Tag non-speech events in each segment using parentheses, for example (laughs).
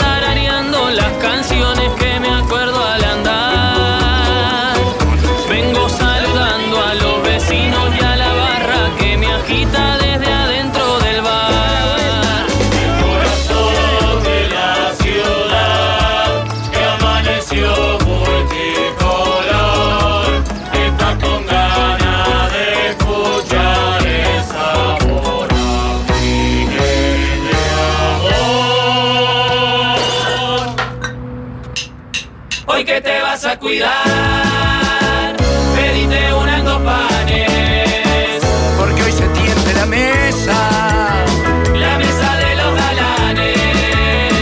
variando las canciones que me acuerdo al andar. Vengo saludando a los vecinos y a la barra que me agita desde adentro del bar. Corazón de la ciudad que amaneció multicolor, está con ganas de escuchar el sabor de amor. Hoy que te vas a cuidar, pedite unas dos panes. Porque hoy se tiende la mesa. La mesa de los galanes.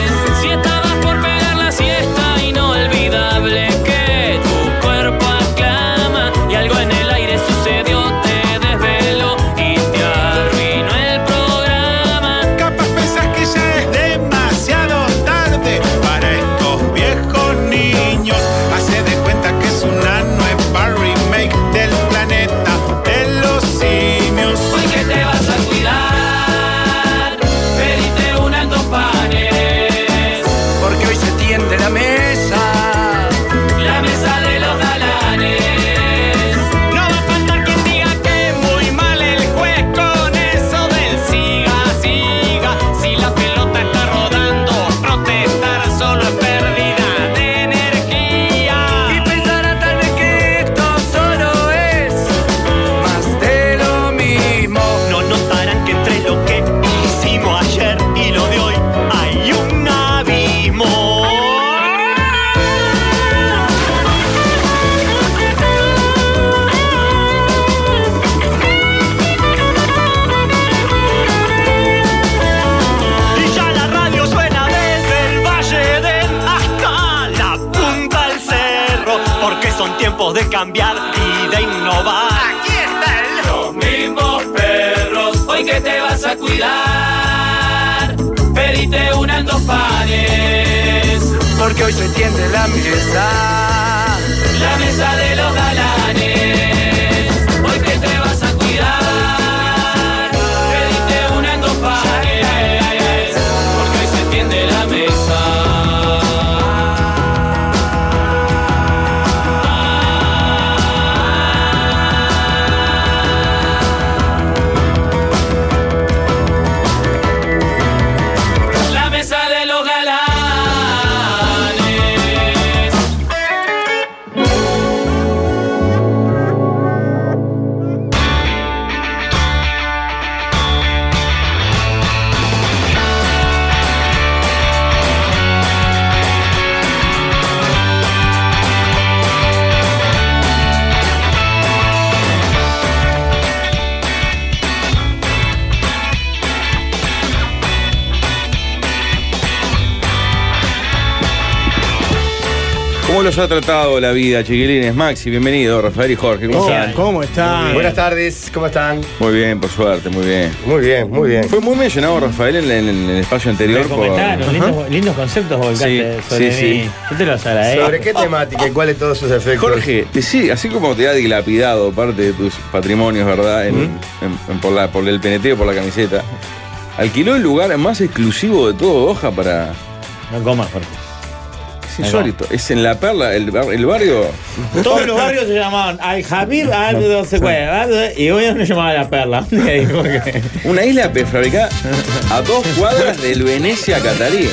Si estabas por pegar la siesta, inolvidable que tu cuerpo aclama. Y algo en el aire sucedió, te desveló y te arruinó el programa. Capaz pensás que ya es demasiado tarde para estos viejos niños. Hace de cuenta que es una nueva remake del planeta de los simios. Hoy que te vas a cuidar, pedite unas dos panes. Porque hoy se tiende la mesa. La mesa de los galanes. No va a faltar quien diga que muy mal el juez con eso del siga, siga. Si la pelota está rodando, protestar solo es pérdida de Y energía. pensará tal vez que esto solo es más de lo mismo. No notarán que entre lo que hicimos ayer y lo de hoy hay un abismo. Y ya la radio suena desde el Valle del hasta la punta del cerro, porque son tiempos de cambiar y de innovar. Aquí está el Los mismos perros, hoy que te vas a cuidar, pedite unas dos panes, Porque hoy se tiende la mesa. la mesa de los galanes. Hoy que te vas a cuidar, pedite unas dos panes, porque hoy se tiende la mesa. La mesa de los galanes. ¿Cómo los ha tratado la vida, chiquilines? Maxi, bienvenido, Rafael y Jorge, ¿cómo ¿Cómo, están? cómo están? Buenas tardes, ¿cómo están? Muy bien, por suerte, muy bien. Muy bien, muy bien. Fue muy mencionado Rafael en, en- en el espacio anterior. Me por- comentaron, lindos, lindos conceptos volcaste Sí, sobre sí, mí. sí. Yo te los agradezco. ¿Sobre qué temática y cuáles todos sus efectos? Jorge, te- sí, así como te ha dilapidado parte de tus patrimonios, ¿verdad? En- en- en- por, la, por el peneteo, por la camiseta. Alquiló el lugar más exclusivo de todo Doha para... No comas, Jorge. (laughs) Es insólito. Es en La Perla, el, bar- el barrio... Todos los barrios se llamaban Al Javier, Al no sé cuál, al- y hoy no llamaba La Perla. (laughs) Dijo que- Una isla prefabricada a dos cuadras del Venecia Catarí.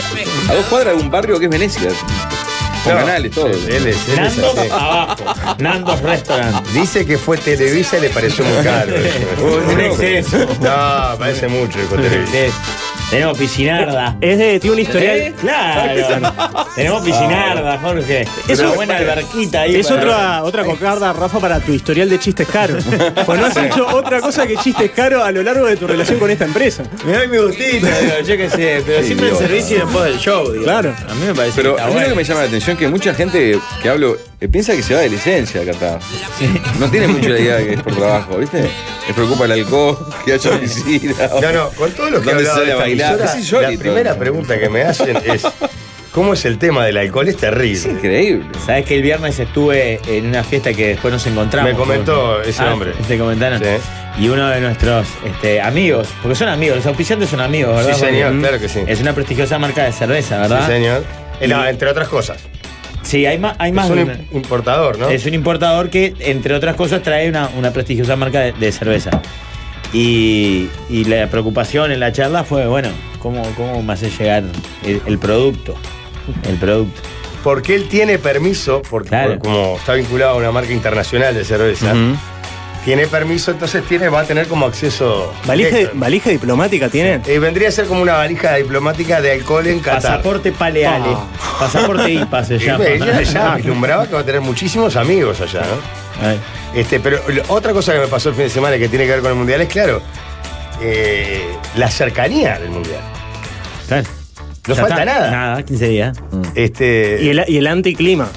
A dos cuadras de un barrio que es Venecia. Con No, canales, todo. Él es, él es Nando así. abajo, Nando's Restaurant. Dice que fue Televisa y le pareció muy caro. (laughs) Un exceso. no, parece mucho que fue Televisa. Sí. Tenemos piscinarda. Es de, tiene un historial. ¿Eh? Claro. (laughs) Tenemos piscinarda, Jorge. Es una buena alberquita ahí. Es para- otra, otra cocarda, Rafa, para tu historial de chistes (laughs) caros. Pues no has hecho otra cosa que chistes caros a lo largo de tu relación con esta empresa. Me da mi gustito. Digo, Yo qué sé, pero siempre el Dios. servicio y después del show. digo. Claro. A mí me parece Pero que a está mí lo que bueno. me llama la atención es que mucha gente que hablo eh, piensa que se va de licencia a Qatar. No tiene mucha idea de que es por trabajo, ¿viste? Les preocupa el alcohol, que haya piscina. No, no, con todo lo que he ¿Dónde hablado sale de a esta bailar? emisora, Es insólito. la primera pregunta que me hacen es ¿Cómo es el tema del alcohol? Es Es terrible. increíble. Sabes que el viernes estuve en una fiesta que después nos encontramos. Ah, Me comentó ese hombre. Te comentaron. Sí. Y uno de nuestros este, amigos, porque son amigos, los auspiciantes son amigos, ¿verdad? Sí, señor, Porque claro que sí. Es una prestigiosa marca de cerveza, Sí, ¿verdad? señor. Eh, no, entre otras cosas. Sí, hay más. Hay más es un de una- im- importador, ¿no? Es un importador que, entre otras cosas, trae una, una prestigiosa marca de, de cerveza. Y, y la preocupación en la charla fue, bueno, ¿cómo, cómo me hace llegar el, el producto? El producto. Porque él tiene permiso, porque Claro. por- como está vinculado a una marca internacional de cerveza, tiene permiso, entonces tiene, va a tener como acceso. ¿Valija, directo. valija diplomática tienen? Eh, vendría a ser como una valija diplomática de alcohol en Qatar. Pasaporte paleale. Ah. (laughs) Pasaporte IPA se Y llama. me- ya, ya vislumbraba que va a tener muchísimos amigos allá, ¿no? Ay. Este, pero lo- otra cosa que me pasó el fin de semana que tiene que ver con el mundial es, claro, eh, la cercanía del mundial. Claro. No Ya falta está. nada. Nada, 15 días. Este, Mm. Y el, y el anticlima.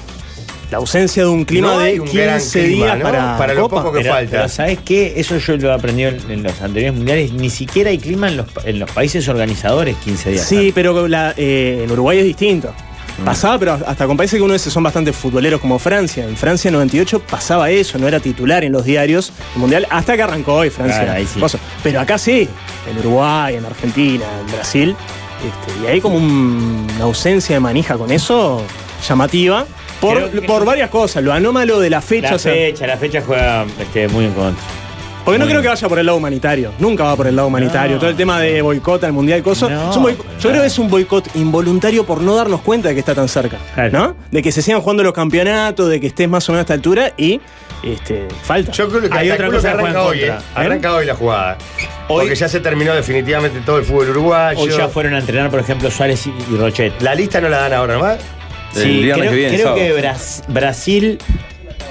La ausencia de un clima no hay de un 15 gran clima, días ¿no? para, Para lo Copa. poco que Pero, falta. pero ¿sabes qué? Eso yo lo aprendí en, en los anteriores mundiales. Ni siquiera hay clima en los, pa- en los países organizadores 15 días. Sí, pero la- eh, en Uruguay es distinto. Mm. Pasaba, pero hasta con países que uno dice son bastante futboleros como Francia. En Francia en 98 pasaba eso, no era titular en los diarios el mundial hasta que arrancó hoy Francia. Claro, ahí sí. Cosa- Pero acá sí, en Uruguay, en Argentina, en Brasil. este, y hay como un- una ausencia de manija con eso llamativa por, Creo que- por varias cosas. Lo anómalo de la fecha. La o sea, ¿eh? fecha, la fecha juega este, muy en contra. porque no Muy creo bien. que vaya por el lado humanitario. Nunca va por el lado humanitario. No. Todo el tema de boicot al mundial, cosas. No, es un boicot- pero yo creo no. que es un boicot involuntario por no darnos cuenta de que está tan cerca. Claro. ¿No? De que se sigan jugando los campeonatos, de que estés más o menos a esta altura y este, falta. Yo creo que Hay otra calculo cosa que que juega arranca en hoy, ¿eh? contra. Arranca hoy la jugada. Hoy- Porque ya se terminó definitivamente todo el fútbol uruguayo. Hoy ya fueron a entrenar, por ejemplo, Suárez y, y Rochet. La lista no la dan ahora nomás. El viernes creo, que viene, creo sábado. que Bras- Brasil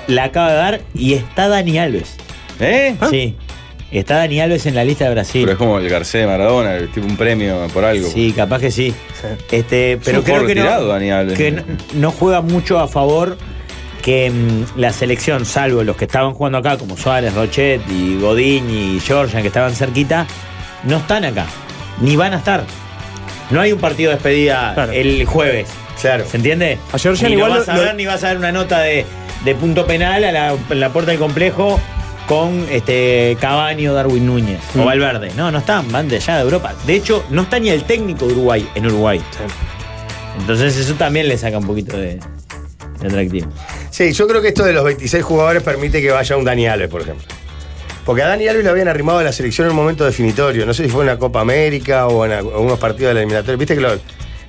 la acaba de dar y está Dani Alves. Ah. ¿Eh? Sí. Está Dani Alves en la lista de Brasil. Pero es como el Garcés de Maradona, el tipo un premio por algo. pues. Sí, capaz que sí. Este, pero un creo jugador que, no, retirado, Dani Alves. que no, no juega mucho a favor que mm, la selección, salvo los que estaban jugando acá, como Suárez, Rochet y Godín y Georgian, que estaban cerquita, no están acá, ni van a estar. No hay un partido de despedida Claro. el jueves. Claro. ¿Se entiende? A Georgian ni lo igual vas a lo- ver, ni vas a ver una nota de, de punto penal a la, en la puerta del complejo con este Cavani o Darwin Núñez Mm. o Valverde. No, no están, van de allá de Europa. De hecho, no está ni el técnico de Uruguay en Uruguay. Entonces eso también le saca un poquito de, de atractivo. Sí, yo creo que esto de los 26 jugadores permite que vaya un Dani Alves, por ejemplo. Porque a Dani Alves lo habían arrimado a la selección en un momento definitorio. No sé si fue en la Copa América o en algunos partidos de la eliminatoria. Viste que lo-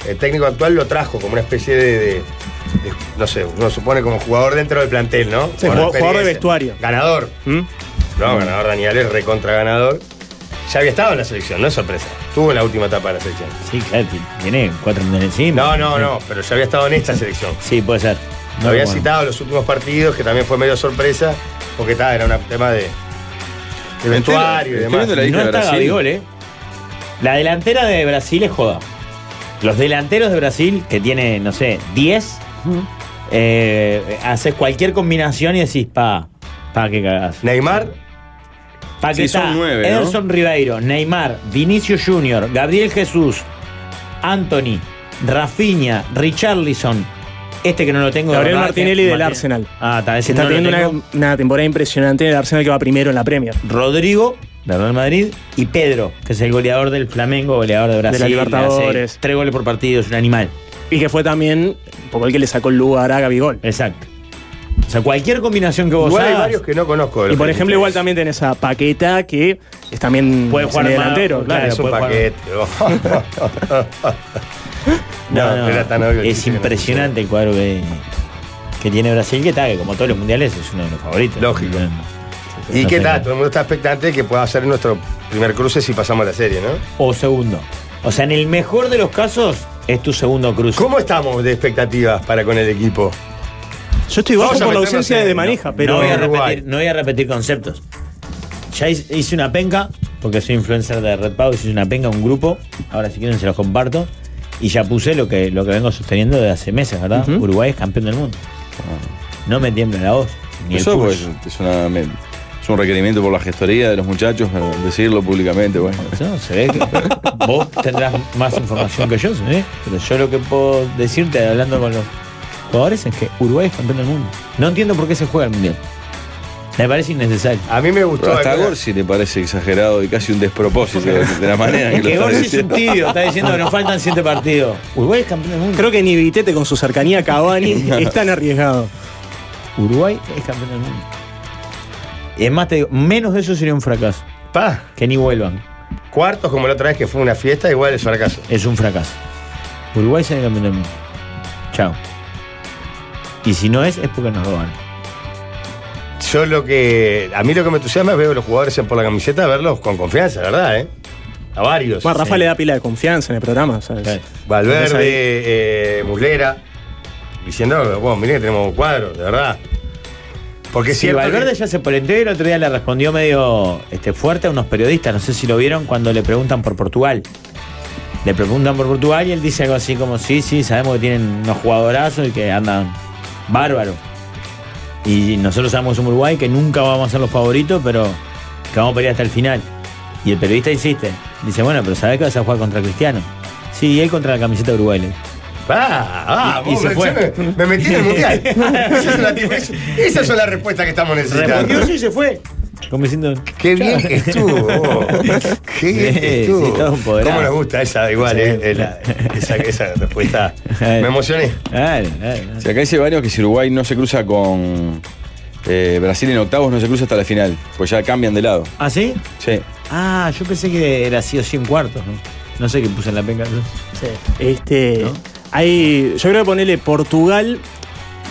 el técnico actual lo trajo como una especie de, de- de- No sé, uno supone como jugador dentro del plantel, ¿no? Sí, jugador- jugador de experiencia. vestuario. Ganador. ¿Mm? No, ganador Dani Alves, recontra ganador. Ya había estado en la selección, no es sorpresa. Estuvo en la última etapa de la selección. Sí, claro, tiene cuatro millones encima. No, no, no, pero ya había estado en esta selección. Sí, puede ser. Lo había bueno. citado en los últimos partidos, que también fue medio sorpresa, porque tal, era un tema de, de vestuario y estoy demás. viendo la- No lista de está Brasil. Gabigol, ¿eh? La delantera de Brasil es joda. Los delanteros de Brasil, que tiene, no sé, 10, eh, haces cualquier combinación y decís, pa, pa, que cagás. Neymar, Paquetá, Sí, son nueve, ¿no? Ederson Ribeiro, Neymar, Vinicius Junior, Gabriel Jesús, Anthony, Rafinha, Richarlison, este que no lo tengo. Gabriel ¿verdad? Martinelli Que- del Martin- Arsenal. Ah, tal vez Se está no lo teniendo tengo. una, una temporada impresionante del Arsenal que va primero en la Premier. Rodrigo de Real Madrid y Pedro, que es el goleador del Flamengo, goleador de Brasil. la le Libertadores. hace Tres goles por partido, es un animal. Y que fue también un poco el que le sacó el lugar a Gabigol. Exacto. O sea, cualquier combinación que vos igual hay hagas, varios que no conozco. de los Y por que ejemplo, ustedes. igual también tenés a Paqueta que es también Puede jugar armado, delantero. claro. Es un puede jugar. paquete. (laughs) no, (laughs) no, no, no era tan obvio. el Es chiste que no impresionante el cuadro que, que tiene Brasil, que está, que como todos los mundiales es uno de los favoritos. Lógico. No, Y no qué sé. tal, todo el mundo está expectante de que pueda ser nuestro primer cruce si pasamos la serie, ¿no? O segundo. O sea, en el mejor de los casos, es tu segundo cruce. ¿Cómo estamos de expectativas para con el equipo? Yo estoy bajo Vamos a por la meternos ausencia en- de no, manija, no, pero voy a Uruguay. repetir, no voy a repetir conceptos. Ya hice hice una penca, porque soy influencer de Red Pau, hice una penca, un grupo. Ahora si quieren se los comparto. Y ya puse lo que, lo que vengo sosteniendo desde hace meses, ¿verdad? Uruguay es campeón del mundo. Ah. No me tiembla la voz. Ni el Eso pulso. pues, es, una- es un requerimiento por la gestoría de los muchachos, eh, decirlo públicamente. Bueno. (laughs) No, se ve que vos tendrás más información que yo, ¿eh? Pero yo lo que puedo decirte hablando con los jugadores es que Uruguay es campeón del mundo. No entiendo por qué se juega el mundial. Me parece innecesario. A mí me gustó. Pero hasta a aquella- Gorsi le parece exagerado y casi un despropósito de (laughs) la manera en que lo Que está Gorsi es un diciendo. tibio, está diciendo que nos faltan siete partidos. Uruguay es campeón del mundo. Creo que ni Vitete con su cercanía a (laughs) Cavani es tan arriesgado. Uruguay es campeón del mundo. Y además te digo, menos de eso sería un fracaso. Pa, Que ni vuelvan. cuartos como la otra vez que fue una fiesta, igual es fracaso. Es un fracaso. Uruguay será campeón del mundo. Chao. Y si no es, es porque nos roban. Yo lo que. A mí lo que me entusiasma es ver a los jugadores por la camiseta, verlos con confianza, la verdad, ¿eh? A varios. Bueno, Rafa Sí. le da pila de confianza en el programa, ¿sabes? Claro. Entonces Valverde, ahí- eh, Muslera, diciendo, bueno, miren que tenemos cuadros, de verdad. Porque Sí, si Valverde ya se polenteó y el otro día le respondió medio este, fuerte a unos periodistas, no sé si lo vieron, cuando le preguntan por Portugal. Le preguntan por Portugal y él dice algo así como, sí, sí, sabemos que tienen unos jugadorazos y que andan bárbaro. Y nosotros sabemos en Uruguay que nunca vamos a ser los favoritos, pero que vamos a pelear hasta el final. Y el periodista insiste, dice, bueno, pero sabés que vas a jugar contra Cristiano. Sí, y él contra la camiseta de Uruguay. le dice. Ah, ah, Y- y vos se me- fue. yo Me, me metí en (laughs) el mundial. esa, es la, tip- esa es la respuesta que estamos Respondió necesitando. eso y se fue. Como diciendo, Qué bien que estuvo. (laughs) vos. Qué bien Sí, que sí, todo estuvo. empoderado. ¿Cómo nos gusta esa igual, Sí. eh? de la- esa, esa respuesta. Me emocioné. claro, claro, claro. Si acá dice varios que si Uruguay no se cruza con eh, Brasil en octavos, no se cruza hasta la final. Pues ya cambian de lado. ¿Ah, sí? Sí. Ah, yo pensé que era así o sí en cuartos, ¿no? No sé qué puse en la penca. entonces. Este, ¿No? hay, yo creo que ponerle Portugal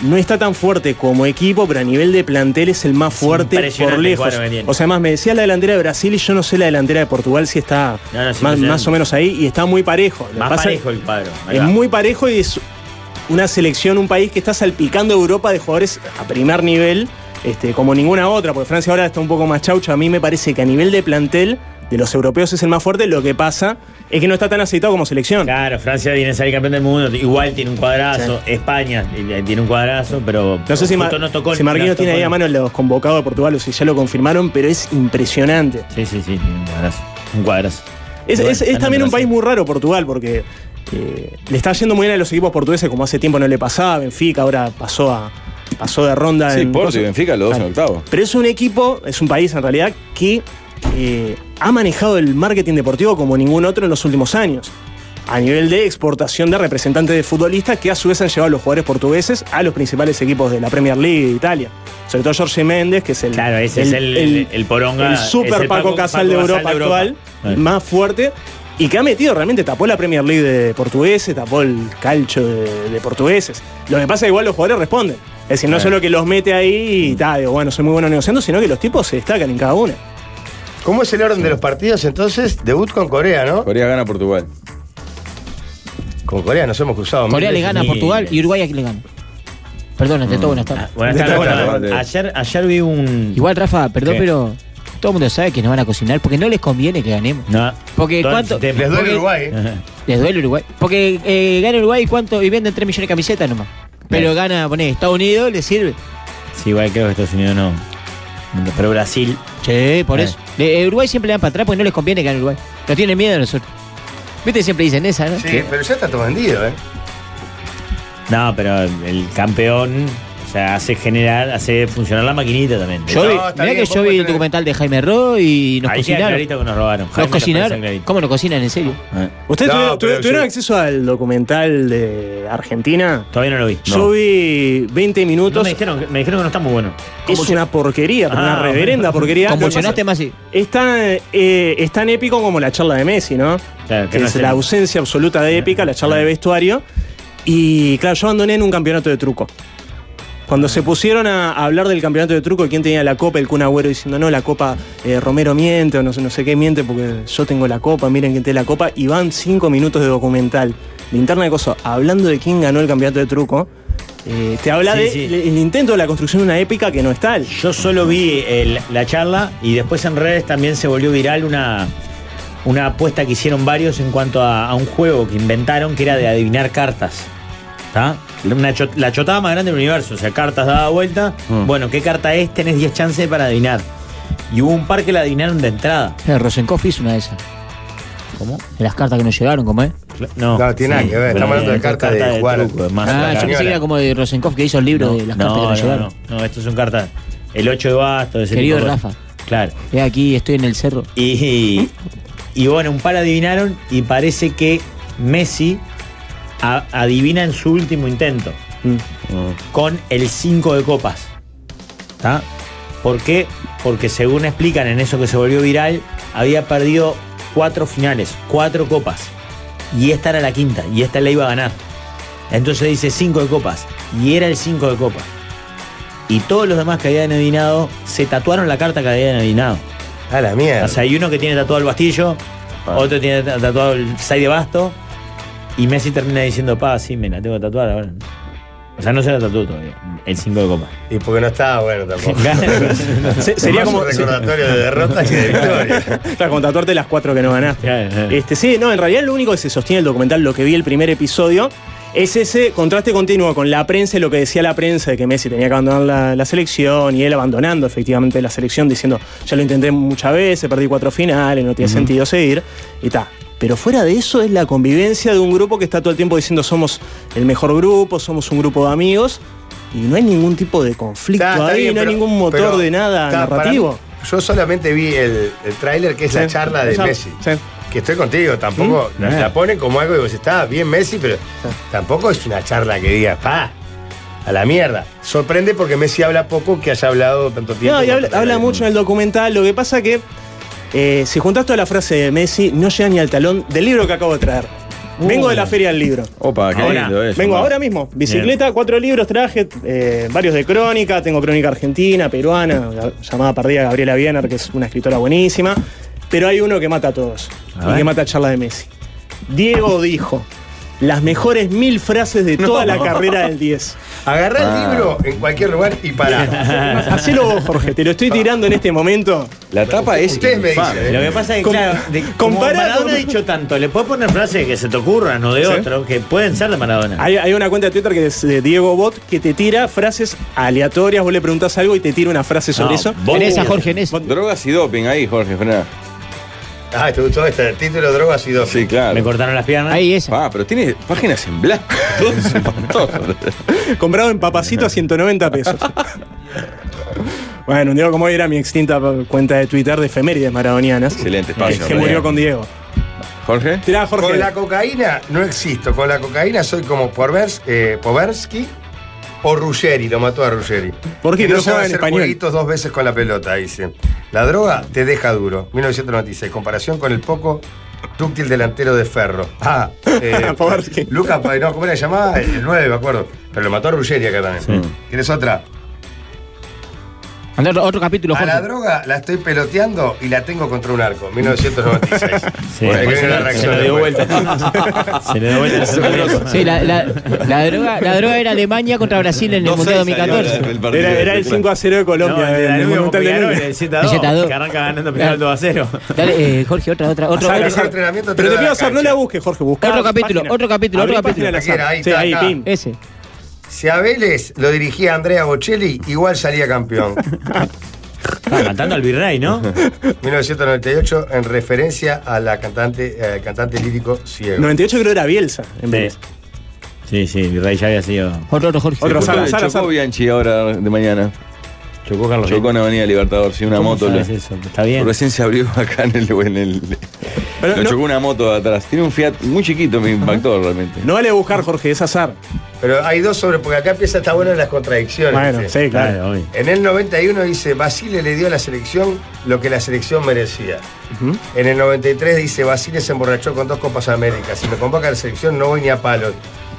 no está tan fuerte como equipo, pero a nivel de plantel es el más fuerte por impresionante el lejos. cuadro que tiene. O sea, además me decía la delantera de Brasil y yo no sé la delantera de Portugal si está No, no, más, es impresionante. más o menos ahí y está muy parejo. Lo que Más pasa parejo el cuadro. ahí Es va. muy parejo y es una selección, un país que está salpicando a Europa de jugadores a primer nivel, este, como ninguna otra, porque Francia ahora está un poco más chaucha. A mí me parece que a nivel de plantel de los europeos es el más fuerte. Lo que pasa es que no está tan aceitado como selección. Claro, Francia viene a salir campeón del mundo. Igual tiene un cuadrazo. España eh, tiene un cuadrazo, pero. No sé si, justo Ma- no tocó si Marquinhos no tiene tocó ahí a el- mano los convocados de Portugal o si ya lo confirmaron, pero es impresionante. Sí, sí, sí, tiene un cuadrazo. Un cuadrazo. Es, Bueno, es- es ganando también un Brasil. país muy raro Portugal porque eh, le está yendo muy bien a los equipos portugueses como hace tiempo no le pasaba. Benfica ahora pasó a pasó de ronda Sí, en Porto y cosas. Benfica, los dos en Claro. octavos. Pero es un equipo, es un país en realidad que eh, ha manejado el marketing deportivo como ningún otro en los últimos años. A nivel de exportación de representantes de futbolistas que a su vez han llevado a los jugadores portugueses a los principales equipos de la Premier League de Italia. Sobre todo Jorge Méndez, que es el. Claro, ese es el- el poronga, El es super el Paco, Paco- Casal de Paco Europa Casal de Europa. actual, Ahí. más fuerte. Y que ha metido realmente, tapó la Premier League de portugueses, tapó el calcho de, de portugueses. Lo que pasa es que igual los jugadores responden. Es decir, no solo que los mete ahí y tal, digo, bueno, soy muy bueno negociando, sino que los tipos se destacan en cada una. ¿Cómo es el orden de los partidos entonces? Debut con Corea, ¿no? Corea gana a Portugal. Con Corea nos hemos cruzado. mil Corea le veces. gana a Portugal y Uruguay aquí le gana. Perdón, ante todo, buenas tardes. Ah, Buenas tardes. Buenas bueno, tardes. Ayer, ayer vi un. Igual, Rafa, perdón, ¿Qué? pero todo el mundo sabe que nos van a cocinar porque no les conviene que ganemos. No. Porque todo el cuánto- sistema. Les duele Porque- Uruguay, ¿eh? (laughs) Les duele Uruguay. Porque eh, gana Uruguay cuánto y venden 3 millones de camisetas nomás. Pero gana, poné, Estados Unidos, le sirve. Sí, igual creo que Estados Unidos no. Pero Brasil. Che, por Eh. eso. Le- eh, Uruguay siempre le dan para atrás porque no les conviene que gane Uruguay. No tienen miedo a nosotros. Viste, siempre dicen esa, ¿no? Sí, Eh, pero ya está todo vendido, ¿eh? No, pero el campeón. O sea, hace generar, hace funcionar la maquinita también. Yo No, vi, está mirá bien, que vos yo vi podés el tener- documental de Jaime Ro y nos Ahí queda cocinaron. clarito que nos robaron. Nos Jaime, cocinaron. parece clarito. ¿Cómo nos cocinan, en serio? Eh, ¿Ustedes No, tuvieron, pero tuvi- tuvieron sí. acceso al documental de Argentina? Todavía no lo vi. No. Yo vi 20 No, minutos. me, dijeron, que- me dijeron que no está muy bueno. es una porquería, pero Ah, una (laughs) reverenda porquería. Convulsionaste más y. Es tan, eh, es tan épico como la charla de Messi, ¿no? Claro, que que no es sé. la ausencia absoluta de épica, la charla de vestuario. Y claro, yo abandoné en un campeonato de truco. Cuando se pusieron a a hablar del campeonato de truco, quién tenía la copa, el Kun Agüero diciendo, no, la copa eh, Romero miente o no sé, no sé qué miente porque yo tengo la copa, miren quién tiene la copa. Y van cinco minutos de documental, de interna de cosas, hablando de quién ganó el campeonato de truco. Eh, te habla Sí, del sí. intento de la construcción de una épica que no es tal. Yo solo vi el- la charla y después en redes también se volvió viral una, una apuesta que hicieron varios en cuanto a, a un juego que inventaron que era de adivinar cartas. ¿Está? Una cho- la chotada más grande del universo, o sea, cartas dada vuelta. Mm. Bueno, ¿qué carta es? Tenés 10 chances para adivinar. Y hubo un par que la adivinaron de entrada. Eh, Rosenkoff hizo una de esas. ¿Cómo? De las cartas que nos llegaron, ¿cómo es? No, No, tiene nada que ver, pero estamos hablando de cartas de jugar. truco, es más, Ah, la- yo pensé que señora. era como de Rosenkoff que hizo el libro de las cartas que nos no, llegaron. no, no, estos son cartas el 8 de basto. Ese Querido tipo de Rafa. cosas. Claro. He aquí, estoy en el cerro. Y, y bueno, un par adivinaron y parece que Messi a- adivina en su último intento con el 5 de copas. ¿Está? ¿Por qué? Porque según explican en eso que se volvió viral, había perdido cuatro finales, cuatro copas. Y esta era la quinta, y esta la iba a ganar. Entonces dice 5 de copas, y era el 5 de copas. Y todos los demás que habían adivinado se tatuaron la carta que habían adivinado. A la mierda. Ah. O sea, hay uno que tiene tatuado el bastillo, otro tiene ta- tatuado el 6 de basto, y Messi termina diciendo, pa, sí, me la tengo que tatuar ahora. O sea, no se la tatuó todavía, el 5 de copa. y porque no estaba (laughs) bueno tampoco. (laughs) Se- sería Más como. un recordatorio de derrota que de victoria. Claro, con tatuarte las cuatro que no ganaste. Este, sí, no, en realidad lo único que se sostiene el documental, lo que vi el primer episodio, es ese contraste continuo con la prensa y lo que decía la prensa de que Messi tenía que abandonar la, la selección y él abandonando efectivamente la selección diciendo, ya lo intenté muchas veces, perdí cuatro finales, no tiene sentido seguir y tal. Pero fuera de eso es la convivencia de un grupo que está todo el tiempo diciendo somos el mejor grupo, somos un grupo de amigos y no hay ningún tipo de conflicto Ah, Está- está ahí, bien, no pero- hay ningún motor pero- de nada está, para narrativo. mí, yo solamente vi el, el tráiler que es la Sí, charla de sí, Messi. sí. Eh. Que estoy contigo, tampoco la, la ponen como algo y vos está bien Messi, pero tampoco es una charla que digas, pa, a la mierda. Sorprende porque Messi habla poco que haya hablado tanto tiempo. No, y con habla, Catalán. habla mucho en el documental. Lo que pasa que eh, si juntas toda la frase de Messi, no llega ni al talón del libro que acabo de traer. Vengo de la feria del libro. Opa, Uh. qué Ahora, lindo eso. Vengo ¿no? ahora mismo. Bicicleta, cuatro libros traje, eh, varios de crónica. Tengo crónica argentina, peruana, la llamada perdida Gabriela Biener, que es una escritora buenísima. Pero hay uno que mata a todos A y ver. que mata a charla de Messi. Diego dijo las mejores mil frases (laughs) de toda la carrera del 10. Agarrá el libro en cualquier lugar y pará. Ah. (laughs) (laughs) Hacelo vos, Jorge. Te lo estoy tirando en este momento. La tapa es este Ustedes me ¿eh? infame. dicen, Lo que pasa es que, Com- claro, de, como comparado- Maradona ha dicho tanto, le puedes poner frases que se te ocurran o de otro, que pueden ser de Maradona. Hay, hay una cuenta de Twitter que es de Diego Bot que te tira frases aleatorias. Vos le preguntás algo y te tira una frase sobre Ah, No, eso. vos- En esa, Jorge, en esa. Drogas y doping ahí, Jorge, frená. Ah, te gustó este título drogas y dos. Sí, claro. Me cortaron las piernas. Ahí esa. Ah, pero tiene páginas (laughs) en blanco. Todo es espantoso. Comprado en papacito a 190 pesos. bueno, un Diego como hoy era mi extinta cuenta de Twitter de efemérides maradonianas. Excelente Que, espacio. que ¿no? murió con Diego. Jorge. Tirá, Jorge. Con la cocaína no existo. Con la cocaína soy como Porvers- eh, Poversky o Ruggeri. Lo mató a Ruggeri. ¿Por qué? Que Que no no juega en sabe hacer español. jueguitos dos veces con la pelota, dice. La droga te deja duro. 1996. Comparación con el poco dúctil delantero de Ferro. (laughs) Ah, eh, Poversky. Lucas, Pa- no, ¿cómo era llamada? El 9, me acuerdo. Pero lo mató a Ruggeri acá también. ¿Tienes otra? Andá, Otro capítulo, A la Jorge. droga la estoy peloteando y la tengo contra un arco. 1996. Sí. Bueno, que Se viene la le- se reacción le dio después. (laughs) vuelta. se le dio vuelta. Sí, la, la- la droga, la droga era Alemania contra Brasil en el Mundial 2014. Era, era el 5 a 0 de No, Colombia. en el el Danubio con Monumental de Peñarol, Núñez. el 7 a 2, El 7 a 2. que arranca ganando Peñarol Claro. 2 a 0. Dale, eh, Jorge, otra, otra, otro, Saca, otro, Mejor saca. entrenamiento te Pero lo te da pido la hacer, no cancha. la busques, Jorge. Buscá Otro la capítulo, página. otro capítulo, Abrí otro página al capítulo. azar. Ahí Sí, está, ahí, acá. pim. ese. Si a Vélez lo dirigía Andrea Bocelli, igual salía campeón. Estaba matando al virrey, (laughs) ¿no? 1998, en referencia a la cantante, eh, al cantante lírico ciego. 98 creo era Bielsa. En vez. Sí, sí, el virrey ya había sido. Otro, otro, Jorge. Otro. Sara, Chocó- Sara, Chocó Sara. Bianchi ahora de mañana. Chocó Carlos Chocó en Avenida Libertador, sí, una ¿Cómo moto. sabes le- eso? Está bien. Recién se abrió (laughs) acá en el. En el Pero lo no- chocó una moto de atrás. Tiene un Fiat muy chiquito, me impactó realmente. No vale buscar, Jorge, es azar. Pero hay dos sobre, porque acá empieza esta buena de las contradicciones. Bueno, ¿viste? sí, claro. Claro, obvio. En el 91 dice, Basile le dio a la selección lo que la selección merecía. En el 93 dice, Basile se emborrachó con dos Copas América. Si me convoca a la selección no voy ni a palos.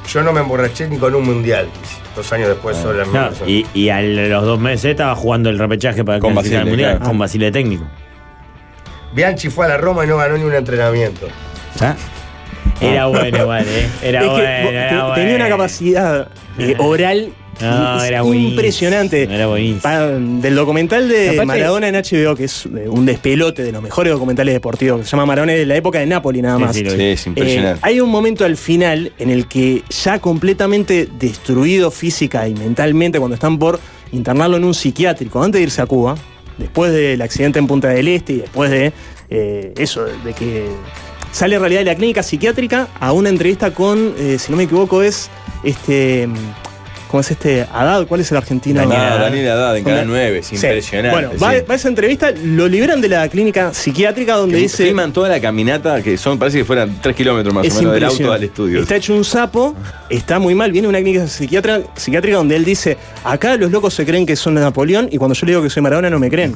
Yo no me emborraché ni con un mundial. dice. Dos años después sobre la misma Ah, Claro, persona. y, y a los dos meses estaba jugando el repechaje para Con clasificar al Basile, mundial, claro. con Basile técnico. Ah. Bianchi fue a la Roma y no ganó ni un entrenamiento. ¿Ya? Era bueno igual, (laughs) ¿eh? Era Es que bueno, vos- era te- bueno. Tenía una capacidad (laughs) eh, oral No, i- era buenísimo, impresionante. era buenísimo. Pa- del documental de Aparte- Maradona en HBO, que es eh, un despelote de los mejores documentales deportivos, que se llama Maradona de la época de Napoli nada Sí, más. sí, lo Sí, es Eh, impresionante. hay un momento al final en el que ya completamente destruido física y mentalmente cuando están por internarlo en un psiquiátrico antes de irse a Cuba, después del accidente en Punta del Este y después de eh, eso, de que sale en realidad de la clínica psiquiátrica a una entrevista con, eh, si no me equivoco, es este... ¿Cómo es este? Haddad, ¿cuál es el argentino? Daniel Haddad. Haddad, Daniel Haddad en Canal Una- 9, es Sí. impresionante, Bueno, va, sí. va a esa entrevista, lo liberan de la clínica psiquiátrica donde Que dice. Filman toda la caminata, que son, parece que fueran 3 kilómetros más o es menos, del auto al impresionante. estudio. Está hecho un sapo, está muy mal. Viene una clínica psiquiatra, psiquiátrica donde él dice: Acá los locos se creen que son Napoleón y cuando yo le digo que soy Maradona no me (laughs) creen.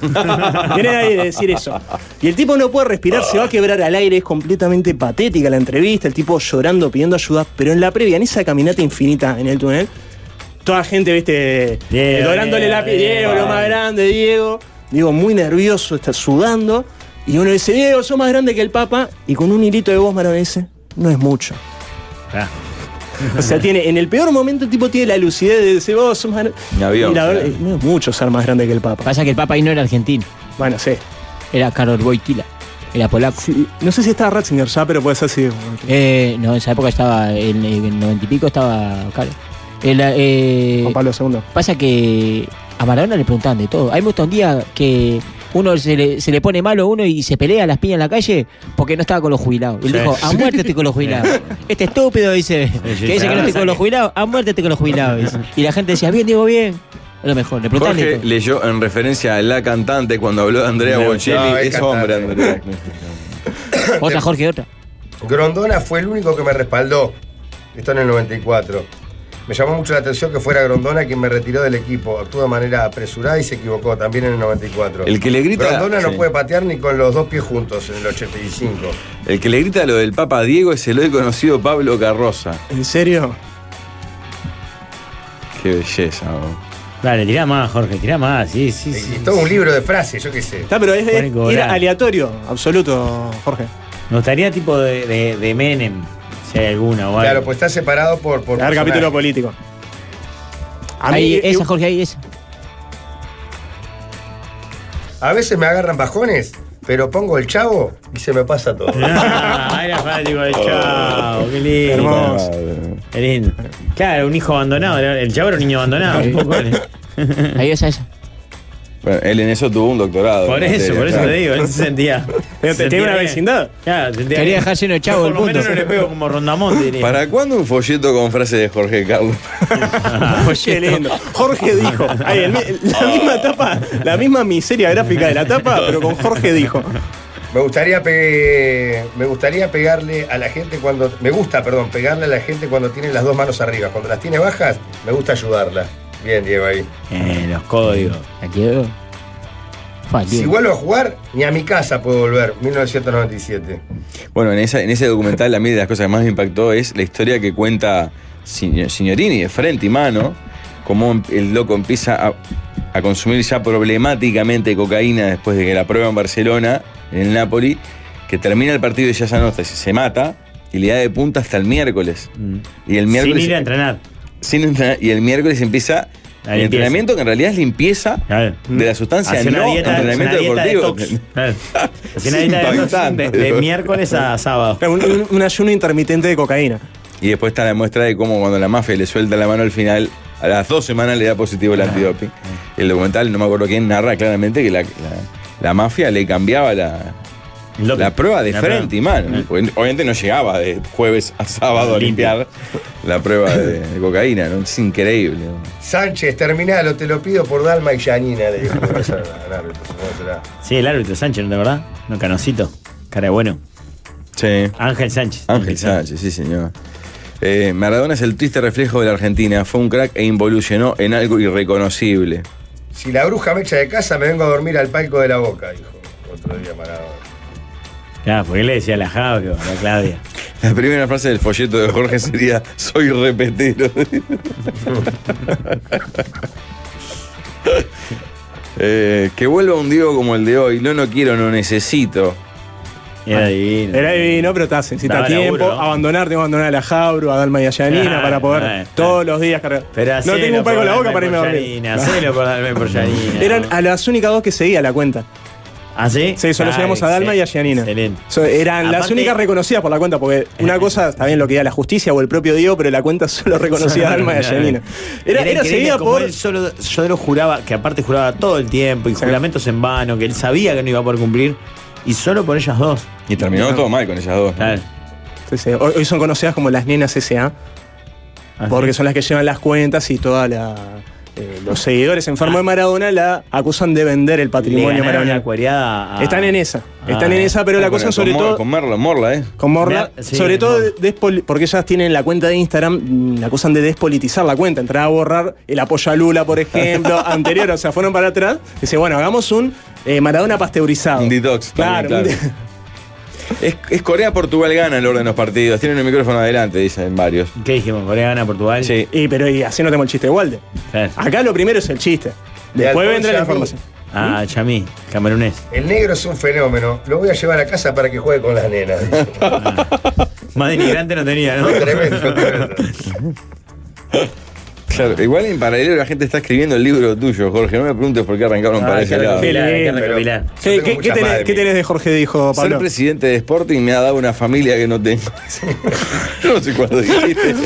Viene ahí de decir eso. Y el tipo no puede respirar, se va a quebrar al aire, es completamente patética la entrevista, el tipo llorando, pidiendo ayuda. Pero en la previa, en esa caminata infinita en el túnel, toda gente, viste, Diego, dorándole Diego, la piel, Diego, Diego. lo más grande, Diego. Diego muy nervioso, está sudando. Y uno dice, Diego, sos más grande que el Papa. Y con un hilito de voz Maradona dice, no es mucho. Ah. O sea, tiene, en el peor momento el tipo tiene la lucidez de decir, vos sos más grande. Un avión, Y la verdad, claro. no es mucho ser más grande que el Papa. Pasa que el Papa ahí no era argentino, Bueno, sí. era Karol Wojtyla, era polaco. Sí, No sé si estaba Ratzinger ya, pero puede ser así. Eh, no, en esa época estaba, en el noventa y pico estaba Karol. El, eh, Juan Pablo II. Pasa que a Maradona le preguntaban de todo. Hay muchos un día que uno se le, se le pone malo a uno y se pelea a las piñas en la calle porque no estaba con los jubilados. Y él dijo, a muerte estoy con los (laughs) jubilados. Este estúpido dice, que dice que no estoy con los jubilados, a muerte estoy con los jubilados. dice. Y la gente decía, bien, digo bien. A lo mejor, le preguntaban de Jorge todo. leyó en referencia a la cantante cuando habló de Andrea No, Bocelli. no, es es hombre, cantante. Andrea. (coughs) Otra Jorge, otra. Grondona fue el único que me respaldó. Esto en el 94. Me llamó mucho la atención que fuera Grondona quien me retiró del equipo. Actuó de manera apresurada y se equivocó también en el 94. El que le grita- Grondona no sí. puede patear ni con los dos pies juntos en el 85. El que le grita lo del Papa Diego es el hoy conocido Pablo Carroza. ¿En serio? Qué belleza, ¿no? Dale, tirá más, Jorge, tirá más. Sí, sí, sí. Y todo un libro de frases, yo qué sé. Está, pero es, Pueden es- cobrar. era aleatorio, absoluto, Jorge. Me gustaría tipo de, de- de Menem, si hay alguna o algo. Claro, pues está separado por. por Dar personaje. capítulo político. A mí, Ahí, eh, esa, (laughs) Jorge, ahí, esa. A veces me agarran bajones, pero pongo el chavo y se me pasa todo. Ah, era fanático del Oh. chavo, qué lindo. Hermoso. Qué lindo. Claro, un hijo abandonado. era- El chavo era un niño abandonado. un poco. (laughs) Ahí esa, esa. Bueno, él en eso tuvo un doctorado. Por en eso, materia, por eso claro. te digo, él se sentía. (laughs) Pero se te- sentía tiene una bien. vecindad. Claro, se sentía Quería bien. dejar lleno de chavo Por el lo mundo. menos no le (laughs) pego como (laughs) Rondamón, diría. ¿Para cuándo un folleto con frase de Jorge (laughs) Carlos? Qué lindo. Jorge dijo. Ahí, el mi- Oh. la misma tapa, la misma miseria gráfica de la (laughs) tapa, pero con Jorge dijo. Me gustaría, pe- me gustaría pegarle a la gente cuando. Me gusta, perdón, pegarle a la gente cuando tiene las dos manos arriba. Cuando las tiene bajas, me gusta ayudarla. Bien, Diego, ahí. Eh, los códigos. Aquí veo. Ah, Fa, Si tío. vuelvo a jugar, ni a mi casa puedo volver. 1997. Bueno, en, esa- en ese documental a mí de las cosas que más me impactó es la historia que cuenta Signo- Signorini de frente y mano, cómo em, el loco empieza a, a consumir ya problemáticamente cocaína después de que la prueba en Barcelona, en el Napoli, que termina el partido y ya se anota, se mata y le da de punta hasta el miércoles. Y el Mm. Sin miércoles ir a entrenar. sin entrenar, y el miércoles empieza La el limpieza. entrenamiento que en realidad es limpieza Claro. de la sustancia, Hacía no una dieta, entrenamiento una dieta deportivo. (laughs) detox. (laughs) Claro. Hacía una Es dieta detox impactante. de, de miércoles a sábado. Un, un- un ayuno intermitente de cocaína. Y después está la muestra de cómo cuando la mafia le suelta la mano al final, a las dos semanas le da positivo el antidoping. Ah. El documental, no me acuerdo quién, narra claramente que la, la- la mafia le cambiaba la, Loco. la prueba de La frente y prueba. Ah. mano. Porque Obviamente no llegaba de jueves a sábado a limpiar la prueba de, de cocaína, ¿no? Es increíble. Sánchez, terminalo, te lo pido por Dalma y Janina. Le dijo. No, esa era la árbitro, supongo que será. Sí, el árbitro Sánchez, ¿no de verdad? No, Canocito. Cara de bueno. Sí. Ángel Sánchez. Ángel Sánchez, sí señor. Eh, Maradona es el triste reflejo de la Argentina. Fue un crack e involucionó en algo irreconocible. Si la bruja me echa de casa, me vengo a dormir al palco de la boca, dijo. Otro día Maradona. Claro, porque él le decía a la Javio, a la Claudia. (laughs) La primera frase del folleto de Jorge sería: Soy repetero. (laughs) Eh, que vuelva un Diego como el de hoy. No, no quiero, no necesito. Era divino. Era divino, pero está, se necesita Daba tiempo. laburo, ¿no? Abandonar, tengo que abandonar a la Jauro, a Dalma y a Yanina Claro, para poder claro. todos los días cargar. Pero no hacelo tengo un por pago en la boca Dalma para irme a por dormir. Yanina, Hacelo por (laughs) Dalma y por Yanina. Eran a las únicas dos que seguía la cuenta. ¿Ah, sí? Sí, solo Ah, llegamos a Dalma y a excel- Gianina. Excelente. So, eran las Aparte- únicas reconocidas por la cuenta, porque (laughs) una cosa está bien lo que da la justicia o el propio Diego, pero la cuenta solo reconocía a (laughs) Dalma y a Yanina. Era, era increíble seguida como por. Él solo, yo lo juraba, que aparte juraba todo el tiempo y juramentos en vano, que él sabía que no iba a poder cumplir, y solo por ellas dos. Y terminó todo mal con ellas dos. ¿no? Claro. Sí, sí. Hoy, hoy son conocidas como las nenas S.A. Ah, porque son las que llevan las cuentas y toda la. eh, los seguidores enfermos de Maradona la acusan de vender el Le patrimonio ganaron la maradoniano. cuareada a- ¿eh? Están en esa, están Ah, en esa, pero la Con- cosa con sobre Mor- todo Con Merla, Morla, ¿eh? con Morla, Me- sí, sobre todo Morla. despol- porque ellas tienen la cuenta de Instagram, mm, la acusan de despolitizar la cuenta, entrar a borrar el apoyo a Lula, por (laughs) ejemplo, anterior, o sea, fueron para atrás, dice, bueno, hagamos un eh, Maradona pasteurizado. Un detox, Claro, también, un claro. (laughs) Es, es Corea-Portugal gana el orden de los partidos. Tienen el micrófono adelante, dicen varios. (laughs) ¿Qué dijimos? Corea gana Portugal. Sí. de- y pero y así no tenemos el chiste de Walde. Claro. Acá lo primero es el chiste. De Después Alfonso vendrá la a mí. información. Ah, Chamí, camerunés. El negro es un fenómeno. Lo voy a llevar a casa para que juegue con las nenas. Más denigrante no tenía, (laughs) ¿no? Tremendo, tremendo. Claro, igual en paralelo la gente está escribiendo el libro tuyo, Jorge. No me preguntes por qué arrancaron Ah, para hay ese que lado. sí. recopilar, hay que Qué lindo. recopilar. Yo ¿Qué, tengo qué- mucha qué tenés, madre qué mía. tenés de Jorge? Dijo Ser Pablo. presidente de Sporting me ha dado una familia que no tengo. (laughs) Yo no sé cuándo dijiste.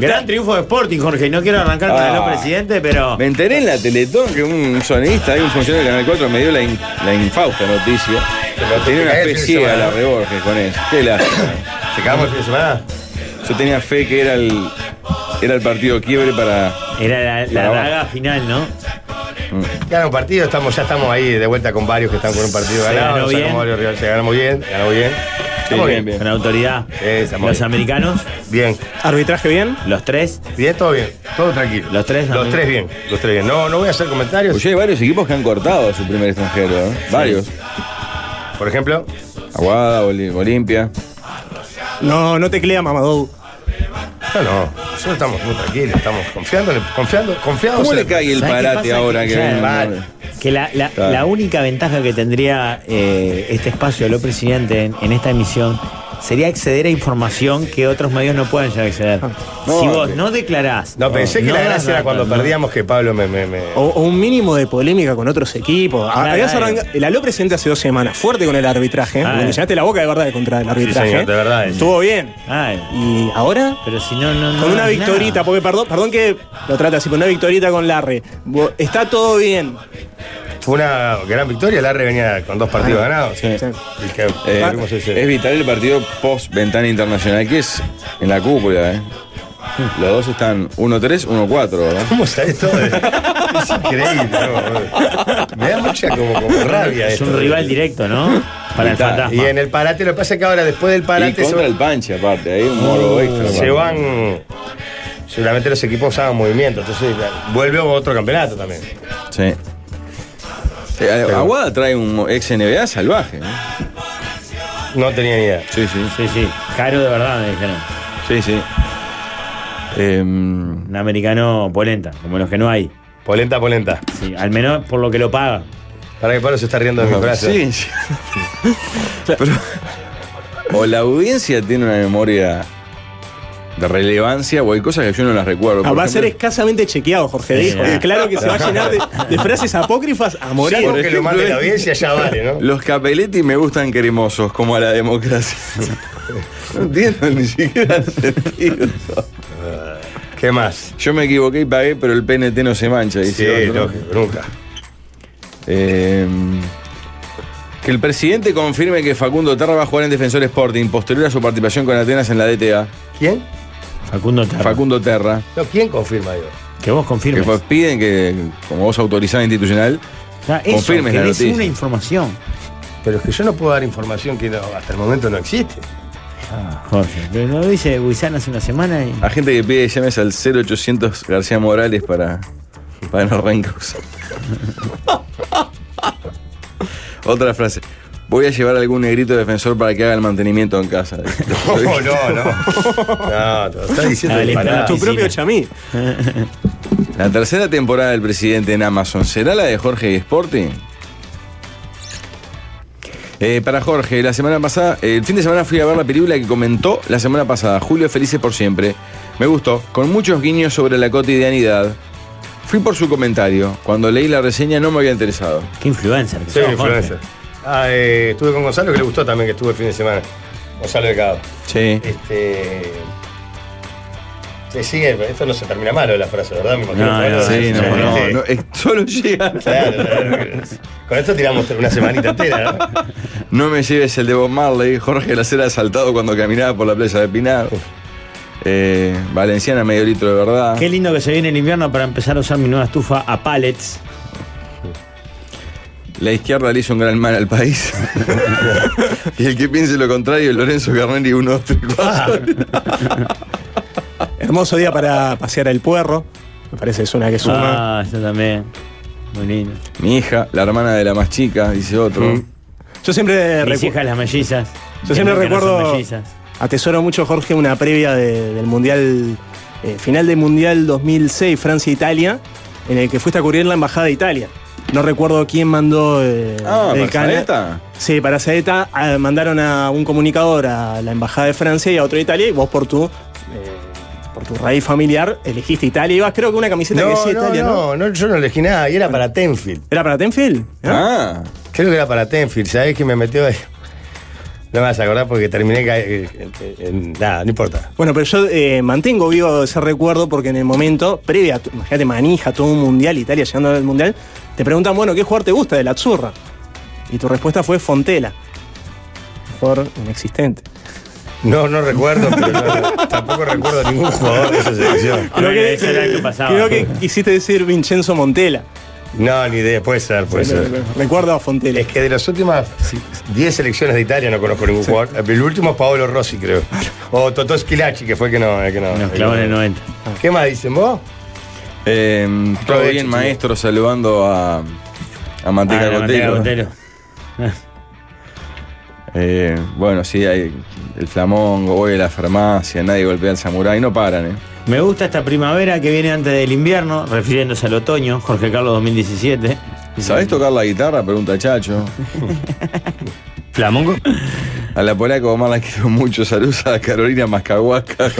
Gran triunfo de Sporting, Jorge. No quiero arrancar con Ah. el no presidente, pero. Me enteré en la Teletón que un sonista y un funcionario de Canal 4 me dio la, in- la infausta noticia. Pero Tenía una te caes fe el ciega semana, la ¿no? Reborges con eso. Qué lástima. ¿Se acabamos el fin de semana? Yo tenía fe que era el, era el partido quiebre para. (laughs) Era la, la Para vos. daga final, ¿no? Gana un partido, estamos, ya estamos ahí de vuelta con varios que están con un partido Se ganado. ganó nos sacamos bien. varios rivales, se ganamos bien, ganamos bien. Estamos bien, bien. Con autoridad. estamos Los bien. americanos, Bien, ¿Arbitraje bien? los tres. bien, todo bien, todo tranquilo. Los tres, Los amigo. tres bien, los tres bien. No, no voy a hacer comentarios. Pues hay varios equipos que han cortado a su primer extranjero, ¿eh? Varios. Por ejemplo, Aguada, Oli- Olimpia. No, no teclea Mamadou. no, Ah, no, nosotros estamos muy tranquilos, estamos confiando, confiando, confiados. ¿Cómo en le el- cae el ¿Sabes qué parate pasa? ahora que Ya, viene? vale. Que la, la- Claro. la única ventaja que tendría eh, este espacio de lo presidente en, en esta emisión sería acceder a información que otros medios no pueden llegar a acceder. No, si vos eh. no declarás. No, pensé que la das gracia era datos, cuando no. perdíamos que Pablo me. me, me- O, o un mínimo de polémica con otros equipos. Claro, Habías claro. arranca- el Aló presidente hace dos semanas, fuerte con el arbitraje. ¿eh? Claro. Porque Le llenaste la boca de verdad contra el arbitraje. Ah, señor, de verdad, eh. Estuvo bien. Ay, Y ahora, pero si no, no. no con una das victorita, nada. porque perdón, perdón que lo trate así, pero una victorita con Larry. Bo- Está todo bien. Fue una Ah, gran victoria, Larry venía con dos partidos ganados. Sí. Y que Eh, tuvimos ese- es vital el partido post ventana internacional, que es en la cúpula, ¿eh? Los dos están 1-3, 1-4, ¿verdad? ¿Cómo sabes todo? Es increíble. ¿no? Me da mucha (laughs) como, como rabia. Es esto. un rival directo, ¿no? Para el Y ta- fantasma. Y en el parate, lo que pasa es que ahora después del Y parate se, Uh, contra el Panche, aparte, ahí un morbo extra. aparte. se van. Seguramente los equipos usaban movimiento, entonces la- vuelve otro campeonato también. Sí. Eh, Aguada trae un ex NBA salvaje. ¿eh? No tenía ni idea. Sí, sí. Sí, sí. Caro de verdad, me dijeron. Sí, sí. Em, Un americano polenta, como los que no hay. Polenta, polenta. Sí, al menos por lo Ah, que lo paga. Para que Pablo se está riendo de mi brazo. Sí, sí. (laughs) Pero- o la audiencia tiene una memoria de relevancia o hay cosas que yo no las recuerdo. Ah, Por va a ser ejemplo, escasamente chequeado, Jorge Sí, dijo. ya. Y claro que se va a llenar de, de frases apócrifas a Ya con morir. que lo mande la audiencia ya vale, (laughs) (laughs) ¿no? Los capeletti me gustan cremosos, como a la democracia. (laughs) no entiendo ni siquiera el sentido. (laughs) ¿Qué más? Yo me equivoqué y pagué, pero el PNT no se mancha. Sí, Dice otro. lógico, nunca. Eh, que el presidente confirme que Facundo Terra va a jugar en Defensor Sporting posterior a su participación con Atenas en la DTA. ¿Quién? Facundo Tarra. Facundo Terra. No, ¿quién confirma yo? que vos Que confirmes. fue- piden que, como vos autorizada institucional, O sea, eso, confirmes que la des noticia. una información. Pero es que yo no puedo dar información que no- hasta el momento no existe. Jorge. Ah, Pero no lo dice Guisán hace una semana y. a gente que pide que llames al 0800 García Morales para, para no reencauzar. (laughs) Otra frase. Voy a llevar algún negrito defensor para que haga el mantenimiento en (laughs) casa. No, no, no. No, te lo estás diciendo Dale, disparate. espera, Tu propio Piscina. (laughs) chamí. La tercera temporada del presidente en Amazon, ¿será la de Jorge y Sporting? Eh, para Jorge, la semana pasada, eh, el fin de semana fui a ver la película que comentó la semana pasada, Julio Felices por Siempre. Me gustó, con muchos guiños sobre la cotidianidad. Fui por su comentario. Cuando leí la reseña no me había interesado. Qué influencer. Que Soy sos, un Jorge. influencer. Ah, eh, estuve con Gonzalo que le gustó también que estuve el fin de semana. Gonzalo Delgado. Sí. Este. Se sigue, pero esto no se termina malo la frase, ¿verdad? Me imagino. No, Pablo, no, Sí, no, no, este, no, eh, solo llega. Claro, claro. Con esto tiramos una semanita entera, ¿no? No me lleves el de Bob Marley, Jorge Lacera asaltado cuando caminaba por la playa de Pinar. Eh, Valenciana, medio litro de Ah. verdad. Qué lindo que se viene el invierno para empezar a usar mi nueva estufa a pallets. La izquierda le hizo un gran mal al (laughs) país. y el que piense lo contrario, Lorenzo Carneri, 1, 2, 3, Ah, 4. (laughs) Hermoso día para pasear al puerro. Me parece que es una que suma. Ah, eso también. Muy lindo. Mi hija, la hermana de la más chica, dice otro. Mm. Yo siempre, Mis recu- hijas las mellizas. Yo siempre Que no recuerdo- Oh. son mellizas. atesoro mucho, Jorge, una previa de- del Mundial, eh, final del Mundial 2006, Francia-Italia, en el que fuiste a cubrir la Embajada de Italia. No recuerdo quién mandó eh, Ah, del canal. ¿Barceloneta? Sí, para Saeta ah, mandaron a un comunicador a la Embajada de Francia y a otro de Italia y vos por tu, eh, por tu raíz familiar elegiste Italia. Ibas creo que una camiseta que No, decía no, Italia, ¿no? no, no, yo no elegí nada. Y era para Tenfield. ¿Era para Tenfield? ¿Ah? Ah, Creo que era para Tenfield. ¿Sabés que me metió ahí? No me vas a acordar porque terminé ca- eh, eh, eh, Nada, no importa. Bueno, pero yo eh, mantengo vivo ese recuerdo porque en el momento, previa, a tu- imagínate, manija, todo un mundial, Italia llegando al mundial, te preguntan, bueno, ¿qué jugador te gusta de la Azzurra? Y tu respuesta fue Fontela. Jugador inexistente. No, no recuerdo, pero no- tampoco recuerdo ningún jugador de esa selección. Ah, eso era lo que pasaba. creo que quisiste decir Vincenzo Montela. No, ni idea, puede ser, puede ser. Recuerdo a Fontela. Es que de las últimas 10 selecciones de Italia no conozco ningún jugador. El último es Paolo Rossi, creo. O Totò Schilacci, que fue el que no. el que no, Nos el que clavó en el no. 90. ¿Qué más dicen vos? eh, todo Aprovecho, bien, sí. maestro, saludando a, a Manteca Ah, la Cotelo. Manteca Botero. Eh, bueno, sí, hay el flamongo, voy a la farmacia, nadie golpea al samurái, no paran, ¿eh? Me gusta esta primavera que viene antes del invierno, refiriéndose al otoño, Jorge Carlos 2017. ¿Sabés tocar la guitarra? Pregunta Chacho. ¿Flamongo? A la polaca Omar la quiero mucho. Saludos a Carolina (laughs) Mascahuaca.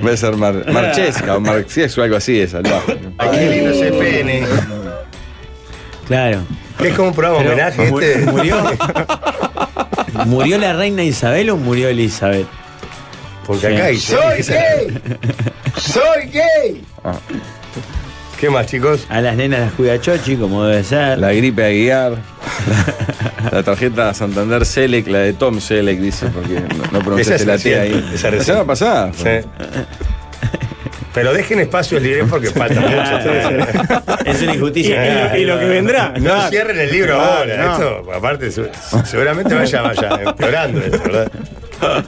Voy a ser Mar- Marchesca o Marxesca o algo así de salvaje. Aquí lindo ese pene. Claro. Es como un programa Pero homenaje mu- este. murió. ¿Murió la reina Isabel o murió Elizabeth? Porque acá hay. ¡Soy gay! ¡Soy gay! Ah. ¿Qué más, chicos? A las nenas las cuida Chochi, como debe ser. La gripe a guiar. (laughs) La tarjeta Santander Selec, la de Tom Selec, dice, porque no, no pronunciaste Esa es la T reciente, ahí. esa la reciente. semana pasada. fue. Sí. Pero dejen espacios libres porque falta mucho. (laughs) es una Y injusticia. lo- y lo que vendrá. No cierren el libro ahora. no. Esto, aparte, se- seguramente vaya, vaya empeorando esto, ¿verdad? (laughs)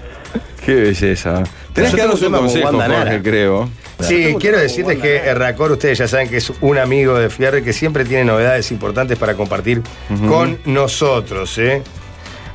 Qué belleza. Tenés que tengo darnos un un tema con consejo, Wanda Nara. Jorge, creo. Sí, quiero decirles que Erracor, ustedes ya saben que es un amigo de Fierre que siempre tiene novedades importantes para compartir con nosotros. ¿eh?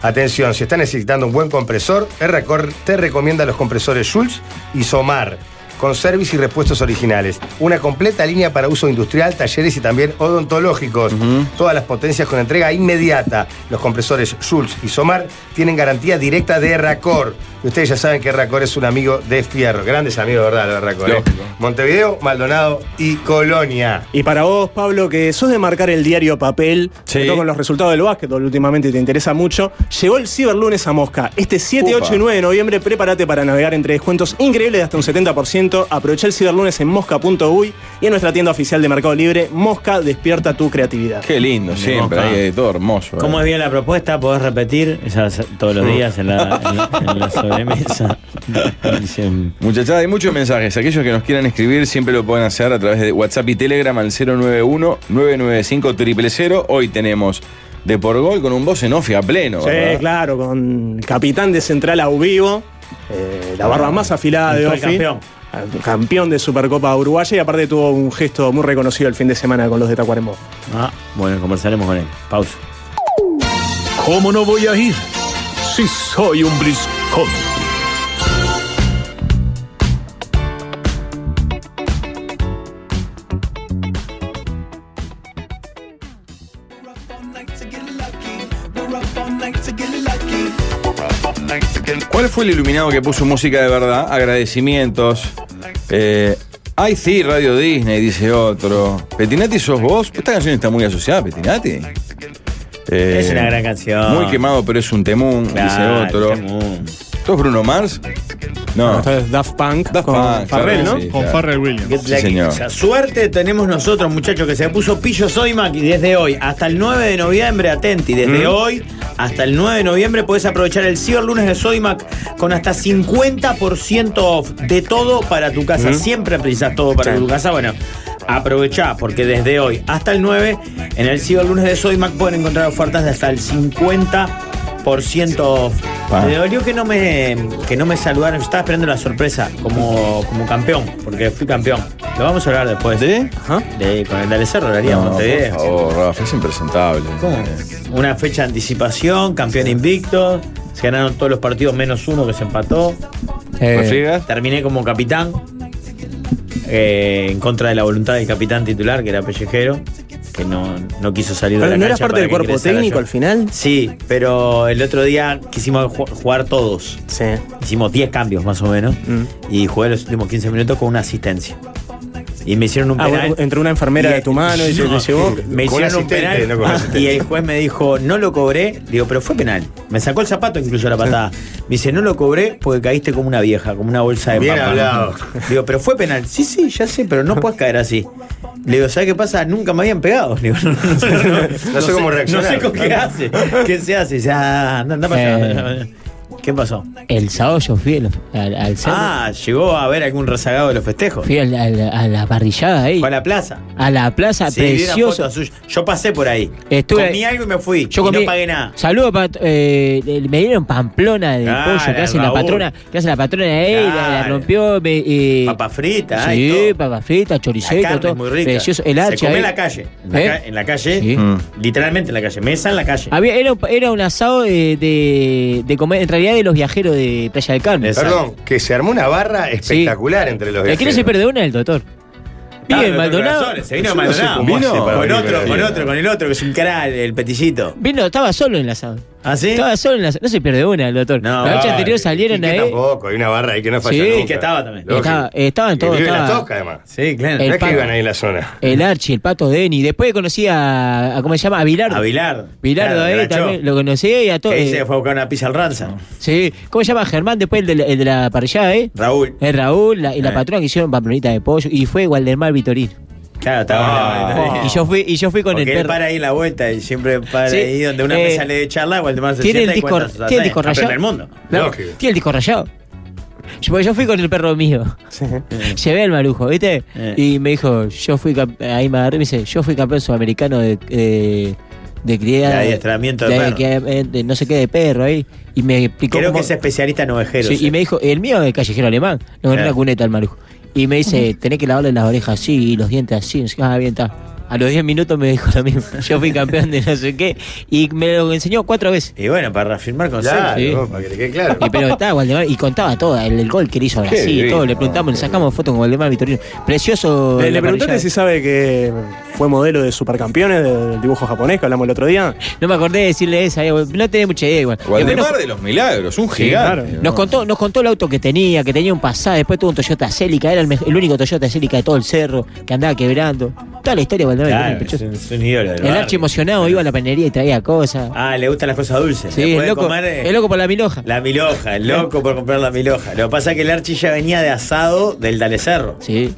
Atención, si están necesitando un buen compresor, Erracor te recomienda los compresores Schultz y Somar, con service y repuestos originales. Una completa línea para uso industrial, talleres y también odontológicos. Todas las potencias con entrega inmediata. Los compresores Schultz y Somar tienen garantía directa de Erracor. Y ustedes ya saben que Erracor es un amigo de Fierro. Grandes amigos, ¿verdad? Los Erracor. ¿eh? Lógico. Montevideo, Maldonado y Colonia. Y para vos, Pablo, que sos de marcar el diario papel, Sí. sobre todo con los resultados del básquetbol últimamente y te interesa mucho, llegó el Ciberlunes a Mosca. Este 7, Upa. 8 y 9 de noviembre, prepárate para navegar entre descuentos increíbles de hasta un 70%. Aprovecha el Ciberlunes en mosca.uy y en nuestra tienda oficial de Mercado Libre, Mosca despierta tu creatividad. Qué lindo, siempre. Moja. Ahí es todo hermoso. ¿eh? ¿Cómo es bien la propuesta? ¿Podés repetir Esas (laughs) todos los días en la, en la- en (laughs) la sobremesa? Dicen, Muchachada, hay muchos mensajes. Aquellos que nos quieran escribir siempre lo pueden hacer a través de WhatsApp y Telegram al 091-995-000. Hoy tenemos de por gol con un voz en off y a pleno. Sí, ¿verdad? claro, con capitán de central a vivo, eh, la barba más afilada de Actual Ofi. campeón. Campeón de Supercopa Uruguaya y aparte tuvo un gesto muy reconocido el fin de semana con los de Tacuarembó. Ah, bueno, conversaremos con él. Pausa. ¿Cómo no voy a ir? Si soy un briscón. ¿Cuál fue el iluminado que puso música de verdad? Agradecimientos. Eh, Ay, sí, Radio Disney, dice otro. ¿Petinati sos vos? Esta canción está muy asociada, Petinati. Eh, Es una gran canción. Muy quemado, pero es un temún, Claro, dice otro. Camus. ¿Sos Bruno Mars? No. Esto es Daft Punk Daft con Punk, Farrell, claro ¿no? que sí, Con claro. Farrell Williams. Get lucky. señor. O sea, suerte tenemos Mm. nosotros, muchachos, que se puso Pillo Soymac y desde hoy hasta el 9 de noviembre, atenti, desde hoy Hasta el 9 de noviembre podés aprovechar el Cyber Lunes de Sodimac con hasta 50% off de todo para tu casa. Mm. Ujú. Siempre precisas todo para Sí. tu casa. Bueno, aprovechá porque desde hoy hasta el 9 en el Cyber Lunes de Sodimac pueden encontrar ofertas de hasta el 50% off. Pa. Me dolió que no me, que no me saludaron. Yo estaba esperando la sorpresa como, como campeón, porque fui campeón. Lo vamos a hablar después. ¿De? Ajá. De, con el Dale Cerro, lo haríamos. No, te por digo. favor, Rafa, es impresentable. Una fecha de anticipación, campeón invicto. Se ganaron todos los partidos menos uno que se empató. ¿Me Eh, friegas? Terminé como capitán. eh, en contra de la voluntad del capitán titular, que era Pellejero, que no, no quiso salir de Pero la no cancha eras parte para del que cuerpo ingresara técnico yo. al final. Sí, pero el otro día quisimos ju- jugar todos. Sí. Hicimos 10 cambios más o menos. Mm. Y jugué los últimos 15 minutos con una asistencia. Y me hicieron un Ah, penal. bueno, entre una enfermera Y- de tu mano y se (laughs) no, te llevó. Me Con un hicieron un asistente, penal no con un asistente. y el juez me dijo, no lo cobré. Digo, pero fue penal. Me sacó el zapato incluso la patada. Me dice, no lo cobré porque caíste como una vieja, como una bolsa de Bien papa. hablado. (laughs) Digo, pero fue penal. Sí, sí, ya sé, pero no puedes caer así. Le digo, ¿sabes qué pasa? Nunca me habían pegado. (laughs) Le digo, no, no, no, no, No sé cómo reaccionar. No sé con qué hace. ¿Qué se hace? Dice, ah, anda, anda para allá. Eh, ¿Qué pasó? el sábado yo fui al, al, al cerro. Ah, llegó a ver algún rezagado de los festejos. Fui al- al- a la parrillada ahí. Fue a la plaza. A la plaza, Sí, vi una preciosa. foto suya. Yo pasé por ahí. Estuve- comí algo y me fui. Yo y comí. no pagué nada. Saludos para. eh, el- me dieron pamplona de Ah, pollo que la hace la Raúl. patrona. Que hace la patrona de él, la, la Claro. rompió. Me, eh, Papa frita, Sí, ¿eh? papas fritas, La choricito, carne todo. muy rica. Precioso. El hacha. Se come ahí. en la calle. En la, ¿Eh? ca- en la calle. Sí. Mm. Literalmente en la calle. Mesa en la calle. Había, era, un, era un asado de, de, de comer, en realidad de los viajeros de Playa del Carmen. Exacto. Perdón, que se armó una barra espectacular entre los El que no viajeros. se perdió una el doctor. Claro, Bien, otro Maldonado. corazón, Se vino Yo de no sé Maldonado. cómo Vino hace para con venir otro, aquí. con otro, con el otro, que es un cara, el, el peticito. Vino, estaba solo en el asado. ¿Ah, sí? Estaba solo en el asado. No se perdió una el doctor. No, la noche vale. anterior Y salieron que ahí. tampoco, hay una barra ahí que no falla Sí, nunca. que estaba también. Lógico. Estaba- estaban Y todos, vive en la estaba- toca, además. Sí, claro. El no es que Paco. iban ahí en la zona. El Archie, el pato Denny. Después conocí a, a- ¿Cómo se llama? A Bilardo. Avilar. Bilardo ahí también. Lo conocí y a todos. Que dice eh, que fue a buscar una pizza al ranza. sí. ¿Cómo se llama Germán? Después el de la, el de la parrillada, ¿eh? Raúl. Eh, Raúl la- y la Eh. Este patrona que hicieron pamplonita de pollo. Y fue Waldemar Vitorín. Claro, estaba. Ah, Y yo fui, y yo fui con Porque el él perro. para ahí la vuelta y siempre para Sí, ahí donde una eh, mesa le de charla, Waldemar se tiene sienta el y disco- cuenta sus tiene el hazañas. disco Campeón rayado. del mundo. Claro, Lógico. Tiene el disco rayado. Yo, porque yo fui con el perro mío. (laughs) Llevé al malujo, ¿viste? Eh. Y me dijo, yo fui camp- ahí me agarré y me dice, yo fui campeón sudamericano de, eh, de cría. De adiestramiento de perro. que- eh, de no sé qué de perro ahí. Y me explicó. Creo cómo- que es especialista en ovejeros. Sí, eh. y me dijo, el mío es callejero alemán, no ganó Eh. una cuneta al malujo. Y me dice, tenés que lavarle las orejas así y los dientes así. Ah, bien, está. A los 10 minutos me dijo lo mismo. Yo fui campeón de no sé qué. Y me lo enseñó cuatro veces. Y bueno, para reafirmar conceptos. Claro, Sí. para que le quede claro. Y pero estaba Waldemar y contaba toda, el, el gol que le hizo a Qué Brasil, divino. eh. todo, le preguntamos, le sacamos fotos con Waldemar Vitorino. Precioso. Eh, Le, la le preguntaste si parrillada. sabe que fue modelo de supercampeones del dibujo japonés que hablamos el otro día. No me acordé de decirle esa, eh, no tenía mucha idea igual. Después nos, Waldemar de los milagros, un gigante. claro. ¿no? nos contó, nos contó el auto que tenía, que tenía un pasado, después tuvo un Toyota Celica, era el, mej- el único Toyota Celica de todo el cerro, que andaba quebrando. Toda la historia de Waldemar Claro, Vitorino, es precioso. un, es un ídolo. del El barrio. archi emocionado iba a la panería y traía cosas. Ah, le gustan las cosas dulces. sí, Le el puede loco, comer, eh, el loco por la miloja. La miloja, el loco por comprar la miloja. Lo que pasa es que el Archi ya venía de asado del Dalecerro. Sí.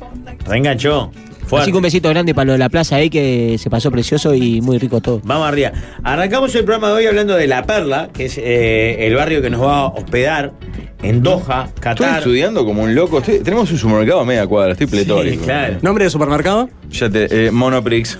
Reenganchó. Fuerte. Así que un besito grande para lo de la plaza ahí que se pasó precioso y muy rico todo. Vamos arriba. Arrancamos el programa de hoy hablando de La Perla, que es eh, el barrio que nos va a hospedar en Doha, Estoy Qatar. estudiando como un loco. estoy- tenemos un supermercado a media cuadra, estoy pletórico. Sí, claro. ¿Nombre de supermercado? Ya te, eh, Monoprix.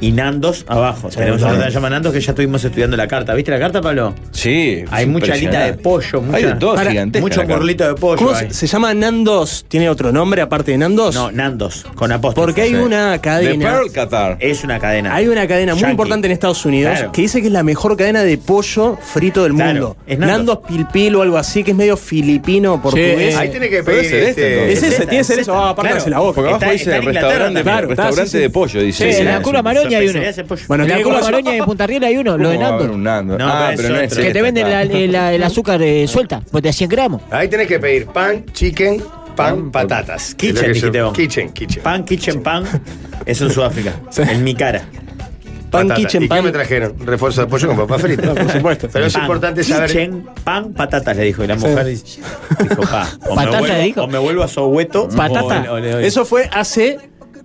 Y Nandos abajo. Tenemos una que se llama Nandos que ya estuvimos estudiando la carta. ¿Viste la carta, Pablo? Sí. Hay es mucha impresionante. alita de pollo, mucha, Hay de todo gigantesca mucho la carta. morlito de pollo. ¿Cómo hay. se, se llama Nandos? ¿Tiene otro nombre aparte de Nandos? No, Nandos, con apóstrofe. Porque hay Sí. una De cadena. Pearl Qatar. Es una cadena. Hay una cadena muy Yankee. importante en Estados Unidos Claro. que dice que es la mejor cadena de pollo frito del Claro, mundo. es Nandos. Nandos Pilpil o algo así, que es medio filipino, portugués. Ahí tiene que Pero pedir es celeste, este. entonces. es ese, esta, tiene que ser es eso. esta. Ah, apártase Claro. la boca. Porque Está- abajo está dice en Inglaterra restaurante, también. Claro, está, restaurante sí, sí. de pollo, dice. Sí, Sí, en la sí. Cura Maroña hay uno. Especialidades de pollo. Bueno, en la tiene Cura cosas- Maroña y en Punta Riel hay uno, ¿Cómo lo de va a haber Nando. un Nando? No, ah, pero es pero no es otro. Que te este, venden la- está. el, la- el azúcar eh, suelta, porque te da 100 gramos. Ahí tenés que pedir pan, chicken, pan, patatas. Kitchen, Es lo que yo- dijiste vos. Kitchen, kitchen. Pan, kitchen (laughs) pan, eso en Sudáfrica. En mi cara. Pan Patata. Kitchen ¿Y qué Pan. me trajeron? Refuerzo de pollo con papas (laughs) fritas. (laughs) Por supuesto. Pero es Pan, importante saber. Kitchen, pan, patatas, le dijo. Y la mujer dice- dijo, pa. O me Patata, vuelvo, dijo. O me vuelvo a Soweto. Patata. o le- o le doy. Eso fue hace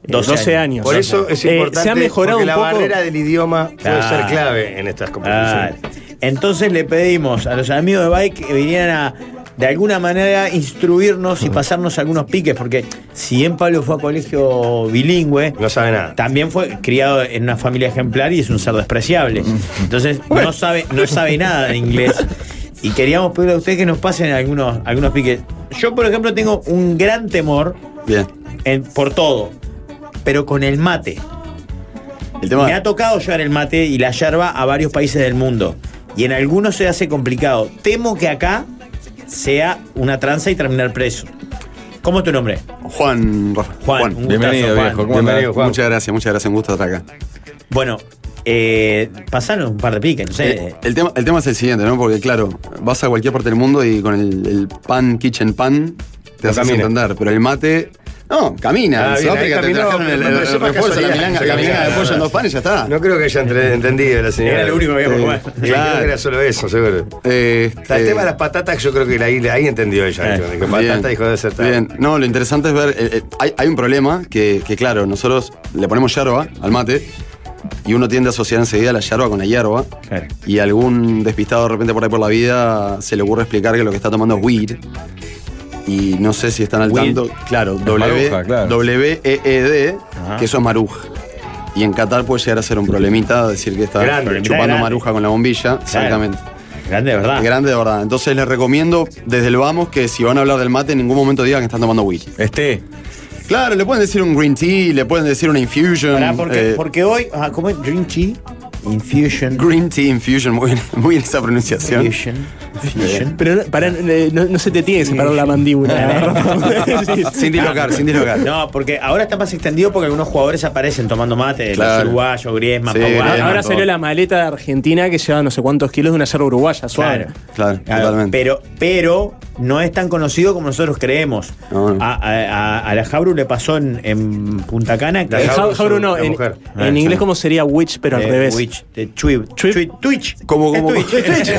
12 12 años. Por eso es Eh, importante. se ha mejorado porque un la poco. barrera del idioma puede Claro. ser clave en estas Claro. competiciones. Ah, Entonces le pedimos a los amigos de Bike que vinieran a, de alguna manera, instruirnos y pasarnos algunos piques, porque si bien Pablo fue a colegio bilingüe, No sabe nada. también fue criado en una familia ejemplar y es un ser despreciable. Entonces no sabe, no sabe nada de (laughs) inglés. Y queríamos pedirle a ustedes que nos pasen algunos, algunos piques. Yo, por ejemplo, tengo un gran temor Bien. en- por todo, pero con el mate. El tema. Me ha tocado llevar el mate y la yerba a varios países del mundo. Y en algunos se hace complicado. Temo que acá sea una tranza y terminar preso. ¿Cómo es tu nombre? Juan, Rafa. Juan, un gustazo, Bienvenido, Juan. viejo. ¿Cómo Bienvenido, andás? Juan. Muchas gracias, muchas gracias. Un gusto estar acá. Bueno, eh, pasaron un par de piques, no (laughs) sé. Eh, el, tema, el tema es el siguiente, ¿no? Porque, claro, vas a cualquier parte del mundo y con el, el pan, kitchen pan, te No haces camina. entender. Pero el mate. No, camina. Ah, en bien, Sudáfrica ahí te caminó, trajeron el, pero el no sepa refuerzo, la casualidad, milanga, se la milanga de camina. pollo en dos panes y ya está. No creo que haya entre- entendido la señora. Era lo único que había por comer. Sí, Creo que era solo eso, seguro. Eh, O sea, el este- Eh, tema de las patatas, yo creo que ahí, ahí entendió ella. Que Bien. patata dijo de ser tal. Bien, no, lo interesante es ver. eh, eh, hay, hay un problema que, que, claro, nosotros le ponemos yerba al mate y uno tiende a asociar enseguida la yerba con la hierba. Claro. Y algún despistado de repente por ahí por la vida se le ocurre explicar que lo que está tomando es weed. Y no sé si están al Weed. tanto. Claro, maruja, claro. W-E-E-D, Ajá. E que eso es maruja. Y en Qatar puede llegar a ser un problemita decir que está Grande, problemita chupando grande. maruja con la bombilla. Exactamente. Grande, de ¿verdad? Grande de verdad. Entonces les recomiendo desde el vamos que si van a hablar del mate en ningún momento digan que están tomando whisky. Este. Claro, le pueden decir un green tea, le pueden decir una infusion. Pará, porque, eh, porque hoy. ah, ¿Cómo es? Green tea, infusion, Green tea infusion, muy bien, (laughs) muy bien esa pronunciación. infusion, infusion. Pero no, pará, eh, no, no se te tiene que separar la (laughs) mandíbula. (laughs) Sí, sí. Sin dislocar, sin dislocar. No, porque ahora está más extendido porque algunos jugadores aparecen tomando mate, Claro. los uruguayos, Griezmann, Sí, Pau Gasol. Griezmann. Ahora todo. salió la maleta de Argentina que lleva no sé cuántos kilos de una yerba uruguaya, suave. Claro. Claro, Claro, totalmente. Pero, pero no es tan conocido como nosotros creemos. No, no. A, a- a- a la Jabru le pasó en, en Punta Cana. La que- Eh, Jabru Jabru, es Jabru no, una en, mujer. en Ah, Eh, inglés claro. como sería witch, pero al de revés. Twitch, de Twitch, Twitch. Twitch, Twitch. ¿Cómo, Es cómo? (laughs) Twitch.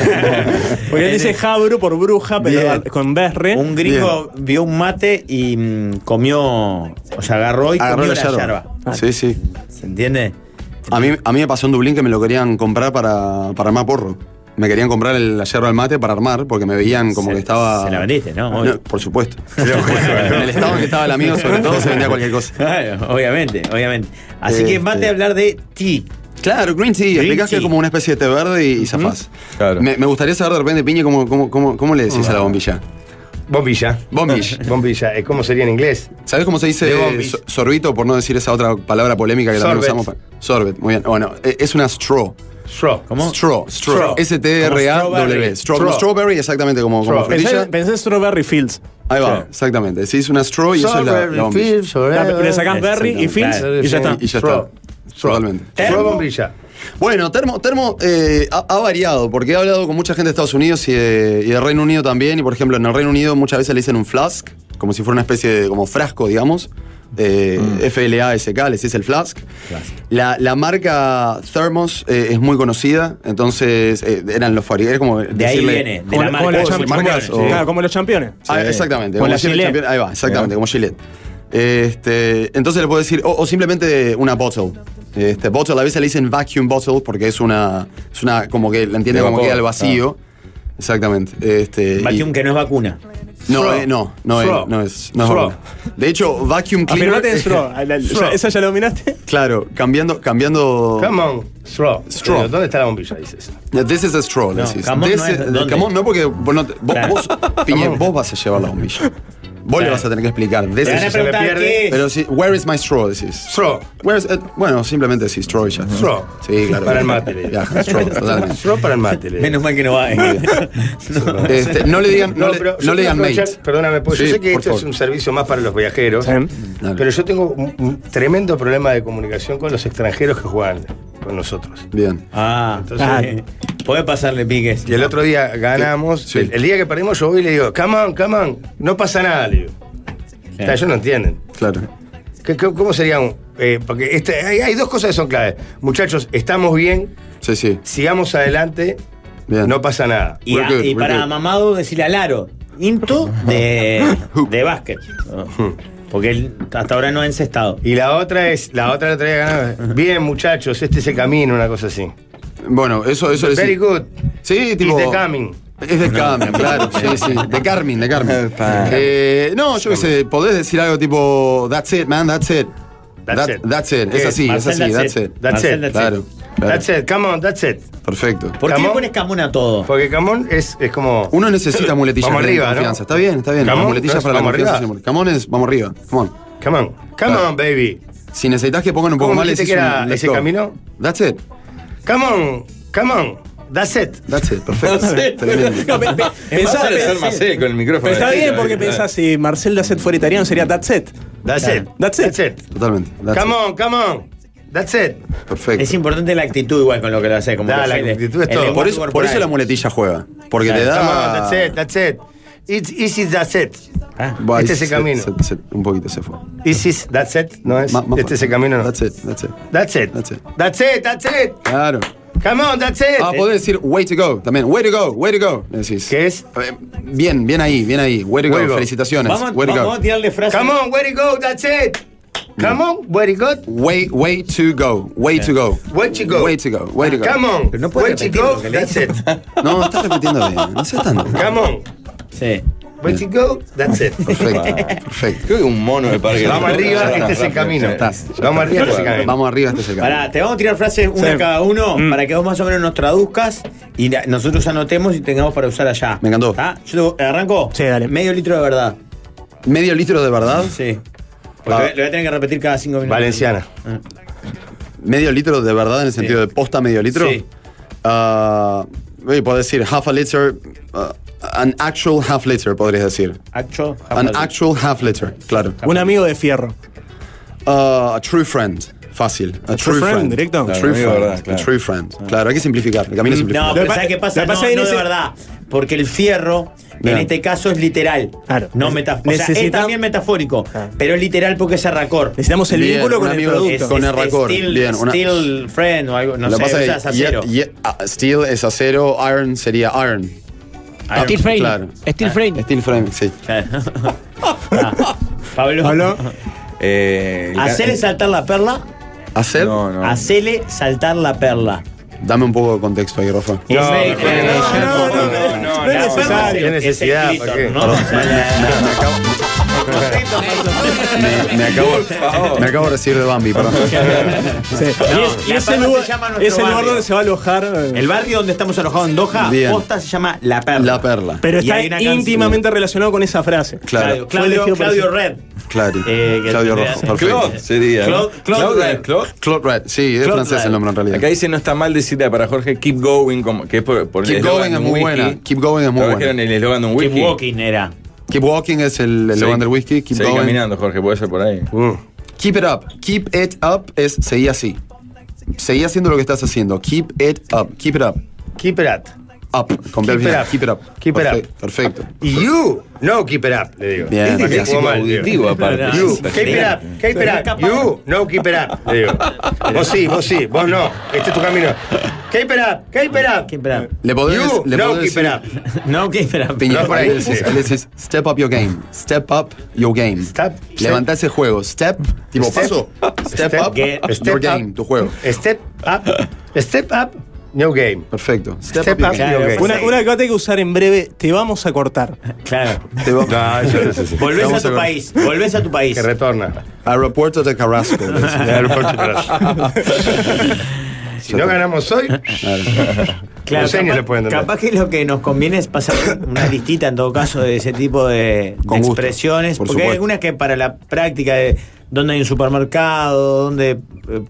Porque él dice Jabru por bruja, pero Bien. con berre. Un gringo vio un mate y mm, comió, o sea, agarró y Agarró comió la la yerba. Ah. yerba. Sí, sí. ¿Se entiende? A mí, a mí me pasó en Dublín que me lo querían comprar para, para armar porro. Me querían comprar el, la yerba al mate para armar porque me veían como Se- que estaba. se la vendiste, ¿no? Obvio. por (laughs) supuesto. en el estado en que estaba el amigo, sobre todo, se vendía cualquier cosa. Claro, obviamente, obviamente. Así que Este. mate a hablar de ti. Claro, green tea. Green Explicás que tea. es como una especie de té verde y, y zafás. Claro. Me, me gustaría saber de repente, Piñe, cómo, cómo, cómo, cómo le decís a la bombilla. Bombilla. Bombish. (laughs) Bombilla. Eh, ¿Cómo sería en inglés? ¿Sabés cómo se dice De bombish. so- sorbito, por no decir esa otra palabra polémica que también Sorbet. usamos? para- Sorbet, muy bien. Bueno, e- es una straw. Straw. ¿Cómo? Straw, straw. Straw. Como S-T-R-A-W. strawberry. Straw, como Straw. strawberry, exactamente, como, como Straw. Pensé, frutilla. pensé en Strawberry Fields. Ahí va, exactamente. Se hizo una straw y eso es la, la Strawberry bombilla. fields, Ah, strawberry- Le sacás berry y Exactamente, Fields claro. y ya está. Y ya Straw. está. Totalmente. Straw bombilla. Bueno, Termo, Termo eh, ha, ha variado, porque he hablado con mucha gente de Estados Unidos y de, y de Reino Unido también, y por ejemplo, en el Reino Unido muchas veces le dicen un flask, como si fuera una especie de como frasco, digamos. Eh, Mm. FLASK, les dice el flask. La, la marca Thermos eh, es muy conocida, entonces eh, eran los fabricantes, como De ahí decirle- viene, de Como- la como marca. los Oh, champ- marcas, como- o- Claro, como los campeones. Ah, exactamente. Con como la decirle Gillette. champion- Ahí va, exactamente, como Gillette. Este, entonces le puedo decir, o, o simplemente una bottle. Este, bottle, a veces le dicen vacuum bottle porque es una, es una como que la entiende De como que vapor, queda al vacío. Exactamente. Este, y- Vacuum que no es vacuna. no, Straw. eh, no, no, Straw. eh, no es. No es Straw. vapor. de hecho, vacuum cleaner. Afirmate en (laughs) Straw. Ah, la- Straw. ¿Esa ya la dominaste? Claro, cambiando, cambiando. Come on. Straw. Straw. Pero, ¿Dónde está la bombilla? Dices. This is a straw, le No, decís. come on This no es- is- ¿dónde? come on no, porque vos, no te- vos, Claro. vos, Piñe, vos vas a llevar la bombilla. Vos le Claro. vas a tener que explicar. This Te van a is a preguntar pierde, qué es. Pero sí, where is my straw? Decís. Straw. Where is- eh, bueno, simplemente decís straw y ya. Straw. Sí, claro. Para el mate, le digo. Ya, straw, totalmente. (laughs) Straw para el mate. le digo. Menos mal que no va. (laughs) Este, no le digan, no, No, le, pero no yo le quiero digan mate. aprovechar- Perdóname, pues Sí, yo sé que por esto es favor. un servicio más para los viajeros, Dale. pero yo tengo un, un tremendo problema de comunicación con los extranjeros que juegan con nosotros. Bien. Ah, entonces. Claro. Podés pasarle piques. Y el otro día ganamos, Sí. el, el día que perdimos yo voy y le digo, come on, come on, no pasa nada, le digo. O sea, ellos no entienden. Claro. ¿Qué- qué- ¿Cómo sería un...? eh, porque este- hay, hay dos cosas que son claves. Muchachos, estamos bien, Sí, sí. sigamos adelante, Bien. no pasa nada. Y, We're a- good, y we're para good. (laughs) Mamado decirle al aro. Into de, de básquet. Porque él hasta ahora no ha encestado. Y la otra es, la otra la traía Bien, muchachos, este es el camino, una cosa así. Bueno, eso, eso es. Very good. Sí, It's tipo- the coming. Es de Carmen, claro. (laughs) Sí, (laughs) sí. De Carmen, de Carmen. Eh, no, yo qué sé, podés decir algo tipo, that's it, man, that's it. That's That- it. That's it, es Eh, así, es Marcel, así, that's it. That's it. Claro. That's it, come on, that's it. Perfecto. ¿Por qué Camón? le pones camón a todo? Porque Camón es, es como. Uno (laughs) necesita muletillas Vamos para arriba, la ¿no? confianza. Está bien, está bien. Camón, Las muletillas no es para la vamos confianza. arriba. señor. Camones, vamos arriba. Come on. Come on, come Claro. on, baby. Si necesitas que pongan un poco ¿Cómo más, dijiste decís que era un let's ese go. camino? That's it. Come on, come on, that's it. That's it. (laughs) Perfecto. Tremendo. No, pe- pe- pensá- Pensaba ser más seco el micrófono. Pero está este, bien porque pensás pensás, si Marcel Dacet fuera italiano sería That's it. That's Claro. it. That's it. That's it. Totalmente. That's Come it. on, come on. That's it. Perfecto. Es importante la actitud igual con lo que lo hace. Como Da, que la el- actitud es el todo. lenguaje Por eso, por corporal. eso la muletilla juega. Porque Claro, te Come on, da. that's it, that's it. It's easy, that's it. Buah, Este es se- el camino. se- se- un poquito se fue. Easy, that's it. No es. Ma- más este es fuerte. el camino, no. That's it, that's it. That's it. That's it. That's it, that's it. Claro. Come on, that's it. Ah, podés decir way to go también. Way to go, way to go. Decís. ¿Qué es? A ver, Bien, bien ahí, bien ahí. Way to go, Way to go. felicitaciones. Vamos, way to vamos a go. tirarle frases. Come on, where it go, that's it. Come on, where it go, Way, way to go, way to go. Way to go. Way to go, way to go. Come on, Pero no puede where it repetir go, lo que le that's it. No, estás repitiendo bien. No seas tanto. Come on, Sí. where it go, that's it. Perfecto, perfecto. Creo que un mono de parque. Vamos arriba, este es el camino. Vamos arriba, este es el camino. Vamos arriba, este es el camino. Pará, te vamos a tirar frases una Sí. Mm. cada uno para que vos más o menos nos traduzcas y la- nosotros anotemos y tengamos para usar allá. Me encantó. ¿Está? Yo te- eh, arranco. Sí, dale. Medio litro de verdad. Medio litro de verdad. Sí. Porque Va. lo voy a tener que repetir cada cinco minutos. Ah. Valenciana. Medio litro de verdad en el sentido de posta medio litro. Sí. Ah, uy, puedo decir half a liter. ah, an actual half liter, podrías decir. Actual. An actual half liter, claro. Un amigo de fierro. Ah, a true friend, fácil. A, true friend, directo. A Claro, true amigo, friend. verdad, claro. A true friend. Claro, hay que simplificar. El camino es Mm, simplificado. No, pero Lo que ¿sabes pa- qué lo pasa? que pasa no, es que no en de ese- verdad. Porque el fierro, en Claro. este caso, es literal. Claro. No metafórico. O sea, es Necesita- también metafórico, Claro. pero es literal porque es arracor. Necesitamos el Bien, vínculo un con el amigo de- producto. Es- con es- el racor. es Still, Bien, una- still friend o algo, no Lo sé, que pasa usas es que acero. ye- ye- ah, steel es acero, iron sería iron. Ah, Steel frame. Claro. Ah, Steel frame. Steel frame, sí. (laughs) Claro. Ah, Pablo, Eh, Pablo, hacele saltar la perla, Hacer. No, no. hacele saltar la perla. Dame un poco de contexto ahí, Rafa. Es- eh, no, no, no, no, no, no no, es la necesario, perla no es necesidad, el clítor, ¿para qué? ¿no? O sea, la- Me acabo, me, me acabo, me acabo de recibir de Bambi, perdón. sí. Y es- y No, (laughs) la es perla el se lugar, llama nuestro es el lugar barrio. donde se va a alojar. eh, El barrio donde estamos alojados en Doha, Bien. posta se llama La Perla. La perla. pero y hay una está canción. íntimamente relacionado con esa frase. Claro. Claro, Claudio, elegido Claudio por Red. Claro. Eh, que Claudio te Rojo. hace- Perfecto. Claude sería. ¿no? Claude- Claude Red. es Claude. Claude Red, sí, es Claude francés Red. el nombre en realidad. Acá dice no está mal decirle para Jorge Keep Going, como, que es por, por el Keep eslogan Going de es un muy whisky. buena. Keep Going es muy Trabajaron buena. en el eslogan de un Keep whisky. Walking era. Keep Walking es el el Seguí- eslogan del whisky. Keep seguí Going. Mm. caminando, Jorge, puede ser por ahí. Keep it up. Keep it up es seguí así. Seguí haciendo lo que estás haciendo. Keep it up. Keep it up. Keep it up. Up. Con Keep B al final. it up. Keep it up. Keep it up. Perfecto. Perfecto. Y you, no keep it up, le digo. Bien, Dije, clásico como mal, digo. (laughs) auditivo, aparte. You, Está keep it genial. up, keep it up. You, no keep it up, le digo. Vos sí, vos sí, vos no. Este es tu camino. Keep it up, keep it up. Keep it up. Le podés, You, le no podés keep it decir- up. No, Keep it up. (laughs) Piña, No, por ahí, ahí decís- sí. ahí decís, step up your game. Step up your game. Step- Levanta ese juego. Step, tipo Step- paso. Step, Step- up get- your step game, up. tu juego. Step up, step up, no game. Perfecto. Step, Step up your up game. your game. Una, una que va a tener que usar en breve, te vamos a cortar. Claro. Te (laughs) va- Ah, No, eso no es así. Volvés a Vamos a tu ver. país. Volvés a tu país. Que retorna. Aeropuerto de (laughs) Carrasco. le decís. Si no ganamos hoy, Claro, Los genios capaz, lo pueden entender. capaz que lo que nos conviene es pasar una listita en todo caso de ese tipo de, de Con gusto, expresiones. por porque hay supuesto. algunas que para la práctica de dónde hay un supermercado, dónde eh,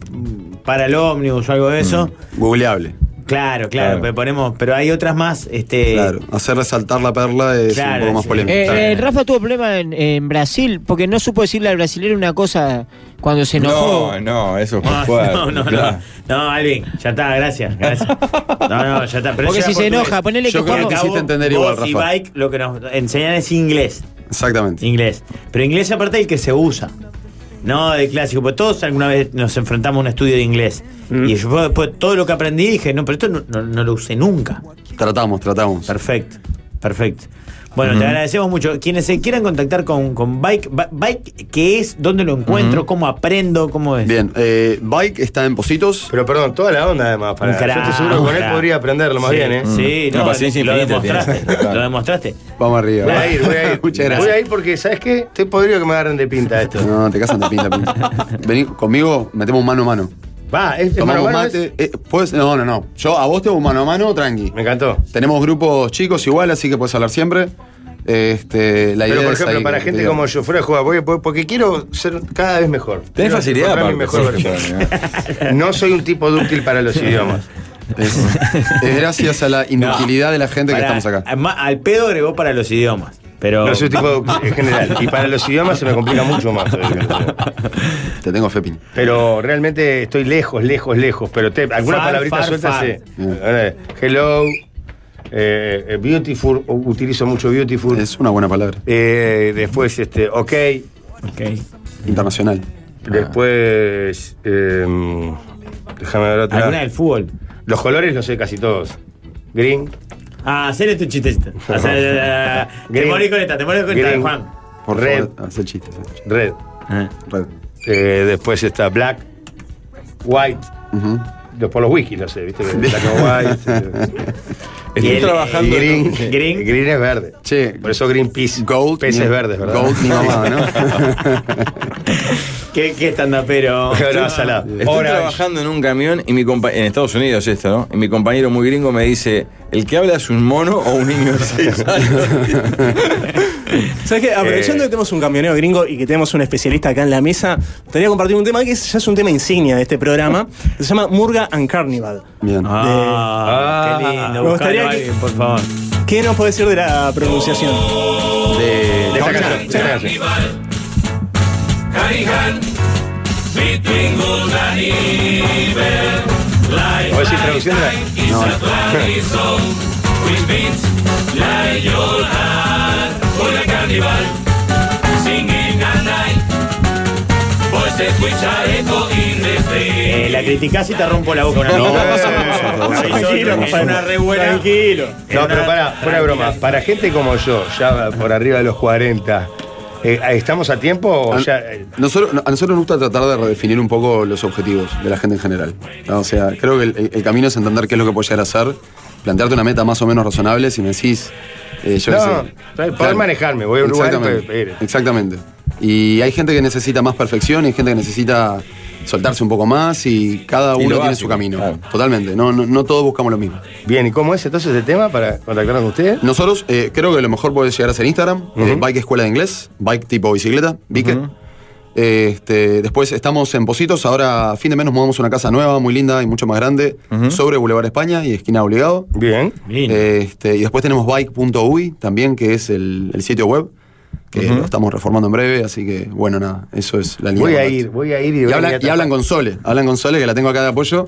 para el ómnibus o algo de eso. Mm, Googleable. Claro, claro, Claro. pero ponemos, pero hay otras más, este Claro. Hacer resaltar la perla es Claro, un poco más sí. polémico. Eh, Claro. eh, Rafa tuvo problema en, en Brasil porque no supo decirle al brasileño una cosa cuando se enojó. No, no, eso fue Ah, No, fuerte. no, no, no, claro. no, Alvin, ya está, gracias, gracias. No, no, ya está. porque pero si yo era se portugués. enoja, ponele que Yo creo Juan que Acá quisiste vos- entender vos igual, y Rafa. bike lo que nos enseñan es inglés. Exactamente. Inglés. Pero inglés aparte es el que se usa. No de clásico, porque todos alguna vez nos enfrentamos a un estudio de inglés. Mm. Y yo después todo lo que aprendí dije, no, pero esto no, no- no lo usé nunca. Tratamos, tratamos. Perfecto. Perfecto. Bueno, Ujú. te agradecemos mucho. Quienes se quieran contactar con, con Bike, Ba- Bike, ¿qué es? ¿Dónde lo encuentro? ¿Cómo aprendo? ¿Cómo es? Bien, eh, Bike está en Positos. Pero perdón, toda la onda además. Para, Un crack, yo estoy seguro que con un él crack. podría aprenderlo más Sí, bien, ¿eh? Mm. Sí, no, lo, demostraste. Lo demostraste. Vamos arriba. Voy a ir, voy a ir. Muchas gracias. Voy a ir porque, ¿sabes qué? Estoy podrido que me agarren de pinta esto. No, te casan de pinta, pinta. Vení conmigo, metemos mano a mano. Va, es, es Tomamos mano a mano, mate. eh, ¿puedes? No, no, no. Yo a vos te hago mano a mano, tranqui. Me encantó. Tenemos grupos chicos igual, así que puedes hablar siempre. Este, la Pero, idea por es ejemplo, ahí, para gente digamos. como yo, fuera de jugar, voy- voy- porque quiero ser cada vez mejor. Tenés Quiero facilidad encontrar mi aparte, mejor sí, versión. (laughs) No soy un tipo dúctil para los idiomas. Es, es gracias (laughs) a la inutilidad de la gente que Pará, estamos acá. ma- Al pedo agregó para los idiomas. Pero. No soy (laughs) un tipo dúctil en general. Y para los idiomas se me complica mucho más. Te tengo fe, Piña. Pero realmente estoy lejos, lejos, lejos. Pero te, alguna Far, palabrita far, suelta far. sí. Eh, Ahora, Hello. eh, eh, beautiful. Utilizo mucho beautiful. Es una buena palabra. Eh, después, este, ok. Ok. Internacional. Después. em, déjame ver otra. Alguna del fútbol. Los colores los sé casi todos. Green. Ah, hacerle tu (laughs) chistecito. Hacer- eh, te Green. morí con esta, te morí con esta, Green. Juan. Ah. Por Red. favor, haz el chiste. haz el chiste. Red. Red. Eh, después está black. White. Ujú. Por los wikis, no (laughs) sé, ¿viste? Black (laughs) and white. eh, Y Estoy el- trabajando. Green. Sí. Green. (laughs) Green. es verde. Che, Por eso Greenpeace. Gold. Peces mi- verdes, ¿verdad? Gold, mi mamá, (laughs) ¿no? ¿Qué, qué (laughs) pero? No, salado. Estoy Orange. trabajando en un camión y mi compa- en Estados Unidos esto, ¿no? Y mi compañero muy gringo me dice, ¿el que habla es un mono o un niño (laughs) de seis años?" ¿Sabes qué? Aprovechando Eh. Ah, que tenemos un camionero gringo y que tenemos un especialista acá en la mesa, te gustaría compartir un tema que es- ya es un tema insignia de este programa. se llama Murga and Carnival. (laughs) Bien. Ah, De- qué lindo. Me Buscalo gustaría a que- alguien, por favor. ¿Qué nos puede decir de la pronunciación? De, De esta canción, de esta canción. ¿Vos decís traduciéndola? No, Eh, la criticás y te rompo la boca una No, vez. no, no, (laughs) no. Aviso, es una re buena. Tranquilo. No, pero para, fuera de broma. Tranquila. Para gente como yo, ya por arriba de los 40, eh, ¿estamos a tiempo o A, ya...? eh, nosotros, a nosotros nos gusta tratar de redefinir un poco los objetivos de la gente en general. O sea, creo que el, el camino es entender qué es lo que puedes llegar a hacer, plantearte una meta más o menos razonable si me decís. eh, yo qué No, sé. poder manejarme, voy a pues, un lugar y Exactamente. puedo ir. Exactamente. Y hay gente que necesita más perfección y hay gente que necesita soltarse un poco más y cada Y lo uno tiene básico, su camino. claro. Totalmente. No, no, no todos buscamos lo mismo. Bien, ¿y cómo es entonces el tema para contactarnos con ustedes? Nosotros eh, creo que lo mejor puede llegar a ser Instagram, eh, Ujú. Bike Escuela de Inglés, Bike tipo bicicleta, Bike. Este, después estamos en Positos, ahora a fin de mes nos mudamos a una casa nueva, muy linda y mucho más grande, sobre Boulevard España y esquina Obligado. Bien. Bien. Este, y después tenemos bike.ui también, que es el, el sitio web, que lo estamos reformando en breve, así que bueno, nada, eso es la línea. Voy de a contacto. ir, voy a ir y... Y, voy a hablan, mirar y hablan tanto. con Sole, hablan con Sole, que la tengo acá de apoyo.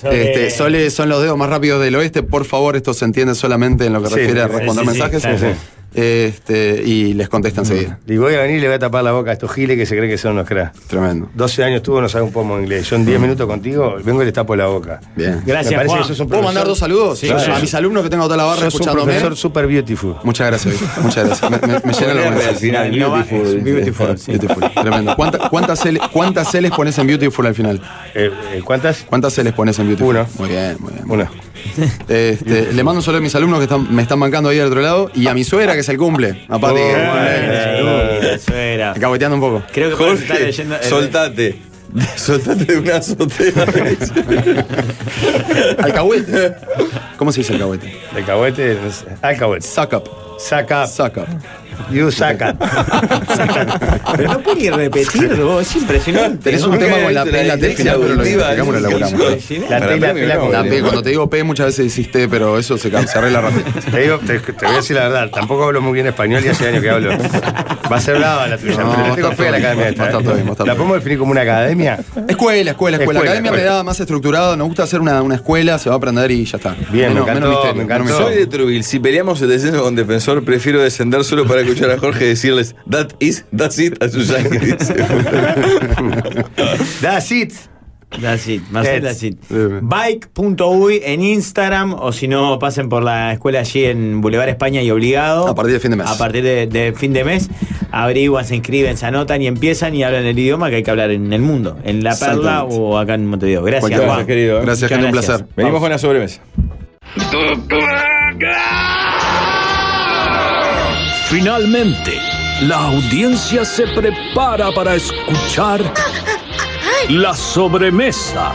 Sole. Eh, Este, Sole son los dedos más rápidos del oeste, por favor, esto se entiende solamente en lo que Sí, refiere a sí, responder sí, sí, mensajes. claro, sí. Este, y les contesta enseguida. Y voy a venir y le voy a tapar la boca a estos giles que se creen que son unos cracks. Tremendo. 12 años tuvo, no sabe un pomo de inglés. Yo en 10 minutos contigo vengo y les tapo la boca. Mm. Bien. Me Gracias, parece Juan. que sos ¿Puedo un profesor. mandar dos saludos? Claro. a mis alumnos que tengo toda la barra Sos un escuchándome. profesor super beautiful. Muchas gracias, Vicky. muchas gracias. Me, (laughs) me- me llenan los Ponele al mensajes. final, No va- beautiful. es beautiful, sí. Beautiful, (laughs) tremendo. ¿Cuánta- ¿Cuántas L- cuántas L's pones en Beautiful al final? Eh, eh, ¿Cuántas? ¿Cuántas L's pones en Beautiful? Una. Muy bien, muy bien. Una. Este, le mando un saludo a mis alumnos que están- me están bancando ahí al otro lado y a mi suegra que es el cumple. A Pati, que- Ay, la suegra. Caboteando un poco. Creo que podemos estar Jorge, leyendo. soltate. Soltate de una azotea. Alcahuete. (laughs) ¿Cómo se dice alcahuete? Alcahuete. no sé. Alcahuete. Suck up. Saca. Suck up. You saca. Pero no puede repetir, vos. Es impresionante. Tenés un tema con la P en la T final, pero lo identificamos, lo elaboramos. La Para T y la mí, P la no, con- La boludo. P, cuando te digo P muchas veces decís T, pero eso se, ca- se (laughs) arregla rápido. Te, digo, te, te voy a decir la verdad, tampoco hablo muy bien español y hace años que hablo. Va a ser brava la tuya, No, va pero le a tengo estar fe a todo la bien, academia. va a esta, estar ¿eh? todo bien, va a estar ¿La todo podemos definir como una academia? Escuela, escuela, escuela. Escuela, Academia me escuela. da más estructurado, nos gusta hacer una, una escuela, se va a aprender y ya está. Bien, me encantó, me encantó. menos Soy de Trujillo. Si peleamos el descenso con defensor, prefiero descender solo para escuchar a Jorge decirles That is, that's it a sus yankees". That's it. That's it, Ed. Marcel, (laughs) that's it. Bike.uy en Instagram o si no, pasen por la escuela allí en Boulevard España y Obligado. A partir de fin de mes. A partir de, de fin de mes, averiguan, se inscriben, se anotan y empiezan y hablan el idioma que hay que hablar en el mundo, en La Perla Exactamente. o acá en Montevideo. Gracias, Muchas Juan. gracias, querido. Muchas ¿eh? gracias. Venimos Vamos. con la sobremesa. Finalmente, la audiencia se prepara para escuchar la sobremesa.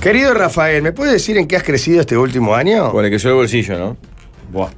Querido Rafael, ¿me puedes decir en qué has crecido este último año? Bueno, que yo el bolsillo, ¿no? Buah.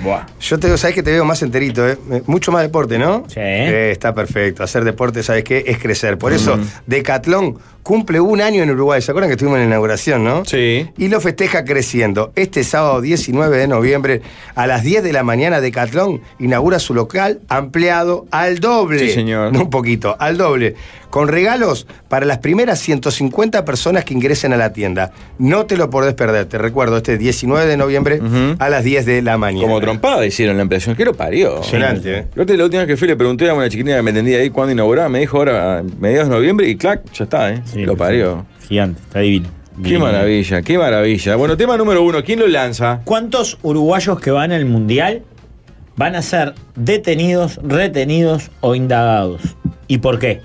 Buah. Yo te digo, sabes que te veo más enterito, ¿eh? Mucho más deporte, ¿no? Sí. está perfecto. Hacer deporte, ¿sabes qué? Es crecer. Por eso, Ujú. Decatlón cumple un año en Uruguay. ¿Se acuerdan que estuvimos en la inauguración, no? Sí. Y lo festeja creciendo. Este sábado 19 de noviembre, a las 10 de la mañana, Decatlón inaugura su local ampliado al doble. Sí, señor. No un poquito, al doble. Con regalos para las primeras 150 personas que ingresen a la tienda. No te lo podés perder. Te recuerdo, este 19 de noviembre a las 10 de la mañana. Como trompada hicieron la ampliación. ¿Qué lo parió? Impresionante, ¿eh? Yo te- la última vez que fui le pregunté a una chiquitina que me entendía ahí cuándo inauguraba. Me dijo ahora a mediados de noviembre y clac, ya está, ¿eh? lo parió. Gigante, está divino. Qué maravilla, qué maravilla. Bueno, tema número uno, ¿quién lo lanza? ¿Cuántos uruguayos que van al mundial van a ser detenidos, retenidos o indagados? ¿Y por qué?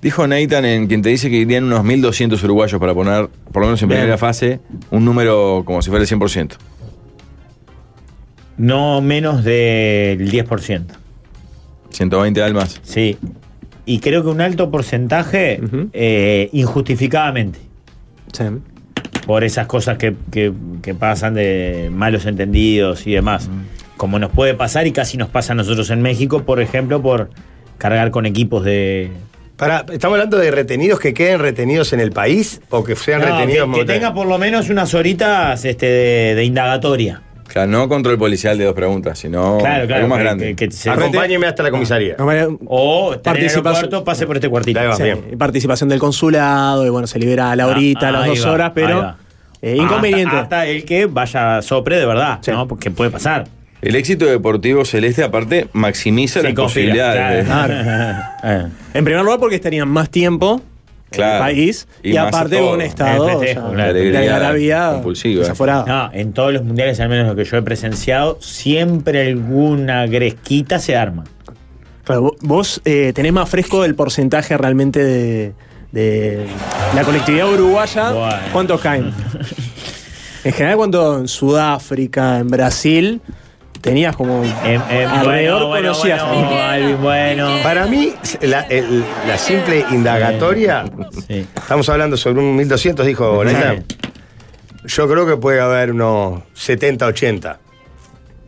Dijo Nathan en quien te dice que irían unos 1.200 uruguayos para poner, por lo menos en Bien. primera fase, un número como si fuera el 100%. No menos del 10%. 120 almas. Sí. Y creo que un alto porcentaje eh, injustificadamente. Por esas cosas que, que- que pasan de malos entendidos y demás. Como nos puede pasar y casi nos pasa a nosotros en México, por ejemplo, por cargar con equipos de... Pará, ¿estamos hablando de retenidos que queden retenidos en el país o que sean No, que- retenidos que, tenga por lo menos unas horitas este, de, de indagatoria. Claro, no control policial de dos preguntas, sino Claro, claro, algo más que- grande. que- que se- Acompáñeme hasta la comisaría. O está en el Participación- aeropuerto, pase por este cuartito. Sí, participación del consulado, y bueno, se libera a la horita, a las Ah, ahí dos va, horas, ahí pero va. eh, inconveniente. Hasta, hasta el que vaya sopre de verdad, ¿no? Porque puede pasar. El éxito deportivo celeste, aparte, Eh, maximiza las posibilidades. (laughs) ¿eh? (laughs) Eh, En primer lugar, porque estarían más tiempo Claro. en el país y, más aparte todo. con un estado El festejo, o sea, claro. de algarabía compulsiva. desaforada. No, en todos los mundiales, al menos lo que yo he presenciado, siempre alguna gresquita se arma. Claro, vo- vos eh, tenés más fresco el porcentaje realmente de, de la colectividad uruguaya. ¿Cuántos caen? En general, cuando en Sudáfrica, en Brasil, tenías como eh. Eh, alrededor bueno, conocías. bueno, bueno, Alvin, bueno. Para mí, la, el- la simple indagatoria, Sí. estamos hablando sobre un 1200, dijo Lena. Yo creo que puede haber unos ¿Eh? 70, 80.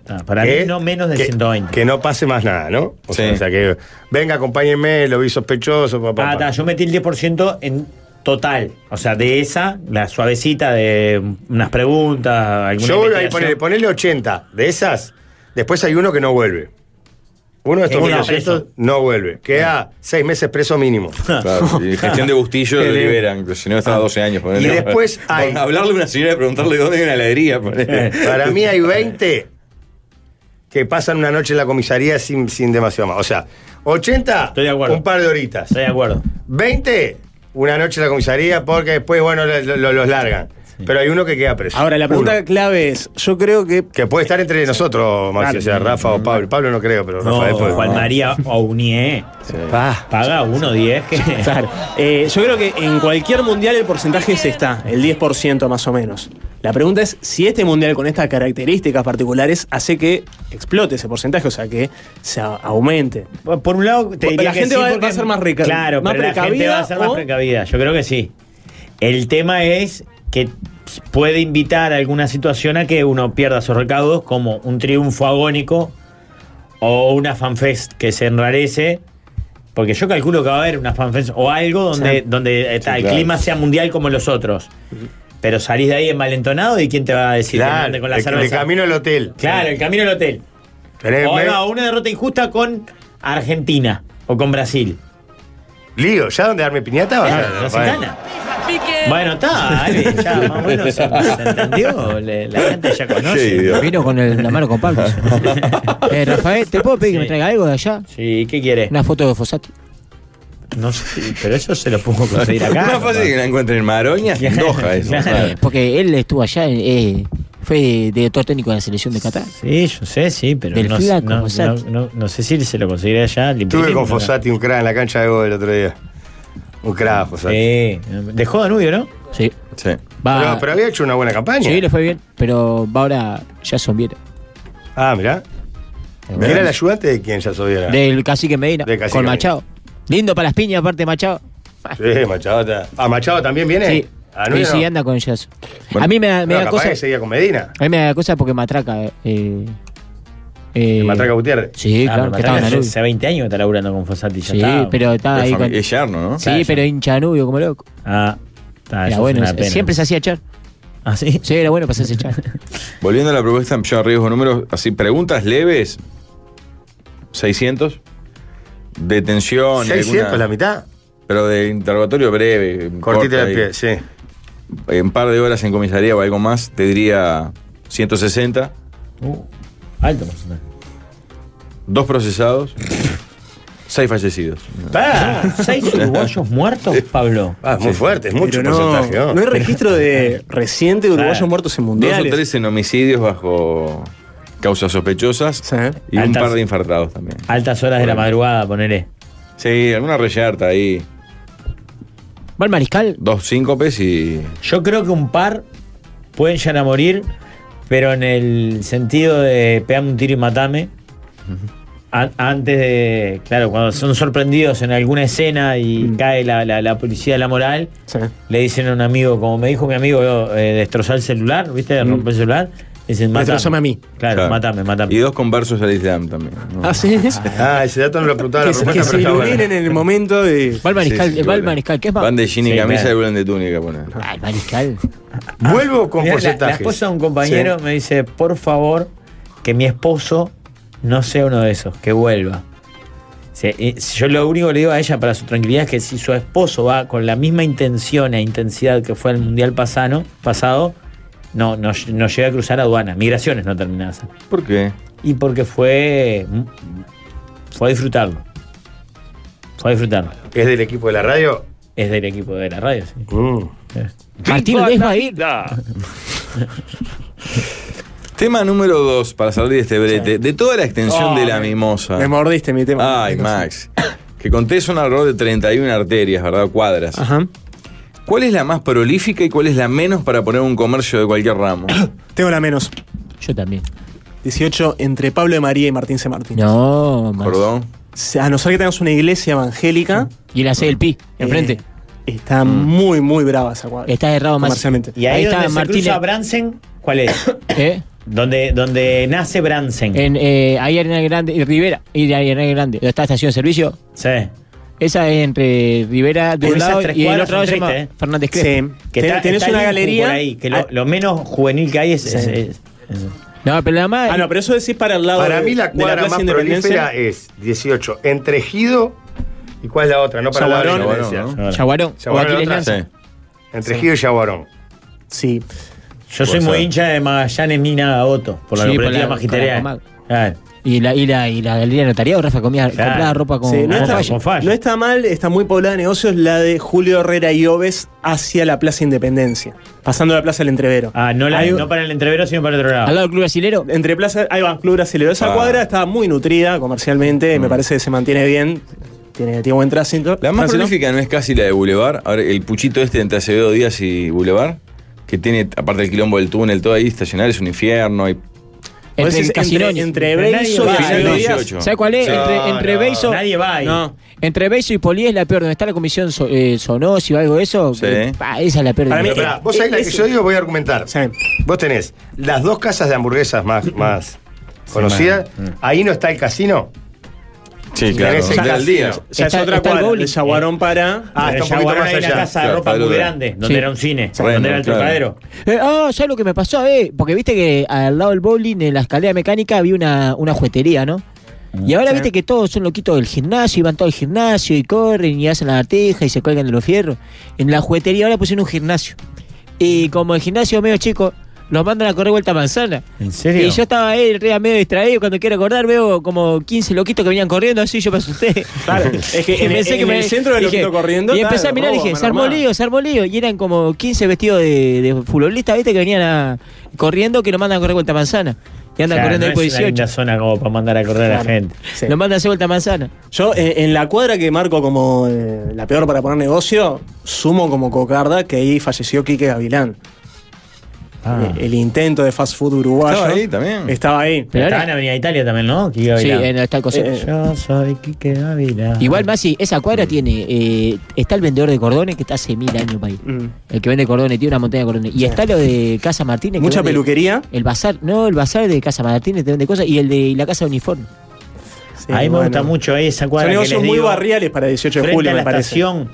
Ah, Para ¿Qué? mí no menos de ¿Qué? 120. Que no pase más nada, ¿no? O, sea, Sí. o sea, que venga, acompáñenme, lo vi sospechoso, papá. Ah, ta, yo metí el 10% en total. O sea, de esa, la suavecita de unas preguntas, alguna Yo vuelvo ahí, investigación. ponele, ponele 80. De esas, después hay uno que no vuelve. Uno de estos Uno 1200 no vuelve. Ah. Queda seis meses preso mínimo. Claro, y gestión de (laughs) Bustillo lo liberan, pero si no estaba 12 años. ponele. Ah. Y después Por hay- (laughs) Hablarle a una señora y preguntarle dónde hay una alegría. ponele. Eh, Para mí hay 20 que pasan una noche en la comisaría sin, sin demasiado más. O sea, 80, un par de horitas. Estoy de acuerdo. 20, una noche en la comisaría porque después, bueno, lo- lo- lo- los largan. Pero hay uno que queda preso. Ahora, la pregunta Uno. clave es: yo creo que. Que puede estar entre nosotros, Claro. Maxi, o sea, Rafa o Pablo. Pablo no creo, pero No, Rafa después. Juan María Aunie. Paga 1.10. que- (laughs) Claro. Eh, yo creo que en cualquier mundial el porcentaje es está, el 10% más o menos. La pregunta es si este mundial con estas características particulares hace que explote ese porcentaje, o sea, que se a- aumente. Por un lado, te diría la que gente sí, va, porque- va a ser más, reca- Claro, más pero la precavida. gente va a ser más o- precavida. Yo creo que sí. El tema es que puede invitar a alguna situación a que uno pierda sus recaudos, como un triunfo agónico o una fanfest que se enrarece Porque yo calculo que va a haber una fanfest o algo donde, Sí. donde está, Sí, el claro. clima sea mundial como los otros. Pero salís de ahí envalentonado y quién te va a decir que no Claro, ande con la el- cerveza. el camino al hotel. Claro, el camino al hotel. Tenés- O me- no, una derrota injusta con Argentina o con Brasil. Lío, ¿ya donde darme piñata? Claro, Vaya, no se vaya. gana. Bueno, está, Ale, ya, más o menos se, se entendió. le- la gente ya conoce. Vino con el- la mano con (laughs) palmas. Eh, Rafael, ¿te puedo pedir que me traiga algo de allá? Sí, ¿qué quiere? Una foto de Fossati. No sé, pero eso se lo pongo a conseguir acá. Más fácil que la encuentren en Maroña que en Doha, eso. Eh, Porque él estuvo allá, eh, fue director técnico de la selección de Qatar. Sí, yo sé, sí, pero Del no, flaco, no- Fossati. no- no- no sé si se lo conseguiré allá. Estuve con Fossati un crack en la cancha de gol el otro día. Un crack, Fossati. Sí, dejó Danubio, ¿no? Sí. Sí. Va- Pero, pero había hecho una buena campaña. Sí, le fue bien, pero va ahora Jason Viera. Ah, mirá. ¿Era el ayudante de quién ya soy Del cacique Medina, Del Cacique con Medina. Machado. Lindo para las piñas, aparte Machado. Sí, Machado. está- Ah, Machado también viene. Sí. Ah, Sí, no, sí, no. anda con Jason. a mí me, da- me No, da capaz cosa. que seguía con Medina. A mí me da cosa porque Matraca. Eh, eh, Matraca Gutiérrez. Sí, Ah, claro, pero que estaba en Matraca Danubio. Hace 20 años que está laburando con Fossati. ya Sí, está. pero estaba ahí con. Es yerno, ¿no? Sí, pero hincha de Danubio, como loco. Ah, está, eso Era es bueno, una pena. siempre se hacía echar. ¿Ah, sí? Sí, era bueno para hacerse (laughs) echar. Volviendo a la propuesta, yo arriesgo números, así, preguntas leves, 600, detención. 600, alguna- la mitad. Pero de interrogatorio breve. Cortito corta el y- pie, sí. En un par de horas en comisaría o algo más, te diría 160, Uh, alto porcentaje. dos procesados, seis fallecidos. Pará, ¿Seis uruguayos muertos, Pablo? Ah, es muy fuerte, es mucho Pero no, porcentaje. ¿no? no hay registro (laughs) de reciente de uruguayos Claro. muertos en Dos o mundiales. tres en homicidios bajo causas sospechosas Sí. y un Altas. par de infartados también. Altas horas de la madrugada, ponele. Sí, alguna reyerta ahí. Va el mariscal. Dos síncopes y. Yo creo que un par pueden llegar a morir, pero en el sentido de pegame un tiro y matame. An- Antes de. Claro, cuando son sorprendidos en alguna escena y cae la, la- la policía de la moral, Sí. le dicen a un amigo, como me dijo mi amigo, eh, destrozar el celular, ¿viste? Romper el celular. Dicen, matame. Destrozame a mí. Claro, Claro. matame, matame. Y dos conversos al Islam también. ¿no? Ah, sí. Ah, ese dato no lo preguntaba que la se, que propuesta, se pero está bueno. iluminen en (laughs) el momento de. Va el mariscal, Sí, sí, va el vale. mariscal, ¿qué es más? Van de jean y Sí, camisa claro. y vuelan de túnica. ponen. Ah, el mariscal. Vuelvo con Ah, Mirá, la- La, porcentajes. esposa de un compañero me dice, por favor, que mi esposo no sea uno de esos, que vuelva. Sí, y si yo lo único que le digo a ella para su tranquilidad es que si su esposo va con la misma intención e intensidad que fue al Mundial pasano, pasado, no, no, no llega a cruzar aduana. Migraciones no terminás. ¿Por qué? Y porque fue. Fue a disfrutarlo. Fue a disfrutarlo. ¿Es del equipo de la radio? Es del equipo de la radio, sí. Mm. Martín Ledesma ahí. (laughs) Tema número dos para salir de este brete. De toda la extensión de la mimosa. Me mordiste mi tema. Ay, Max. Que conté son alrededor de 31 arterias, ¿verdad? Cuadras. Ajá. ¿Cuál es la más prolífica y cuál es la menos para poner un comercio de cualquier ramo? Tengo la menos. Yo también. 18 entre Pablo de María y Martín C. Martín. No, Oh, más. Cordón. A no ser que tengamos una iglesia evangélica. Y la C del Pi, enfrente. Mm. eh, está muy, muy brava esa cuadra. Está errado más. Comercialmente. Y ahí, Ahí está donde se Martínez. cruza Bransen, ¿cuál (coughs) es? ¿Eh? Donde, donde nace Bransen. En, eh, ahí Arena Grande y Rivera. Y de ahí Arena Grande. Donde está Estación de Servicio. sí. Esa es entre Rivera de Pero un esas lado tres y el cuadras otro lado son se llama tristes, ¿eh? Fernández Sí. Crespo. Que Ten- está- tenés está una Lincoln galería. por ahí, que lo, Ah, lo menos juvenil que hay es. Sí. es- es- es- No, pero la más. ah, no, pero eso decís para el lado Para de, mí la de la cuadra Plaza más Independencia. prolífera es 18 entre Ejido y cuál es la otra, no para Yaguarón. la Independencia. Yaguarón, Ahora, Yaguarón. Yaguarón, o Aquiles otra. Lanza. Sí. Entre Ejido y Yaguarón. Sí. Yo soy Puede muy ser. hincha de Magallanes Mina Otto, por la Sí, por cooperativa la- magisterial. por la Comag. Claro. Y la, y la, y la galería de notariado, Rafa comía, Claro. compraba ropa con, Sí, no, con está, falle. con falle. no está mal, está muy poblada de negocios la de Julio Herrera y Oves hacia la Plaza Independencia, pasando la Plaza del Entrevero. Ah, no, la- Ahí- no para el entrevero, sino para el otro Al lado. lado del club brasilero. Entre Plaza, ahí va, Club Brasilero. Esa Ah. cuadra está muy nutrida comercialmente, Mm. me parece que se mantiene bien, tiene, tiene buen tránsito. La más tránsito. prolífica no es casi la de Boulevard. Ahora, el puchito este entre Acevedo Díaz y Boulevard, que tiene, aparte del quilombo del túnel, todo ahí estacional, es un infierno. Hay... Vos Entre decís, Casinoni. entre, entre Nadie Breiso y va, Acevedo ¿no? Díaz. 18. ¿Sabes cuál es? No, entre entre no. Beiso. Nadie va ahí. No. Entre Beiso y Poli es la peor. Donde está la comisión so, eh, Sonos y algo de eso. Sí. eh, pa, esa es la peor. Para Pero mí- pará, eh, vos sabés la que ese- yo digo, voy a argumentar. Sí. Vos tenés las dos casas de hamburguesas más, más conocidas. Ahí no está el casino. Sí, claro. En ese Del caso, día. Ya Está- es otra está el cuadra. bowling. De Yaguarón para. Ah, está un poquito más allá. Claro, está el lugar. Sí. Reno, claro. Eh, Ah, ya lo que me pasó, eh. Porque viste que al lado del bowling, en la escalera mecánica, había una, una juguetería, ¿no? Y ahora Mm, Sí. viste que todos son loquitos del gimnasio, y van todos al gimnasio y corren y hacen la arteja y se cuelgan de los fierros. En la juguetería ahora pusieron un gimnasio. Y como el gimnasio es medio chico, los mandan a correr vuelta a manzana. ¿En serio? Y yo estaba ahí, re medio distraído. Cuando quiero acordar, veo como 15 loquitos que venían corriendo así. Yo me asusté. Claro, es (laughs) que Y en- en el centro de dije- loquito corriendo, Y empecé claro, a mirar y roban, dije, se armó armá". lío, se armó lío. Y eran como 15 vestidos de, de futbolistas, ¿viste? Que venían a- corriendo, que lo mandan a correr vuelta manzana. Y andan O sea, corriendo no ahí por es una 18. linda zona como para mandar a correr a la Claro. gente. Lo mandan a hacer vuelta manzana. Yo, eh, en la cuadra que marco como eh, la peor para poner negocio, sumo como cocarda que ahí falleció Quique Gavilán. Ah. Eh, El intento de fast food uruguayo. Estaba ahí también. Estaba ahí. Pero estaba en Avenida Italia también, ¿no? Quique Sí, Gavilán. en esta cosa. Eh, Yo soy Quique Gavilán. Igual, Masi, esa cuadra tiene. eh, está el vendedor de cordones que está hace mil años ahí. Mm. El que vende cordones, tiene una montaña de cordones. Y Sí. está lo de Casa Martínez. que Mucha vende- peluquería. El bazar. No, el bazar de Casa Martínez te vende cosas. Y el de la Casa de Uniforme. a mí me bueno. gusta mucho eh, esa Son cuadra. que negocios les muy digo, barriales para 18 de frente julio, a la me parece. estación,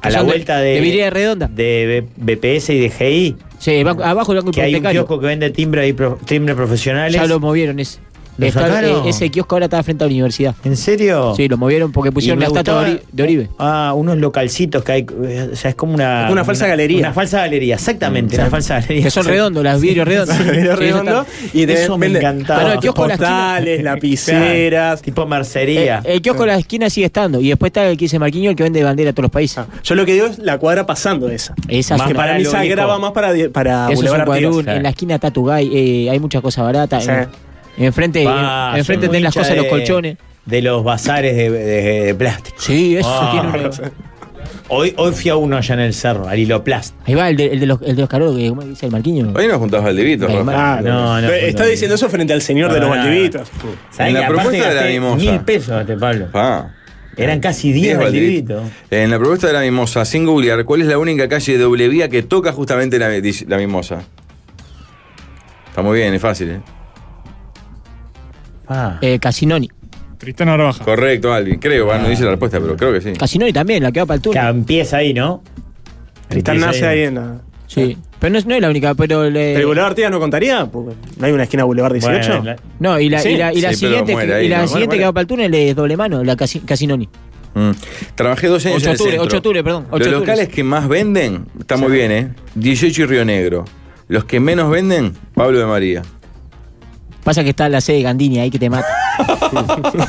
a Que la son de- vuelta de. de Virida Redonda. De B- BPS y de GI. Sí, abajo el banco Que hay un hipotecario. kiosco que vende timbre ahí pro- timbres profesionales. Ya lo movieron ese. ¿Lo Está- sacaron? eh, ese kiosco ahora está frente a la universidad. ¿En serio? Sí, lo movieron porque pusieron Y me la estatua de Ori- gustaba- de Oribe. Ah, unos localcitos que hay. eh, O sea, es como una. Una falsa galería. Una falsa galería, exactamente. Sí. Una falsa galería. Mm, Que son redondos, las vidrios (laughs) redondos. Sí, vidrios Sí, eso redondos. está. Y de Eso me encantaba. Bueno, el kiosco de las Postales, chicas- lapiceras. Tipo mercería. Eh, El, el kiosco de la esquina sigue estando. Y después está el que dice Marquiño, el que vende bandera a todos los países. Ah, Yo lo que digo es la cuadra pasando esa. Esa que sí. para mí se agrava más para, die- para Eso es un Boulevard Artigas. cuadrón, En la esquina está Tugay. eh, hay muchas cosas baratas. Sí. En- Enfrente, Ah, en- enfrente soy tenés las hincha cosas, los de- colchones. De los bazares de, de- de plástico. Ah. Sí, eso tiene Hoy, hoy fui a uno allá en el cerro, al Hiloplast. Ahí va el de, el de los, el de los carolos, que ¿cómo dice el Marquiño? Hoy nos juntamos al Eh, Devito, Ay, Rafa. mal. Ah, No, no. Pero está diciendo eso frente al señor de los No, no, no. Valdivitos. ¿Sabés En que la aparte propuesta de la gasté mimosa. Mil pesos este Pablo. Pa. Eran casi 10 Diez Valdivitos. Valdivitos. En la propuesta de la mimosa, sin googlear, ¿cuál es la única calle de doble vía que toca justamente la, dice- la mimosa? Está muy bien, es fácil, ¿eh? Ah. Eh, Casinoni. Tristán Narvaja. Correcto, Alvin. Creo, bueno, no dice la respuesta, pero creo que sí. Casinoni también, la que va para el turno. Ya empieza ahí, ¿no? Tristán Empieza nace ahí. ahí en la. Sí. Pero no es, no es la única, pero. le- ¿Pero el Boulevard Artigas no contaría? Porque no hay una esquina Boulevard 18. Bueno, la- No, y la, Sí. y la, y la Sí, pero siguiente, muere ahí, y la ¿no? siguiente que Muere, muere. va para el túnel es doble mano, la Casi- Casinoni. Mm. Trabajé dos años Ocho en el octubre, centro. ocho octubre, perdón, ocho Los octubre. locales que más venden, está muy bien, ¿eh? 18 y Río Negro. Los que menos venden, Pablo de María. Pasa que está la sede de Gandini ahí que te mata.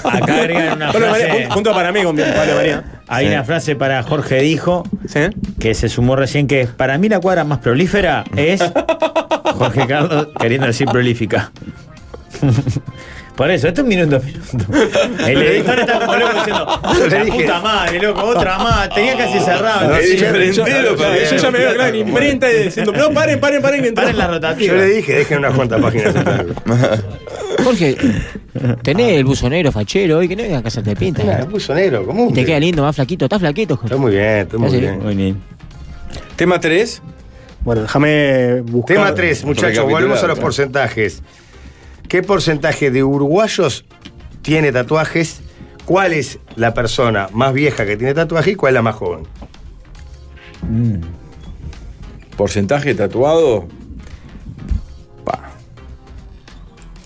Acá agregan una Pablo frase. María, pun- punto para mí con mi Pablo María. Hay una frase para Jorge Dijo ¿Sí? que se sumó recién que es, para mí la cuadra más prolífera es Jorge Carlos queriendo decir prolífica. Por eso, esto es minuto (laughs) a minuto. El editor está como (laughs) loco diciendo, Yo le la dije. puta madre, loco, otra más. Tenía casi cerrado. No, Sí, (laughs) sí, yo- prendelo, Yo, yo ya me veo claro, en imprenta y diciendo, no, paren, paren, paren. que entró". Paren la rotativa. Yo le dije, dejen unas cuantas páginas. (laughs) Jorge, tenés el buzonero fachero hoy, que no vengas a casarte de pinta. Mira, ¿no? puso negro, común. Te queda lindo, más flaquito. Estás flaquito, Jorge. Está muy bien, está muy Sí. bien. Muy bien. Tema 3. Bueno, déjame buscar. Tema 3, muchachos, Recapitular, volvemos a los ¿no? porcentajes. ¿Qué porcentaje de uruguayos tiene tatuajes? ¿Cuál es la persona más vieja que tiene tatuaje y cuál es la más joven? Porcentaje tatuado. Pa.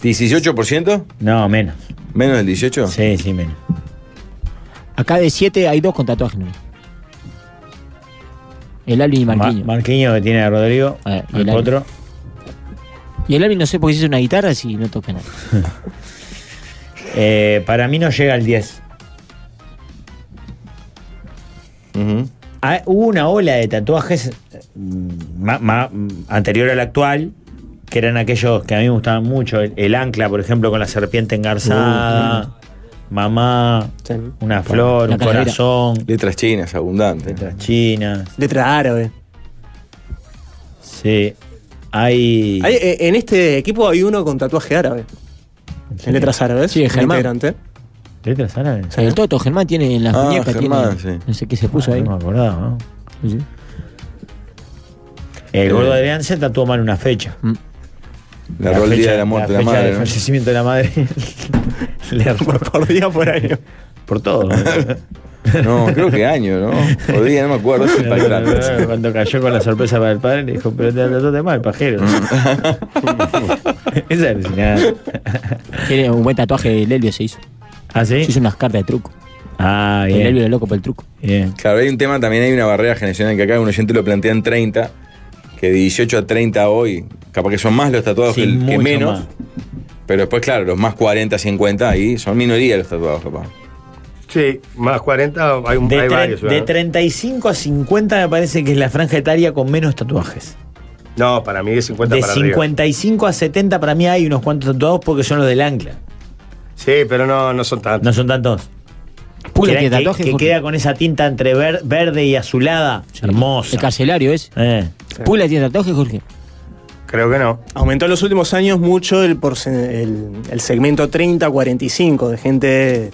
¿18%? No, menos. ¿Menos del 18? Sí, sí, menos. Acá de 7 hay dos con tatuajes. nomás. El Alvin y Marquiño. Ma- Marquinho que tiene a Rodrigo, Ah, y el el otro. y el Alvin no sé por qué se hizo una guitarra si no toca nada. Eh, para mí no llega al 10. Ujú. Ah, hubo una ola de tatuajes eh, ma- ma- mm, anterior a la actual, que eran aquellos que a mí me gustaban mucho. El, el ancla, por ejemplo, con la serpiente engarzada, mamá, Sí. una flor, La un calavera. corazón, Letras chinas, abundante. letras chinas. Letra árabe. Sí. Hay. Hay, eh, en este equipo hay uno con tatuaje árabe. En letras árabes. Sí, un Germán. integrante. ¿Letras árabes? O sea, el Toto, Germán tiene en las Ah, muñecas. Germán, tiene, sí. No sé qué se puso Ah, ahí. No me acordaba, ¿no? Sí, sí. El gordo de Adrián se tatuó mal una fecha. Mm. Le erró el día de Eh, la muerte de la fecha madre, del ¿no? fallecimiento de (laughs) la madre. Le erró. Por, día, por año. Por todo. (laughs) No, creo que año, ¿no? O día, no me acuerdo, (laughs) es impactante. Cuando cayó con la sorpresa para el padre, le dijo, pero te trataste mal, pajero. (laughs) Esa es alucinante. (laughs) Tiene un buen tatuaje de Lelio se hizo. ¿Ah, sí? Se hizo unas cartas de truco. Ah, El bien. Lelio era loco por el truco. Claro, hay un tema, también hay una barrera generacional que acá un oyente lo plantea en 30, que de 18 a 30 hoy, capaz que son más los tatuados Sí, que, que mucho menos. más. Pero después, claro, los más 40, 50 ahí son minoría los tatuados, capaz. Sí, más 40, hay, un- De, hay tre- varios. ¿eh? de ¿verdad? 35 a 50 me parece que es la franja etaria con menos tatuajes. No, para mí es 50 De para arriba. 55 a 70 para mí hay unos cuantos tatuados porque son los del ancla. Sí, pero no, no son tantos. No son tantos. Pula Era que que, tatuaje, que Jorge. queda con esa tinta entre ver- verde y azulada. Hermosa. El carcelario es. Eh. Pula tiene tatuaje, Jorge. Creo que no. Aumentó en los últimos años mucho el, porcen- el, el segmento 30-45 de gente eh,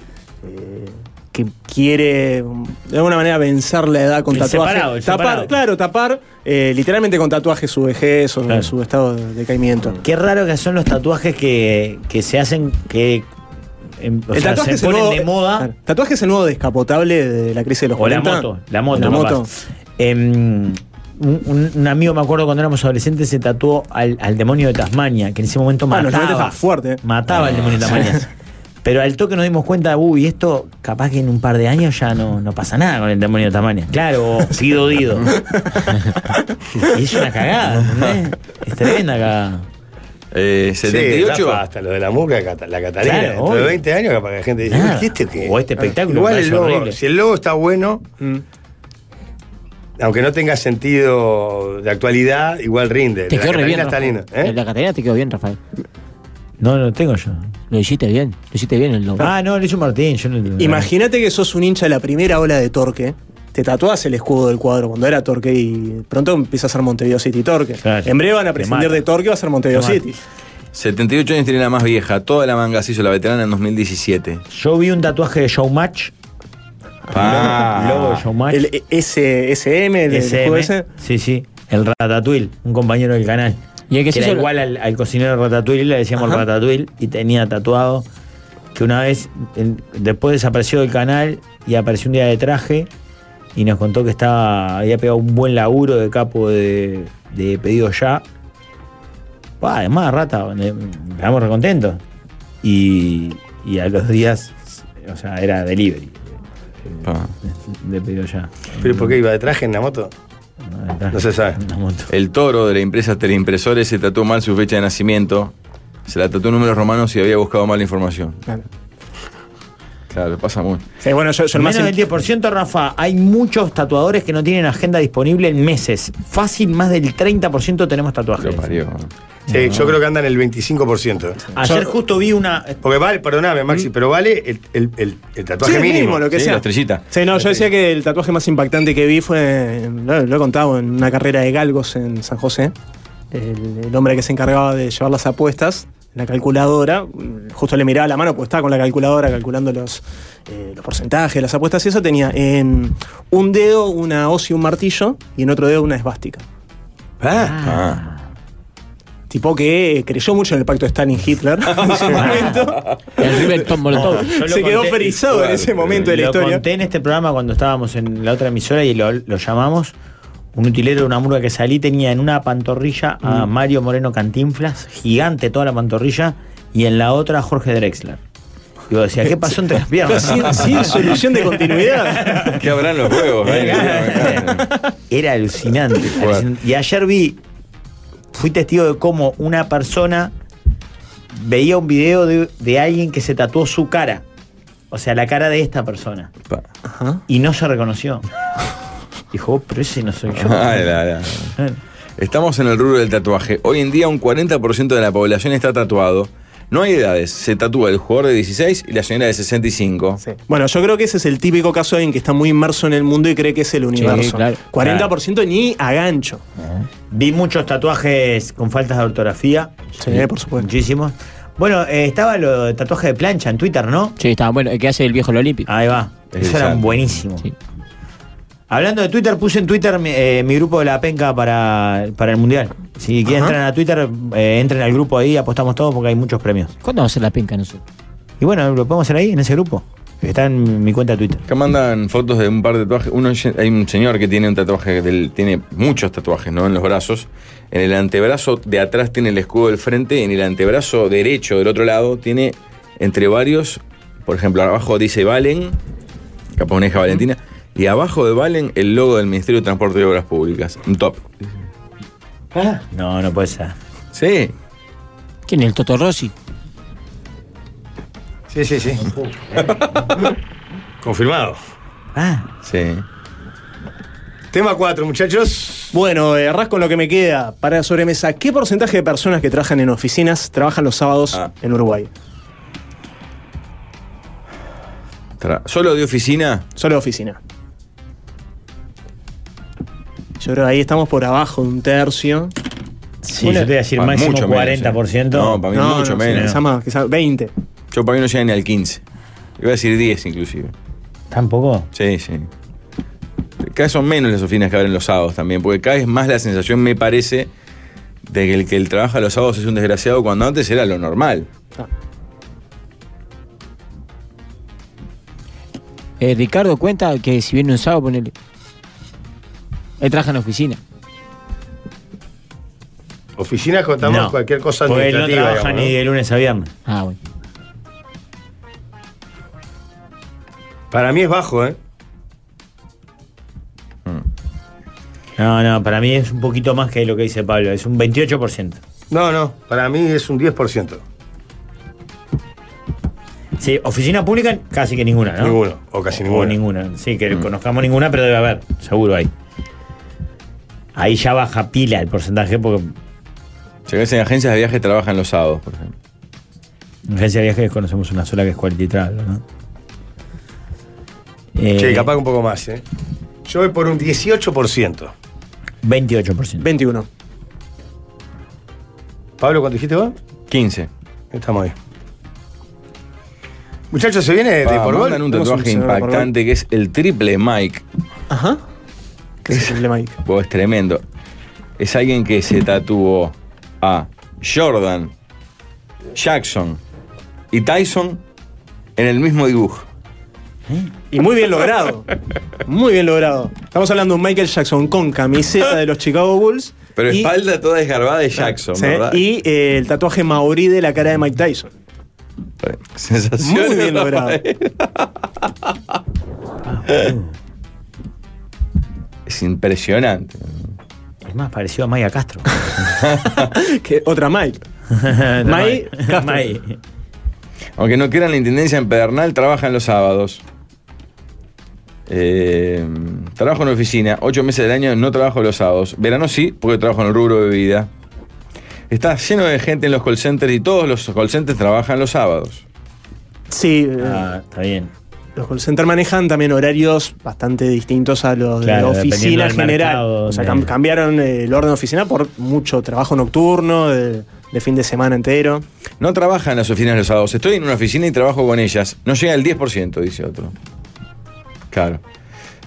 que quiere de alguna manera vencer la edad con El tatuaje. separado, el tapar, separado. claro, tapar eh, literalmente con tatuaje su vejez o Claro. su estado de decaimiento. Qué raro que son los tatuajes que, que se hacen que em, o el sea, tatuaje se es el ponen nuevo, de moda. claro, tatuaje es el nuevo descapotable de la crisis de los O la 40. moto, la moto, La capaz. moto. Em, un, un- un amigo, me acuerdo cuando éramos adolescentes, se tatuó al, al demonio de Tasmania, que en ese momento Ah, los 90 mataba. estaba fuerte. eh. mataba al demonio de Tasmania. Pero al toque nos dimos cuenta, uy, esto capaz que en un par de años ya no, no pasa nada con el demonio de Tasmania. Claro, o Guido (laughs) Dido. y es una cagada, ¿entendés? Es tremenda cagada. Eh, Sí, 78. Rafa, hasta lo de la muca, Cata- la Catalina. Claro, Dentro de obvio. 20 años, capaz que la gente dice, Nada. "Uy, ¿este qué?". O este espectáculo, Igual me el parece logo, horrible. si el logo está bueno, Mm. aunque no tenga sentido de actualidad, igual rinde. Te la quedó re Catalina bien. está Rafael. lindo. ¿eh? El de La Catarina te quedó bien, Rafael. No, no lo tengo yo. Lo hiciste bien. Lo hiciste bien el logo. Ah, no, lo hizo Martín. Yo (laughs) no, Imagínate que sos un hincha de la primera ola de Torque. Te tatuás el escudo del cuadro cuando era Torque y pronto empieza a ser Montevideo City Torque. Claro. En breve van a Te prescindir mata. de Torque y va a ser Montevideo Te mata. City. 78 años tiene la más vieja. Toda la manga se hizo la veterana en 2017. Yo vi un tatuaje de Showmatch. Pa. Logo de Showmatch. El e- S- SM, el, el SM. juego ese. Sí, sí. El Ratatouille, un compañero del canal. Y el que se era hizo- igual al, al cocinero de Ratatouille, le decíamos Ajá. Ratatouille, y tenía tatuado que una vez, en- después desapareció del canal y apareció un día de traje y nos contó que estaba había pegado un buen laburo de capo de, de pedido ya. Bah, además, rata, le- quedamos recontentos. Y, y a los días, o sea, era delivery Pa. de pedido ya. ¿Pero por qué iba de traje en la moto? No se sabe. Una moto. El toro de la empresa Teleimpresores se tatuó mal su fecha de nacimiento. Se la tatuó en números romanos y había buscado mal la información. Claro. Claro, pasa mucho. Sí, Eh, bueno, yo, yo el más. Menos del 10%, Rafa. Hay muchos tatuadores que no tienen agenda disponible en meses. Fácil, más del 30% tenemos Lo tatuajes. parió. Sí, Yo creo que andan el 25%. Ayer Yo- justo vi una. Porque vale, perdóname, Maxi, pero vale el, el- el- el tatuaje Mm. Sí, el mínimo. mínimo, lo que Sí, sea. la estrellita. Sí, no, yo decía que el tatuaje más impactante que vi fue, lo, lo he contado, en una carrera de galgos en San José. El, el hombre que se encargaba de llevar las apuestas, la calculadora, mm, justo le miraba la mano, pues estaba con la calculadora calculando los, eh, los porcentajes de las apuestas y eso tenía en un dedo una hoz y un martillo y en otro dedo una esvástica. Ah. Tipo que eh, creyó mucho en el pacto (laughs) Stalin-Hitler en ese momento. El River Tom Molotov. Yo lo se quedó conté- este ferizado en ese momento de la lo historia. conté en este programa cuando estábamos en la otra emisora y lo, lo llamamos. Un utilero de una murga que salí tenía en una pantorrilla a Mm. Mario Moreno Cantinflas, gigante toda la pantorrilla, y en la otra a Jorge Drexler. Y yo decía, ¿qué pasó entre las (laughs) (laughs) piernas? Sin, sin solución de continuidad. ¿Qué habrán los juegos? Era alucinante. Fuerte. alucinante. Y ayer vi, fui testigo de cómo una persona veía un video de, de alguien que se tatuó su cara. O sea, la cara de esta persona. Y no se reconoció. Dijo, "Oh, pero ese no soy yo. Ay, la- la- Estamos en el rubro del tatuaje. Hoy en día un 40% de la población está tatuado. No hay edades. Se tatúa el jugador de 16 y la señora de 65. Bueno, yo creo que ese es el típico caso de alguien que está muy inmerso en el mundo y cree que es el universo. claro. 40% ni a gancho. Ah. Vi muchos tatuajes con faltas de ortografía. Sí, por supuesto. Muchísimos. Bueno, eh, estaba lo de tatuaje de plancha en Twitter, ¿no? Sí, estaba bueno. El que hace el viejo lo olímpico. Ahí va. Es Eso era exacto. buenísimo. Sí. Hablando de Twitter, puse en Twitter mi, eh, mi grupo de la penca para, para el mundial. Si quieren Ajá. entrar a Twitter, eh, entren al grupo ahí, apostamos todos porque hay muchos premios. ¿Cuándo vamos a hacer la penca nosotros? Y bueno, lo podemos hacer ahí, en ese grupo. Está en mi cuenta de Twitter. Acá mandan fotos de un par de tatuajes. Uno, hay un señor que tiene un tatuaje, del- tiene muchos tatuajes, ¿no? En los brazos. En el antebrazo de atrás tiene el escudo del frente. En el antebrazo derecho del otro lado tiene entre varios. Por ejemplo, abajo dice Valen, Caponeja Valentina. Y abajo de Valen el logo del Ministerio de Transporte y Obras Públicas. Un top. No, no puede ser. Sí. ¿Quién es el Toto Rossi? Sí, (laughs) sí, sí. Confirmado. Sí. Tema 4, muchachos. Bueno, eh, arras con lo que me queda para la sobremesa. ¿Qué porcentaje de personas que trabajan en oficinas trabajan los sábados Ah. en Uruguay? Tra- ¿Solo de oficina? Solo de oficina. Yo creo que ahí estamos por abajo de un tercio. Sí, yo te voy a decir Para máximo mucho menos, eh. 40%. No, para mí mucho menos. Quizás más, quizás 20. Yo para mí no llega ni al 15. Iba a decir 10 inclusive. ¿Tampoco? Sí, sí. Cada vez son menos las oficinas que abren los sábados también, porque cada vez más la sensación me parece de que el que el trabaja los sábados es un desgraciado cuando antes era lo normal. Eh, Ricardo cuenta que si viene un sábado, ponele. Él trabaja en la oficina. Oficinas contamos No. Pues- cualquier cosa Porque él administrativa. no trabaja digamos, ni ¿no? de lunes a viernes. Ah, bueno. Para mí es bajo, ¿eh? Mm. No, no, para mí es un poquito más que lo que dice Pablo, es un 28%. No, no, para mí es un 10%. Sí, oficina pública casi que ninguna, ¿no? Ninguno, o casi Mm. ninguna. ninguna, sí, que conozcamos ninguna, pero debe haber, seguro hay. Ahí ya baja pila el porcentaje porque O sea, que en agencias de viaje trabajan los sábados, por ejemplo. en agencia de viajes conocemos una sola que es 43, ¿no? Eh, Sí, capaz que un poco más, ¿eh? Yo voy por un 18%. 28%. 21. Pablo, ¿cuánto dijiste vos? 15. Estamos ahí. Muchachos, se viene Eh, de Pa, por gol. mandan un Tenemos tatuaje señor de por gol. impactante que es el triple Mike. Ajá. ¿Qué es el triple Mike? (laughs) Pues es tremendo. Es alguien que se tatuó a Jordan, Jackson y Tyson en el mismo dibujo. Y muy bien logrado. Muy bien logrado. Estamos hablando de un Michael Jackson con camiseta de los Chicago Bulls. Pero y- espalda toda desgarbada de Jackson, Sí, ¿verdad? Y eh, el tatuaje maorí de la cara de Mike Tyson. Sensación. Muy bien logrado. Es impresionante. Es más parecido a Maya (laughs) Castro. (laughs) Que Eh, otra Mike. Mike Castro. May. Aunque no quieran, la intendencia en Pedernal trabajan los sábados. Eh, trabajo en oficina, ocho meses del año no trabajo los sábados. Verano sí, porque trabajo en el rubro de bebida. Está lleno de gente en los call centers y todos los call centers trabajan los sábados. Sí, eh, Ah, está bien. los call centers manejan también horarios bastante distintos a los Claro, de la dependiendo oficina del general. mercado, o sea, de- cam- cambiaron eh, el orden de oficina por mucho trabajo nocturno, de, de fin de semana entero. No trabajan las oficinas los sábados. Estoy en una oficina y trabajo con ellas. No llega el 10%, dice otro. Claro.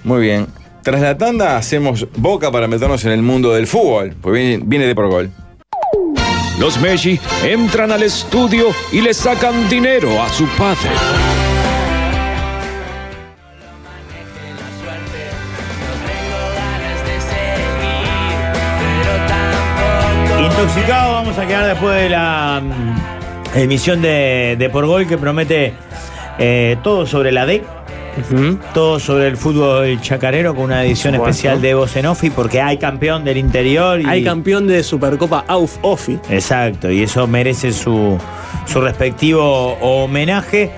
Muy bien. Tras la tanda hacemos boca para meternos en el mundo del fútbol. Pues viene, viene de por gol. Los Messi entran al estudio y le sacan dinero a su padre. Intoxicado vamos a quedar después de la mm, emisión de, de Por Gol que promete eh, todo sobre la D, todo sobre el fútbol chacarero con una edición Por supuesto. especial de Bocenofi porque hay campeón del interior. Y, Hay campeón de Supercopa Auf Offi. Exacto, y eso merece su, su respectivo homenaje.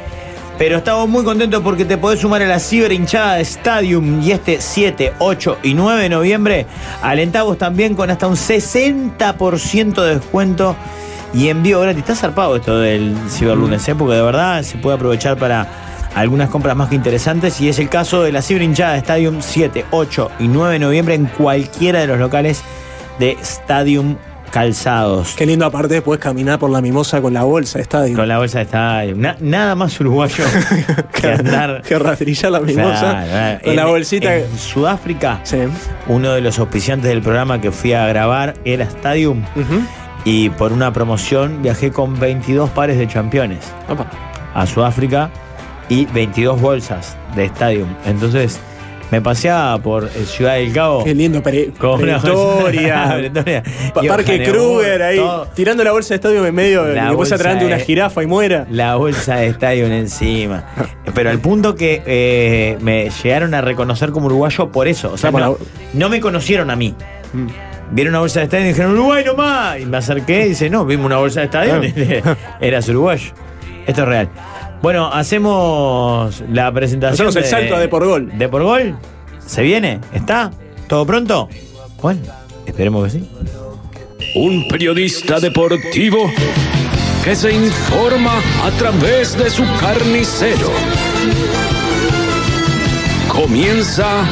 Pero estamos muy contentos porque te podés sumar a la ciber hinchada de Stadium y este 7, 8 y 9 de noviembre alentamos también con hasta un 60% de descuento y envío gratis. Está zarpado esto del ciberlunes, ¿eh? porque de verdad se puede aprovechar para algunas compras más que interesantes y es el caso de la ciber hinchada de Stadium 7, 8 y 9 de noviembre en cualquiera de los locales de Stadium calzados. Qué lindo aparte después caminar por la mimosa con la bolsa de estadio. Con la bolsa de estadio. Na- nada más (laughs) uruguayo que andar. Que rastrillar la mimosa. Claro, eh, con en- la bolsita. En Sudáfrica, Sí. uno de los auspiciantes del programa que fui a grabar era Stadium. Ujú. Y por una promoción viajé con 22 pares de campeones Opa. a Sudáfrica y 22 bolsas de Stadium. Entonces me paseaba por eh, Ciudad del Cabo. Qué lindo, pre- con una bolsa- (laughs) Pretoria. Pretoria. Pa- Y Parque Johannesburgo, Kruger ahí, todo. tirando la bolsa de estadio en medio, La y después bolsa atrás de una de- jirafa y muera. La bolsa de estadio encima. Pero al punto que eh, me llegaron a reconocer como uruguayo por eso. O sea, Ah, por la no, bol- no me conocieron a mí. Mm. Vieron una bolsa de estadio y dijeron, Uruguay nomás. Y me acerqué y dice, no, vimos una bolsa (laughs) de estadio. Eras uruguayo. Esto es real. Bueno, hacemos la presentación. Hacemos el salto a De Por Gol. ¿De por gol? ¿Se viene? ¿Está? ¿Todo pronto? Bueno, esperemos que sí. Un periodista deportivo que se informa a través de su carnicero. Comienza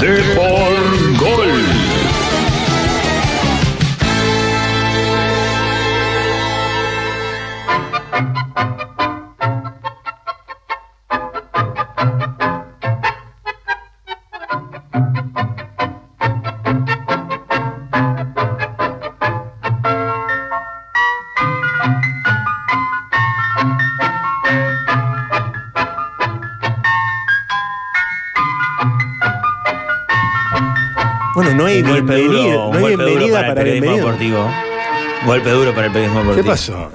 De por Gol. Bueno, no hay Un golpe bienvenida, duro, un no hay golpe duro bienvenida para, para el periodismo bienvenido. deportivo. Golpe duro para el periodismo ¿Qué deportivo. pasó?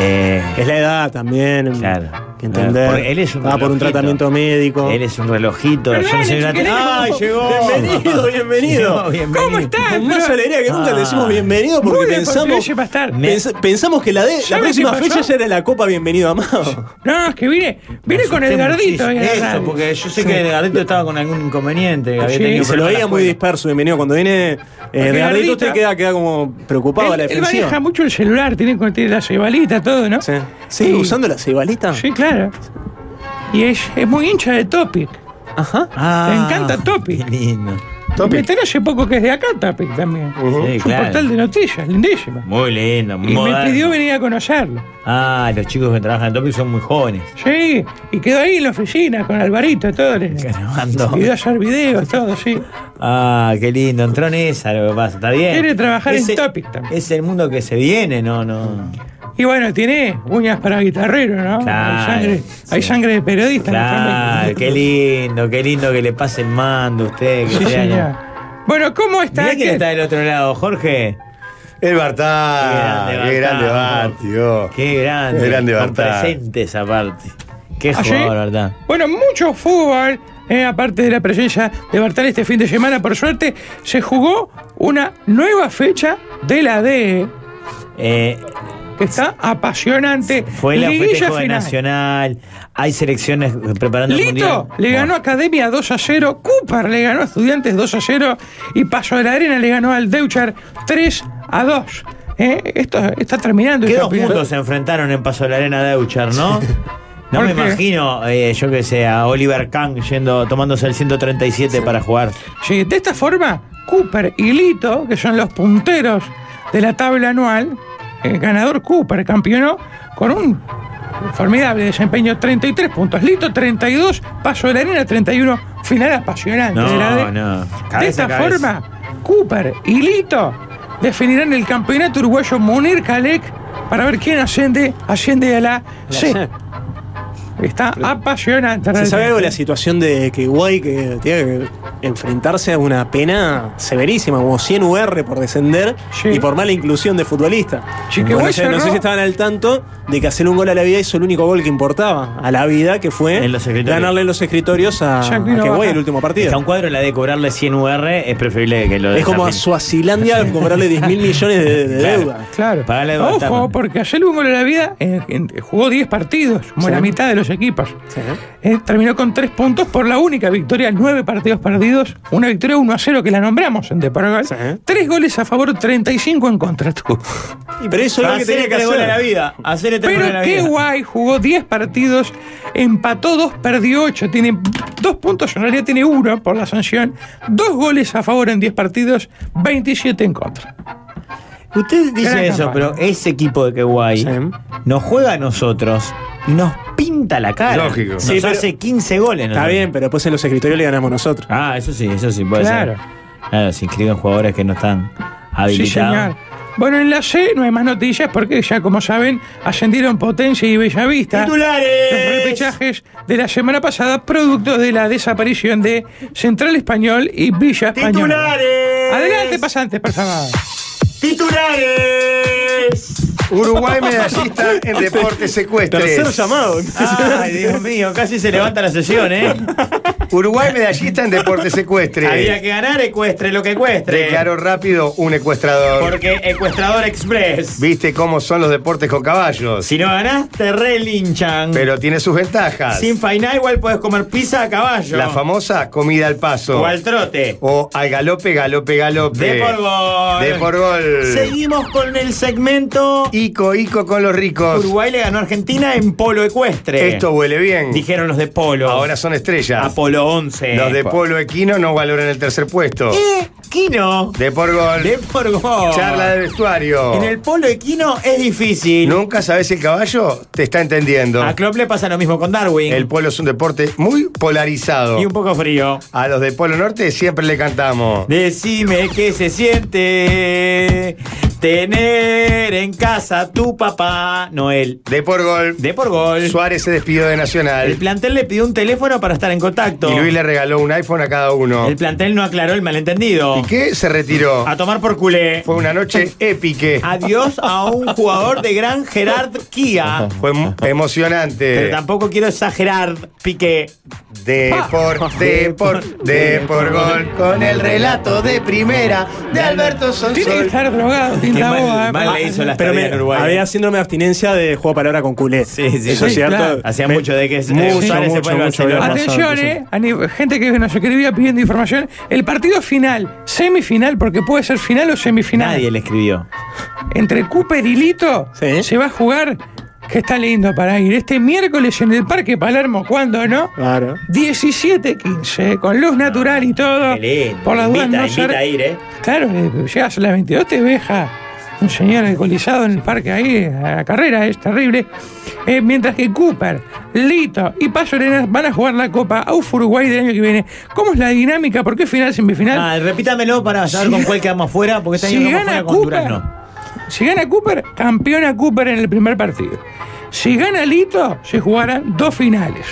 Eh, Es la edad también. Claro. Que entender. Porque él es un Va por un relojito. tratamiento médico. él es un relojito. yo no soy una- ¡Ay, llegó! Bienvenido, bienvenido. Llegó, bienvenido. ¿Cómo estás? Más alegría que nunca Ah. le decimos bienvenido porque bien, pensamos, porque ya va a estar. pens- pensamos que la, de, la me próxima pasó. fecha ya era la Copa Bienvenido Amado. No, es que vine, vine con el gardito. ahí en la Eso, radio. porque yo sé que el Gardito estaba con algún inconveniente. Había Sí. tenido Y se lo problemas en la veía muy escuela. disperso, bienvenido. Cuando viene eh, de Gardita- Gardito, usted queda, queda como preocupado a Él, la él defensiva. maneja mucho el celular, tiene, tiene la cebalita, todo, ¿no? Sí. ¿Sigue usando la ceibalita? Sí, claro. Y es, es muy hincha de Topic. Ajá. Ah, Le encanta Topic. qué lindo. Me enteré hace poco que es de acá Topic también. Sí, es un claro. portal de noticias, lindísimo. Muy lindo, muy Y moderno. me pidió venir a conocerlo. Ah, los chicos que trabajan en Topic son muy jóvenes. Sí, y quedó ahí en la oficina con Alvarito, todo. Le, Grabando. pidió hacer videos, todo, sí. Ah, qué lindo. Entró en esa lo que pasa. Está bien. Quiere trabajar en Ese- Topic también. Es el mundo que se viene, no, no. Y bueno, tiene uñas para guitarrero, ¿no? Claro, hay, sangre, hay sí. sangre de periodista. en la Claro, familia. qué lindo, qué lindo que le pase el mando a usted. Que Sí, sea- señor. Bueno, ¿cómo está? Mirá quién aquel? está del otro lado, Jorge. El Bartá. Qué grande Qué Bartá. grande Bartá, tío. Qué grande. Qué grande, Con Bartá. presentes aparte. Qué ¿Ah, sí? jugador, ¿verdad? Bueno, mucho fútbol, eh, aparte de la presencia de Bartal este fin de semana, por suerte, se jugó una nueva fecha de la DE, Eh, que está apasionante. fue la Liguilla festejo de Nacional. Hay selecciones preparando el mundial. Lito le ganó a Academia 2 a 0, Cooper le ganó a Estudiantes 2 a 0 y Paso de la Arena le ganó al Deuchar 3 a 2. Eh, Esto está terminando. el ¿Qué dos campeonato. mundos se enfrentaron en Paso de la Arena de Euchar, no? No ¿Por me qué? imagino, eh, yo que sé, a Oliver Kahn yendo, tomándose el 137 para jugar. Sí, Eh, de esta forma, Cooper y Lito, que son los punteros de la tabla anual, el ganador Cooper campeonó con un formidable desempeño, 33 puntos. Lito 32, Paso de la Arena 31, final apasionante. de la No, D. no. de Cabeza esta a cabeza. forma, Cooper y Lito definirán el campeonato uruguayo Munir Kalek para ver quién asciende, asciende a la C. Está apasionante. ¿Se sabe realmente. algo de la situación de que Uruguay que tiene que enfrentarse a una pena severísima, como 100 UR por descender Sí. y por mala inclusión de futbolista? Sí, que Bueno, Uruguay ya no sé cerró. si estaban al tanto de que hacer un gol a la vida hizo el único gol que importaba a la vida, que fue En los escritorios. ganarle los escritorios a, Ya a que no Uruguay baja. el último Está un partido. cuadro la de cobrarle 100 UR, es preferible que lo Es como a desafíen. Suazilandia (laughs) cobrarle 10 mil millones de, de Claro. deuda. Claro. Pagale dos Ojo, tardes. porque ayer hubo la vida eh, en- jugó 10 partidos, como Sí. la mitad de los equipos. Sí. Eh, terminó con 3 puntos por la única victoria, 9 partidos perdidos, una victoria 1 a 0 que la nombramos en De Paraguay. Sí. 3 goles a favor, 35 en contra. tú. Y pero eso es lo que tenía Hacerle que tres goles a la hacer. vida. Hacerle tres goles a Pero la qué vida. guay, jugó 10 partidos, empató 2, perdió 8, tiene 2 puntos, en realidad tiene 1 por la sanción, 2 goles a favor en 10 partidos, 27 en contra. Usted dice Gran eso, campaña. pero ese equipo de Kewai nos juega a nosotros y nos pinta la cara. Lógico. Nos Sí, pero- hace 15 goles. Está bien, pero después en los escritorios le ganamos nosotros. Ah, eso sí, eso sí puede Claro. ser. Claro, se inscriben jugadores que no están Sí, habilitados. señor. Bueno, en la C no hay más noticias porque ya, como saben, ascendieron Potencia y Bellavista. Los repechajes de la semana pasada, producto de la desaparición de Central Español y Villa Española. ¡Titulares! Adelante, pasantes, por favor. ¡Titulares! Uruguay medallista (laughs) (laughs) en deporte secuestres. Tercero llamado. Ay, Dios mío, casi se levanta la sesión, (laughs) ¿eh? Uruguay medallista en deporte secuestre. Había que ganar ecuestre lo que ecuestre. Declaró rápido un ecuestrador. Porque ecuestrador express. ¿Viste cómo son los deportes con caballos? Si no ganás, te relinchan. Pero tiene sus ventajas. Sin fainá igual podés comer pizza a caballo. La famosa comida al paso. O al trote. O al galope, galope, galope. De por gol. De por gol. Seguimos con el segmento. Ico, Ico con los ricos. Uruguay le ganó a Argentina en polo ecuestre. Esto huele bien. Dijeron los de polo. Ahora son estrellas. Apolo 11. Los de polo equino no valoran el tercer puesto. Eh, Quino. De por gol. De por gol. Charla del vestuario. En el polo equino es difícil. Nunca sabes si el caballo te está entendiendo. A Klopp le pasa lo mismo con Darwin. El polo es un deporte muy polarizado. Y un poco frío. A los de Polo Norte siempre le cantamos. Decime qué se siente tener en casa tu papá, Noel. De por gol. De por gol. Suárez se despidió de El Nacional. plantel le pidió un teléfono para estar en contacto. Y Luis le regaló un iPhone a cada uno. El plantel no aclaró el malentendido. ¿Y qué? Se retiró. A tomar por culé. Fue (laughs) una noche épique. Adiós a un jugador de gran jerarquía. (laughs) Fue mu- Pero Ah. emocionante. tampoco quiero exagerar, Piqué. Eh. De por, de por, de por gol. Con el relato de primera de Alberto Tiene que Sonsol. estar drogado, tinta mal- boba. mal le hizo la Pero estadía me- en Uruguay. había síndrome de abstinencia de juego a palabra con culé. Sí, sí, Eso es sí, cierto. claro. Hacía Me- mucho de que se- mucho, Suárez se mucho, fue mucho, al Barcelona. había razón, Atención, sí, eh, a ni- gente que nos escribía pidiendo información. El partido final, semifinal, porque puede ser final o semifinal. Nadie le escribió. Entre Cooper y Lito Sí. se va a jugar, que está lindo para ir, este miércoles en el Parque Palermo, ¿cuándo no? Claro. 17-15, con luz natural y todo. Qué lindo. Por las dudas invita, no invita ser- a ir, ¿eh? Claro, eh, llegas a las 22, te deja un señor alcoholizado en el parque ahí, a la carrera, es terrible. Eh, mientras que Cooper, Lito y Paso Arenas van a jugar la Copa AUF Uruguay del año que viene. ¿Cómo es la dinámica? ¿Por qué final, semifinal? Ah, repítamelo para saber con cuál quedamos fuera, porque este Si año quedamos gana fuera con Cooper, Durazno. si gana Cooper, campeona Cooper en el primer partido. Si gana Lito, se jugarán dos finales.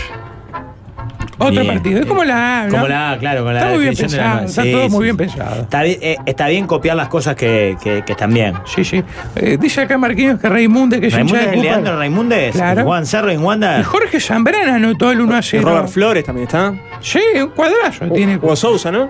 Otro Bien. partido. Es como la A, ¿no? Como la A, claro, con la Está muy bien definición de la pensado. A. Está Sí, todo sí, muy bien sí. pensado. Está bien, eh, está bien copiar las cosas que, que- que están bien. Sí, sí. Eh, dice acá Marquinhos que Raimunde, que es hincha de Raimundes, Cooper. Leandro Raimundes, Claro. Juan Cerro en Y Wanda. Jorge Zambrana anotó el 1 a 0. Robert Flores también está. Sí, un cuadrazo tiene. O Sousa, ¿no?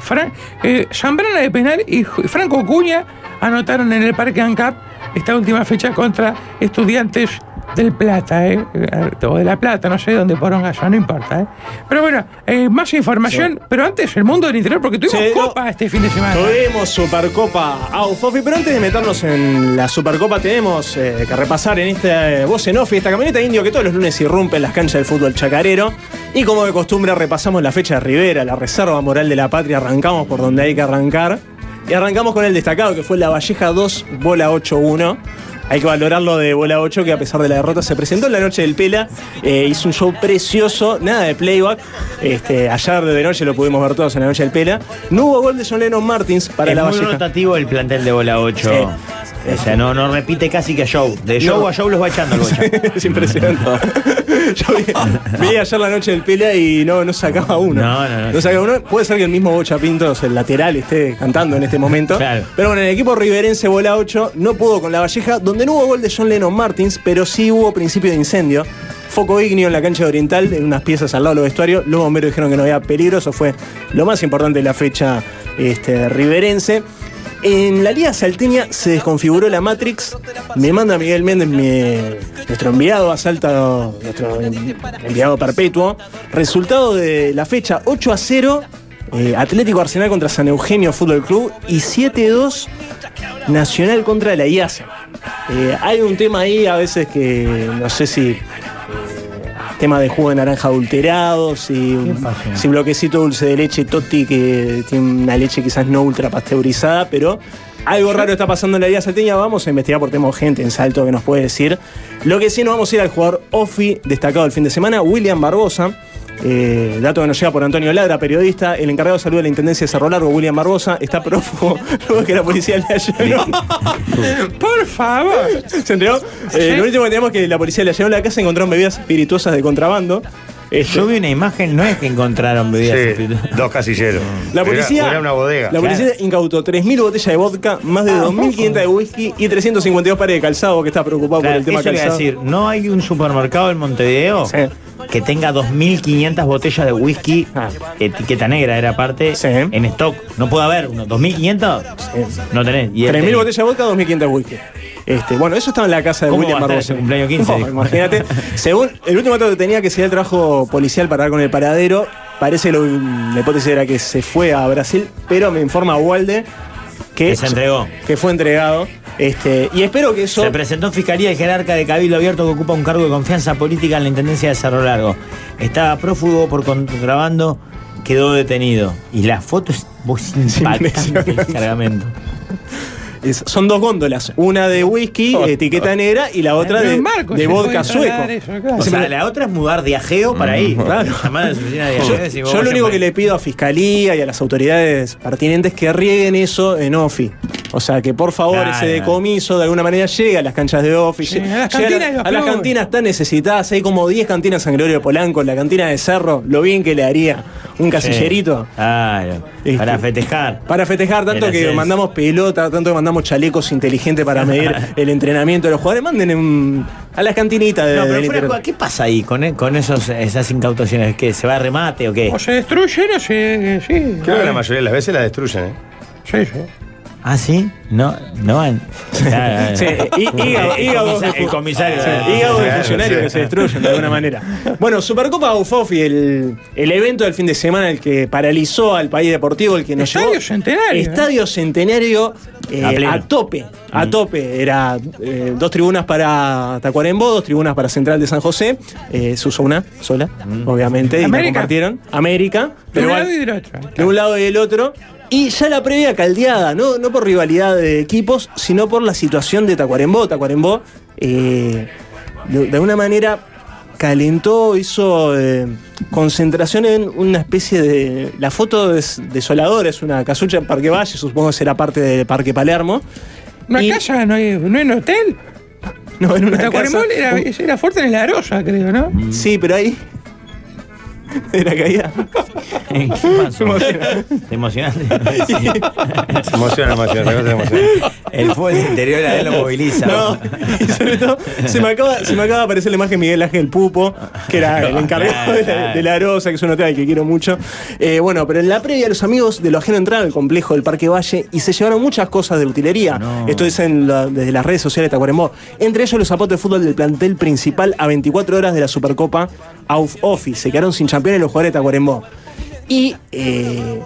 Fran- eh, Zambrana de penal y Ju- Franco Cuña anotaron en el Parque ANCAP esta última fecha contra Estudiantes del Plata, ¿eh? Eh, O de La Plata, no sé dónde poronga ya, no importa, ¿eh? Pero bueno, eh, más información, pero antes el mundo del interior, porque tuvimos Sí, no. copa este fin de semana. Tuvimos Supercopa Aufofi, pero antes de meternos en la Supercopa tenemos eh, que repasar en este eh, voz en off y esta camioneta indio que todos los lunes irrumpe en las canchas del fútbol chacarero. Y como de costumbre repasamos la fecha de Rivera, la reserva moral de la patria, arrancamos por donde hay que arrancar. Y arrancamos con el destacado que fue la Valleja 2, bola 8-1. Hay que valorar lo de Bola 8, que a pesar de la derrota se presentó en la noche del Pela. eh, hizo un show precioso, nada de playback. Este, ayer de noche lo pudimos ver todos en la noche del Pela. No hubo gol de John Lennon Martins para es la muy Valleja. rotativo el plantel de bola 8. Sí. O sea, no, no repite casi que a show. De show a show los va echando el bocha. (laughs) es impresionante. Yo vi, vi ayer la noche del Pela y no, no sacaba uno. No, no, no. sacaba uno. Puede ser que el mismo Bocha Pintos, el lateral, esté cantando en este momento. Claro. Pero bueno, el equipo riverense bola 8 no pudo con la Valleja, donde no hubo gol de John Lennon Martins, pero sí hubo principio de incendio. Foco ignio en la cancha de oriental, en unas piezas al lado del vestuario. Los bomberos dijeron que no había peligro. Eso fue lo más importante de la fecha este, riverense. En la Liga Salteña se desconfiguró la Matrix. Me manda Miguel Méndez, mi- nuestro enviado a Salta, nuestro en- enviado perpetuo. Resultado de la fecha 8 a 0. eh, Atlético Arsenal contra San Eugenio Fútbol Club y 7-2 Nacional contra la IASA. Eh, hay un tema ahí a veces que no sé si eh, tema de jugo de naranja adulterado, si, si bloquecito dulce de leche Totti que tiene una leche quizás no ultra pasteurizada, pero algo raro está pasando en la Liga Salteña. Vamos a investigar porque tenemos gente en salto que nos puede decir. Lo que sí, nos vamos a ir al jugador Ofi destacado el fin de semana, William Barbosa. Eh, dato que nos llega por Antonio Ladra, periodista. El encargado de salud de la intendencia de Cerro Largo, William Barbosa, está prófugo (laughs) luego que la policía le (laughs) allanó. (laughs) Por favor. ¿Se enteró? Eh, Lo último que tenemos es que la policía le allanó la casa y encontraron bebidas espirituosas de contrabando. Este, Yo vi (laughs) una imagen, no es que encontraron bebidas espirituosas. Dos casilleros. La policía, La policía Mm. Claro. Ah, incautó 3.000 botellas de vodka, más de 2.500 de whisky y 352 pares de calzado que está preocupado Claro, por el tema eso iba a calzado. decir, no hay un supermercado en Montevideo que tenga 2.500 botellas de whisky, Ah. etiqueta negra era aparte, en stock. No puede haber uno. ¿2.500? No tenés. Y este- 3.000 él tenía. botellas de vodka, 2.500 de whisky. Este, bueno, eso estaba en la casa de ¿Cómo William va a Barbosa. estar ese cumpleaños 15? No, (laughs) imagínate. Según el último dato que tenía que sería el trabajo policial para dar con el paradero, parece lo, la hipótesis era que se fue a Brasil, pero me informa Walde que, Que se entregó. Que fue entregado. Este, y espero que eso. Se presentó en Fiscalía el jerarca de Cabildo Abierto que ocupa un cargo de confianza política en la Intendencia de Cerro Largo. Estaba prófugo por contrabando, quedó detenido. Y la foto es vos (laughs) impactante el cargamento. Es- son dos góndolas, una de whisky, etiqueta negra, y la otra de, de vodka sueco. O sea, la otra es mudar de ajeo para ahí. Claro. Llamar a (laughs) la oficina de ajeo y decir, Yo, vos yo lo vayan único para que le pido a Fiscalía y a las autoridades pertinentes que rieguen eso en OFI. O sea, que por favor Claro. ese decomiso de alguna manera llegue a las canchas de OFI. Sí, llegue- a las llegue cantinas de los a las clubes. cantinas tan necesitadas. Hay como 10 cantinas en San Gregorio de Polanco, la cantina de Cerro, lo bien que le haría un casillerito. Claro, para festejar. Este, Para festejar, tanto El que ascenso. mandamos pelota, tanto que mandamos chalecos inteligentes para (laughs) medir el entrenamiento de los jugadores, manden un- a las cantinitas de, No, del pero fuera de interior. joda, ¿qué pasa ahí con, e- con esos, esas incautaciones? ¿Qué? ¿Se va a remate o qué? O se destruyen o se. Sí. Creo que la mayoría de las veces la destruyen, ¿eh? Sí, sí. ¿Ah, sí? No, no (laughs) van. Claro. Sí, hí- hígado- El hígado comisa- de- El comisario. Sí, hígado de funcionarios que se destruyen de alguna (laughs) manera. Bueno, Supercopa Ufofi, el, el evento del fin de semana, el que paralizó al país deportivo, el que nos Estadio llevó. Centenario, ¿eh? Estadio Centenario eh, A pleno. Mm. a, tope, a tope. Era eh, dos tribunas para Tacuarembó, dos tribunas para Central de San José. Eh, se usó una sola, Mm. obviamente, y la América. compartieron. América. De Pero un igual- lado y del otro. de un lado y del otro. Y ya la previa caldeada, no, no por rivalidad de equipos, sino por la situación de Tacuarembó. Tacuarembó, eh, de, de alguna manera, calentó, hizo eh, concentración en una especie de. La foto es desoladora, es una casucha en Parque Valle, supongo que será parte de Parque Palermo. Una casa, no hay, no hay un hotel. (laughs) No, en una Tacuarembó era, casa. era fuerte en la rosa, creo, ¿no? Sí, pero ahí. De la caída. ¿Qué (laughs) pasó? ¿Te (laughs) emocionaste? Se emociona, emociona, la cosa se emociona. El fútbol interior a él lo moviliza. No, y sobre todo, se me, acaba, se me acaba de aparecer la imagen de Miguel Ángel Pupo, que era el encargado de la, de la Arosa, que es un hotel que quiero mucho. Eh, bueno, pero en la previa, los amigos de lo ajeno entraron al complejo del Parque Valle y se llevaron muchas cosas de utilería. Esto dicen la- desde las redes sociales de Tacuarembó. Entre ellos, los zapatos de fútbol del plantel principal a 24 horas de la Supercopa Auf Office. Se quedaron sin campeones los jugadores de Tacuarembó. Y eh,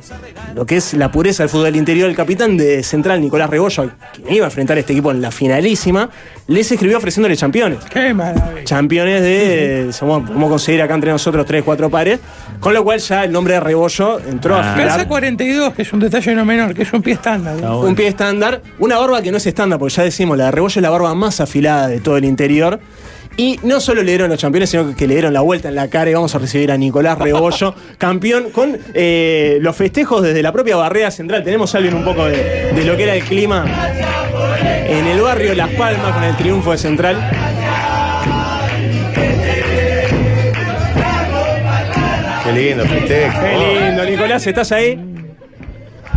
lo que es la pureza del fútbol interior, el capitán de Central, Nicolás Rebollo, quien iba a enfrentar a este equipo en la finalísima, les escribió ofreciéndole campeones. Qué maravilla. Campeones de. eh, somos- Vamos a conseguir acá entre nosotros 3, 4 pares. Con lo cual ya el nombre de Rebollo entró a Calza girar. 42, que es un detalle no menor, que es un pie estándar. Ah, ¿no? Un pie estándar, una barba que no es estándar, porque ya decimos, la de Rebollo es la barba más afilada de todo el interior. Y no solo le dieron los campeones, sino que le dieron la vuelta en la cara y vamos a recibir a Nicolás (laughs) Rebollo, campeón, con eh, los festejos desde la propia barrera central. Tenemos a alguien un poco de, de lo que era el clima en el barrio Las Palmas con el triunfo de Central. Qué lindo, festejo. Qué lindo, Nicolás, ¿estás ahí?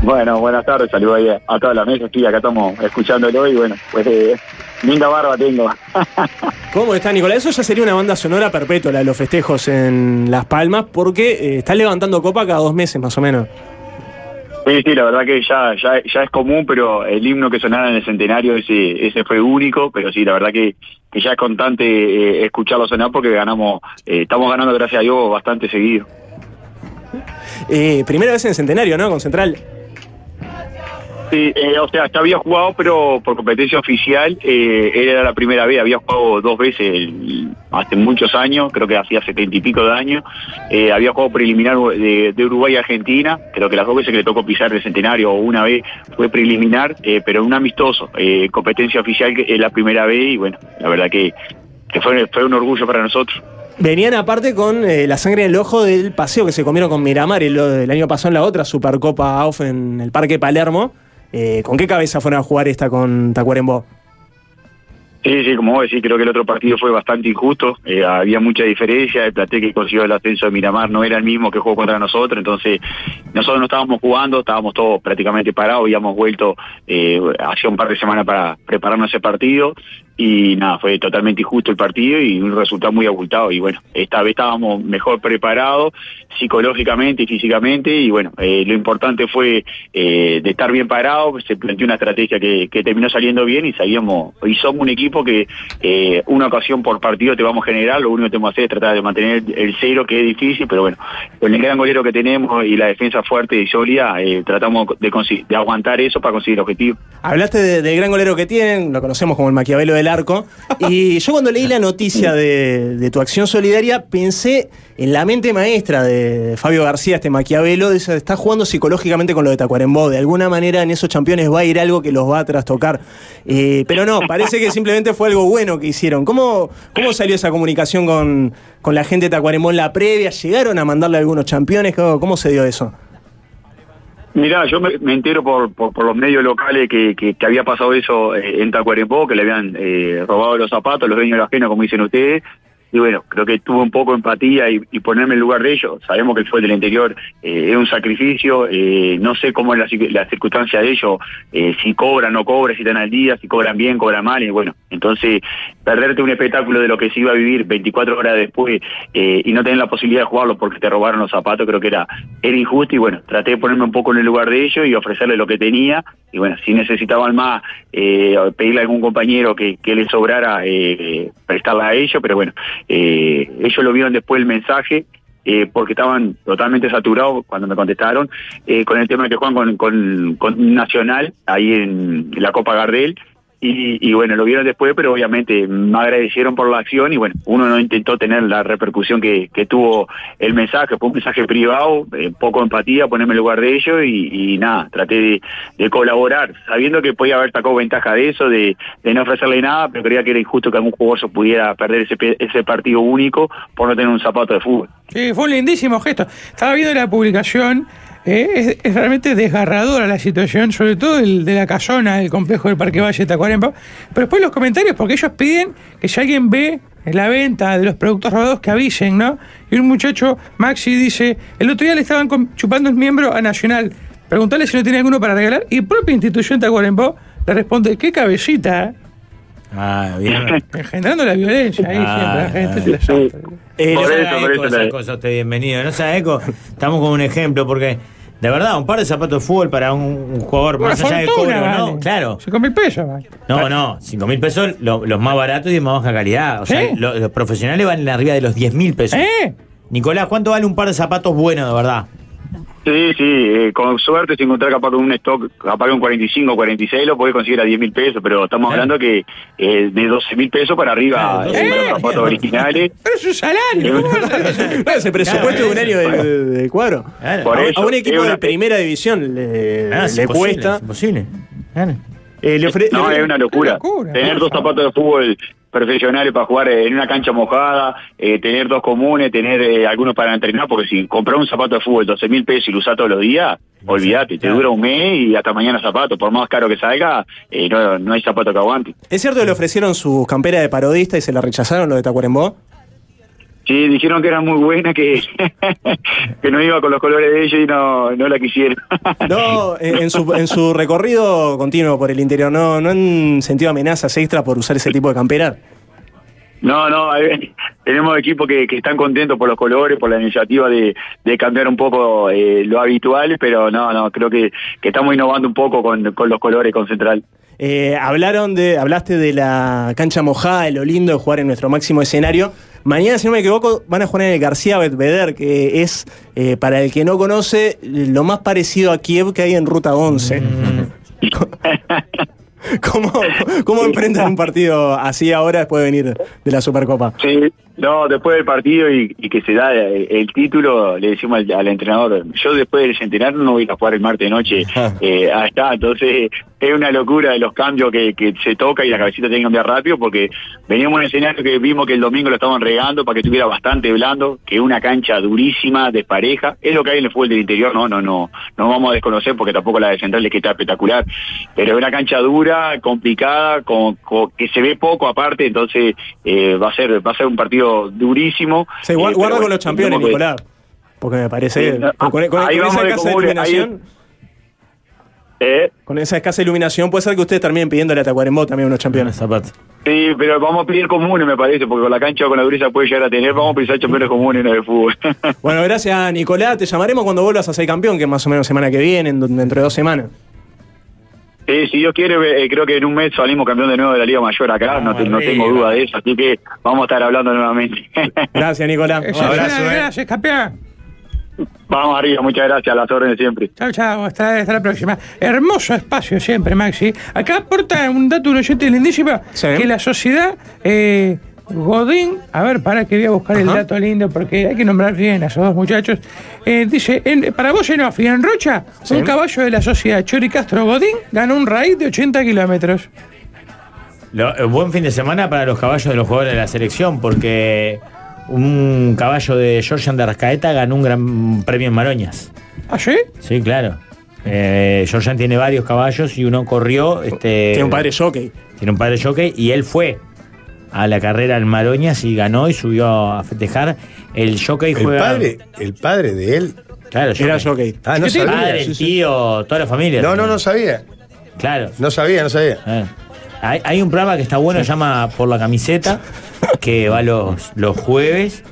Bueno, buenas tardes, saludos ahí a- a toda la mesa, aquí acá estamos escuchándolo y bueno, pues eh, linda barba tengo. ¿Cómo está Nicolás? Eso ya sería una banda sonora perpetua, la de los festejos en Las Palmas, porque eh, está levantando copa cada dos meses más o menos. Sí, sí, la verdad que ya, ya, ya es común, pero el himno que sonara en el centenario, ese, ese fue único, pero sí, la verdad que, que ya es constante eh, escucharlo sonar porque ganamos, eh, estamos ganando, gracias a Dios, bastante seguido. Eh, primera vez en Centenario, ¿no? Con Central. Sí, eh, o sea, ya había jugado, pero por competencia oficial, eh, era la primera vez, había jugado dos veces el- hace muchos años, creo que hacía setenta y pico de años, Eh, había jugado preliminar de, de Uruguay a Argentina, creo que las dos veces que le tocó pisar de centenario o una vez fue preliminar, eh, pero un amistoso, eh, competencia oficial que es la primera vez y bueno, la verdad que, que fue, fue un orgullo para nosotros. Venían aparte con eh, la sangre en el ojo del paseo que se comieron con Miramar el, el año pasado en la otra Supercopa AUF en el Parque Palermo. Eh, ¿Con qué cabeza fueron a jugar esta con Tacuarembó? Sí, sí, como vos decís, creo que el otro partido fue bastante injusto. Eh, había mucha diferencia. El plantel que consiguió el ascenso de Miramar no era el mismo que jugó contra nosotros. Entonces, nosotros no estábamos jugando, estábamos todos prácticamente parados. Habíamos vuelto eh, hacía un par de semanas para prepararnos ese partido. Y nada, fue totalmente injusto el partido y un resultado muy abultado. Y bueno, esta vez estábamos mejor preparados psicológicamente y físicamente. Y bueno, eh, lo importante fue eh, de estar bien parado, se planteó una estrategia que, que terminó saliendo bien y sabíamos, y somos un equipo que eh, una ocasión por partido te vamos a generar, lo único que tenemos que hacer es tratar de mantener el cero, que es difícil, pero bueno, con el gran golero que tenemos y la defensa fuerte y sólida, eh, tratamos de, consi- de aguantar eso para conseguir el objetivo. Hablaste de- del gran golero que tienen, lo conocemos como el Maquiavelo del Arco. Y yo cuando leí la noticia de, de tu acción solidaria, pensé en la mente maestra de Fabio García, este Maquiavelo, de esa- está jugando psicológicamente con lo de Tacuarembó. De alguna manera en esos campeones va a ir algo que los va a trastocar. Eh, pero no, parece que simplemente fue algo bueno que hicieron. ¿Cómo, cómo salió esa comunicación con, con la gente de Tacuarembó en la previa? ¿Llegaron a mandarle a algunos campeones? ¿Cómo, cómo se dio eso? Mirá, yo me, me entero por, por, por los medios locales que, que, que había pasado eso eh, en Tacuarembó, que le habían eh, robado los zapatos, los dueños de la ajena, como dicen ustedes. Y bueno, creo que tuve un poco de empatía y, y ponerme en el lugar de ellos. Sabemos que el fútbol del interior eh, es un sacrificio. eh, no sé cómo es la, cir- la circunstancia de ellos, eh, si cobran o no cobran, si están al día, si cobran bien, cobran mal. Y bueno, entonces perderte un espectáculo de lo que se iba a vivir 24 horas después eh, y no tener la posibilidad de jugarlo porque te robaron los zapatos, creo que era, era injusto y bueno, traté de ponerme un poco en el lugar de ellos y ofrecerle lo que tenía y bueno, si necesitaban más, eh, pedirle a algún compañero que, que les sobrara, eh, prestarla a ellos, pero bueno, eh, ellos lo vieron después el mensaje. eh, porque estaban totalmente saturados cuando me contestaron eh, con el tema que juegan con, con, con Nacional ahí en la Copa Gardel y, y bueno, lo vieron después, pero obviamente me agradecieron por la acción y bueno, uno no intentó tener la repercusión que, que tuvo el mensaje, fue un mensaje privado, eh, poco empatía, ponerme en el lugar de ellos y, y nada, traté de, de colaborar, sabiendo que podía haber sacado ventaja de eso, de, de no ofrecerle nada, pero creía que era injusto que algún jugador se pudiera perder ese, pe- ese partido único por no tener un zapato de fútbol. Sí, fue un lindísimo gesto. Estaba viendo la publicación. eh, es, es realmente desgarradora la situación, sobre todo el de la casona, el complejo del Parque Valle de Tacuarembó. Pero después los comentarios, porque ellos piden que si alguien ve la venta de los productos robados, que avisen, ¿no? Y un muchacho, Maxi, dice: El otro día le estaban com- chupando el miembro a Nacional. Preguntarle si no tiene alguno para regalar. Y propia institución Tacuarembó le responde: ¡Qué cabecita! eh, Ah, bien. Generando la violencia ahí Ah, siempre. La gente, ah. Eh, Por no eso, sea por eco eso la- esas cosas, usted bienvenido. No sea eco, estamos con un ejemplo porque, de verdad, un par de zapatos de fútbol para un, un jugador Una más allá de cobro, fortuna, vale. ¿no? Claro. Cinco mil pesos, vale. No, no, 5 mil pesos lo- los más baratos y de más baja calidad. O sea, ¿Eh? lo- los profesionales van arriba de los 10 mil pesos. ¿Eh? Nicolás, ¿cuánto vale un par de zapatos buenos, de verdad? Eh, Sí, sí, eh, con suerte si encontrar capaz con un stock, capaz con 45 46 lo podés conseguir a 10 mil pesos, pero estamos hablando que eh, de 12 mil pesos para arriba, eh, para los zapatos originales. Pero es (laughs) un salario. Claro, ese presupuesto de un año de, de- de cuadro. Por a, eso, a un es equipo una- de primera división le, Ah, es le imposible, cuesta. Eh, es imposible. le ofre- Eh, no, le ofre- es una locura. tener dos zapatos de fútbol profesionales para jugar eh, en una cancha mojada, eh, tener dos comunes, tener eh, algunos para entrenar, porque si comprar un zapato de fútbol 12 mil pesos y lo usás todos los días, olvídate, te dura un mes y hasta mañana zapato. Por más caro que salga, eh, no, no hay zapato que aguante. ¿Es cierto que le ofrecieron su campera de parodista y se la rechazaron los de (laughs) Tacuarembó? Sí, dijeron que era muy buena, que, (laughs) que no iba con los colores de ellos y no, no la quisieron. (laughs) No, en, en su, en su recorrido continuo por el interior, ¿no, ¿no han sentido amenazas extra por usar ese tipo de campera? No, no, eh, tenemos equipos que, que están contentos por los colores, por la iniciativa de, de cambiar un poco eh, lo habitual, pero no, no, creo que, que estamos innovando un poco con, con los colores con Central. Eh, hablaron de, hablaste de la cancha mojada, de lo lindo de jugar en nuestro máximo escenario. Mañana, si no me equivoco, van a jugar en el García Betbeder, que es, Mm. eh, para el que no conoce, lo más parecido a Kiev que hay en Ruta 11. (laughs) ¿Cómo, cómo enfrentan un partido así ahora después de venir de la Supercopa? Sí, no, después del partido y, y que se da el, el título, le decimos al, al entrenador, yo después del centenario no voy a jugar el martes de noche eh, allá, entonces es una locura de los cambios que, que se toca y la cabecita tiene que cambiar rápido porque veníamos en un escenario que vimos que el domingo lo estaban regando para que estuviera bastante blando, que una cancha durísima, despareja, es lo que hay en el fútbol del interior, no, no, no, no vamos a desconocer porque tampoco la de central es que está espectacular, pero es una cancha dura, complicada, con, con- que se ve poco aparte, entonces eh, va a ser, va a ser un partido durísimo. Se Eh, guarda, pero con bueno, los campeones, tenemos que- Nicolás. Porque me parece. Sí, no, con, con- con ahí vamos esa de escasa comunes, ahí- iluminación. ¿Eh? Con esa escasa iluminación, puede ser que ustedes terminen pidiéndole a Tacuarembó también unos campeones. Sí, pero vamos a pedir comunes, me parece, porque con la cancha o con la dureza puede llegar a tener, vamos a pensar campeones comunes en el fútbol. (laughs) Bueno, gracias, Nicolás. Te llamaremos cuando vuelvas a ser campeón, que es más o menos semana que viene, en- dentro de dos semanas. Eh, si Dios quiere, eh, creo que en un mes salimos campeón de nuevo de la Liga Mayor Ah, acá, no, te- no tengo duda de eso, así que vamos a estar hablando nuevamente. (laughs) Gracias, (laughs) Nicolás. Un abrazo, eh. eh. Gracias, campeón. Vamos arriba, muchas gracias, a las órdenes siempre. Chao, chao. Hasta, hasta la próxima. Hermoso espacio siempre, Maxi. Acá aporta un dato, un oyente lindísimo, que la sociedad eh, Godín, a ver, para que voy a buscar el dato lindo, porque hay que nombrar bien a esos dos muchachos. Eh, dice, en- para vos en off y en Rocha, un caballo de la sociedad Chori Castro Godín ganó un raid de 80 kilómetros. Lo- eh, buen fin de semana para los caballos de los jugadores de la selección, porque un caballo de Georgian de Arrascaeta ganó un gran premio en Maroñas. ¿Ah, sí? Sí, claro. Eh, Georgian tiene varios caballos y uno corrió. Este, Tiene un padre jockey. Tiene un padre jockey y él fue a la carrera en Maroñas y ganó y subió a festejar. El jockey El juega. padre, el padre de él. este Claro, Era jockey. Ah, no El sabía. padre, Sí, el sí. tío, toda la familia. No, no, no sabía. Claro. Ah. No sabía, no sabía. Hay, hay un programa que está bueno, se llama Por la camiseta, que va los, los jueves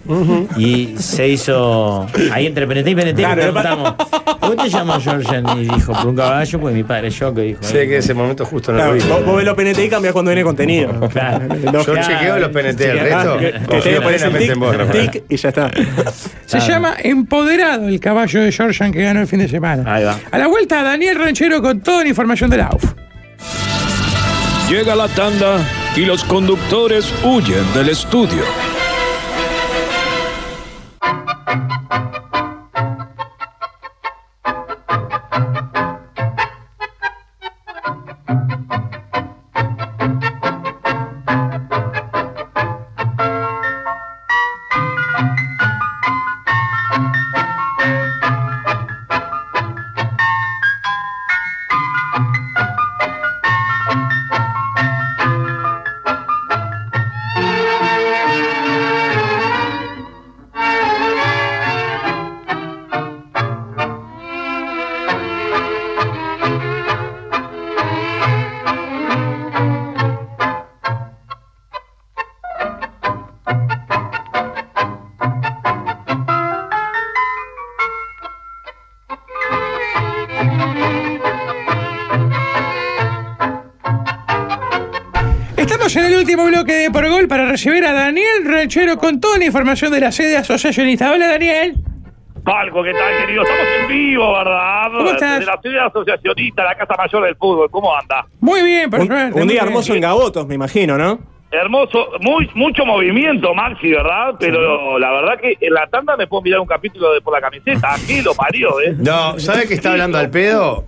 y se hizo ahí entre Peneté y Peneté. Claro, nos preguntamos, ¿Cómo te llamas Georgian? Y dijo, por un caballo, pues mi padre, yo que dijo. Sé que ese momento justo no Claro, lo vi. vos, vos ves los PNT y cambias cuando viene (laughs) contenido. Los- Yo chequeo los PNT, el resto Que- que (laughs) te confío pones el plenamente en vos, tic, Rafael. Ah. tic, y ya está. Se llama Empoderado el caballo de Georgian que ganó el fin de semana. Ahí va. A la vuelta, Daniel Ranchero con toda la información de la AUF. Llega la tanda y los conductores huyen del estudio. Estamos en el último bloque de Por Gol para recibir a Daniel Ranchero con toda la información de la sede asociacionista. Hola, Daniel. Palco, ¿qué tal, querido? Estamos en vivo, ¿verdad? ¿Cómo estás? De la ciudad asociacionista, la Casa Mayor del Fútbol. ¿Cómo anda? Muy bien, por un, suerte, un muy día bien. hermoso en Gabotos, me imagino, ¿no? Hermoso, muy, mucho movimiento, Maxi, ¿verdad? Pero la verdad que en la tanda me puedo mirar un capítulo de por la (laughs) camiseta. Aquí lo parió, ¿eh? No, ¿sabe que está hablando al pedo?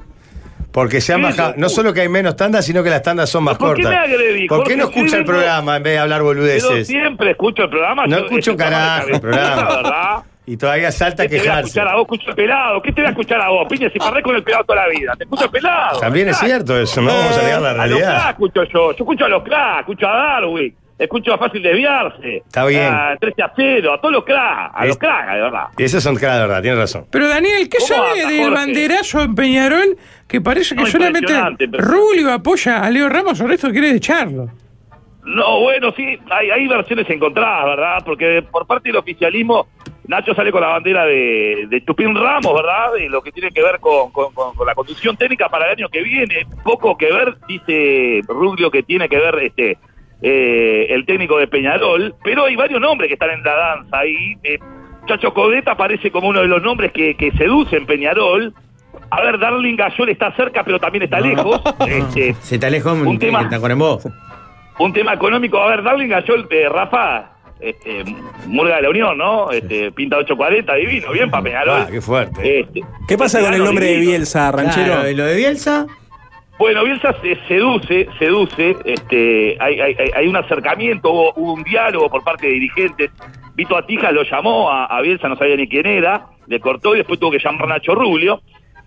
Porque se han Sí, bajado. locura. No solo que hay menos tandas, sino que las tandas son más ¿Por qué cortas. me agredí, ¿Por qué no Jorge? escucha Sí, el vengo- programa en vez de hablar Pero boludeces? siempre escucho el programa. No yo- escucho este programa carajo de el cabezuda, programa. ¿verdad? Y todavía salta a ¿Qué te voy a quejarse. Ah. escuchar a vos? Escucho el pelado. ¿Qué te voy a escuchar a vos, Piña? Si parré con el pelado toda la vida. Te escucho el pelado. También es cierto eso, no vamos a negar la A los cracks realidad. escucho yo. Yo escucho a los cracks, escucho a Darwin, escucho a Fácil Desviarse. Está bien. A 13 a 0, a todos los cracks, a los Es- cracks, de verdad. Esos son caras de verdad, tienes razón. Pero Daniel, ¿qué ¿Cómo sabe anda, del Jorge? banderazo en Peñarol que parece que No, solamente impresionante, impresionante. Rubio apoya a Leo Ramos, el resto quiere echarlo? No, bueno, sí, hay, hay versiones encontradas, ¿verdad? Porque por parte del oficialismo, Nacho sale con la bandera de, de Chupín Ramos, ¿verdad? De lo que tiene que ver con, con- con- con la conducción técnica para el año que viene. Poco que ver, dice Rubio, que tiene que ver este eh, el técnico de Peñarol, pero hay varios nombres que están en la danza ahí. Eh, Chacho Codeta aparece como uno de los nombres que, que seducen Peñarol. A ver, Darling Gayol está cerca, pero también está (laughs) lejos. Este, Se te alejó un tema. vos. un tema económico. A ver, Darling Gayol, eh, Rafa, este, Murga de la Unión, ¿no? Este, pinta 840, divino, bien para Peñarol. Ah, qué fuerte. Este, ¿Qué pasa con el nombre de Bielsa, ranchero? Claro, ¿y lo de Bielsa? Bueno, Bielsa se seduce, seduce, este, hay, hay- hay- hay un acercamiento, hubo, hubo un diálogo por parte de dirigentes. Vito Atija lo llamó a, a Bielsa, no sabía ni quién era, le cortó y después tuvo que llamar a Nacho Rubio.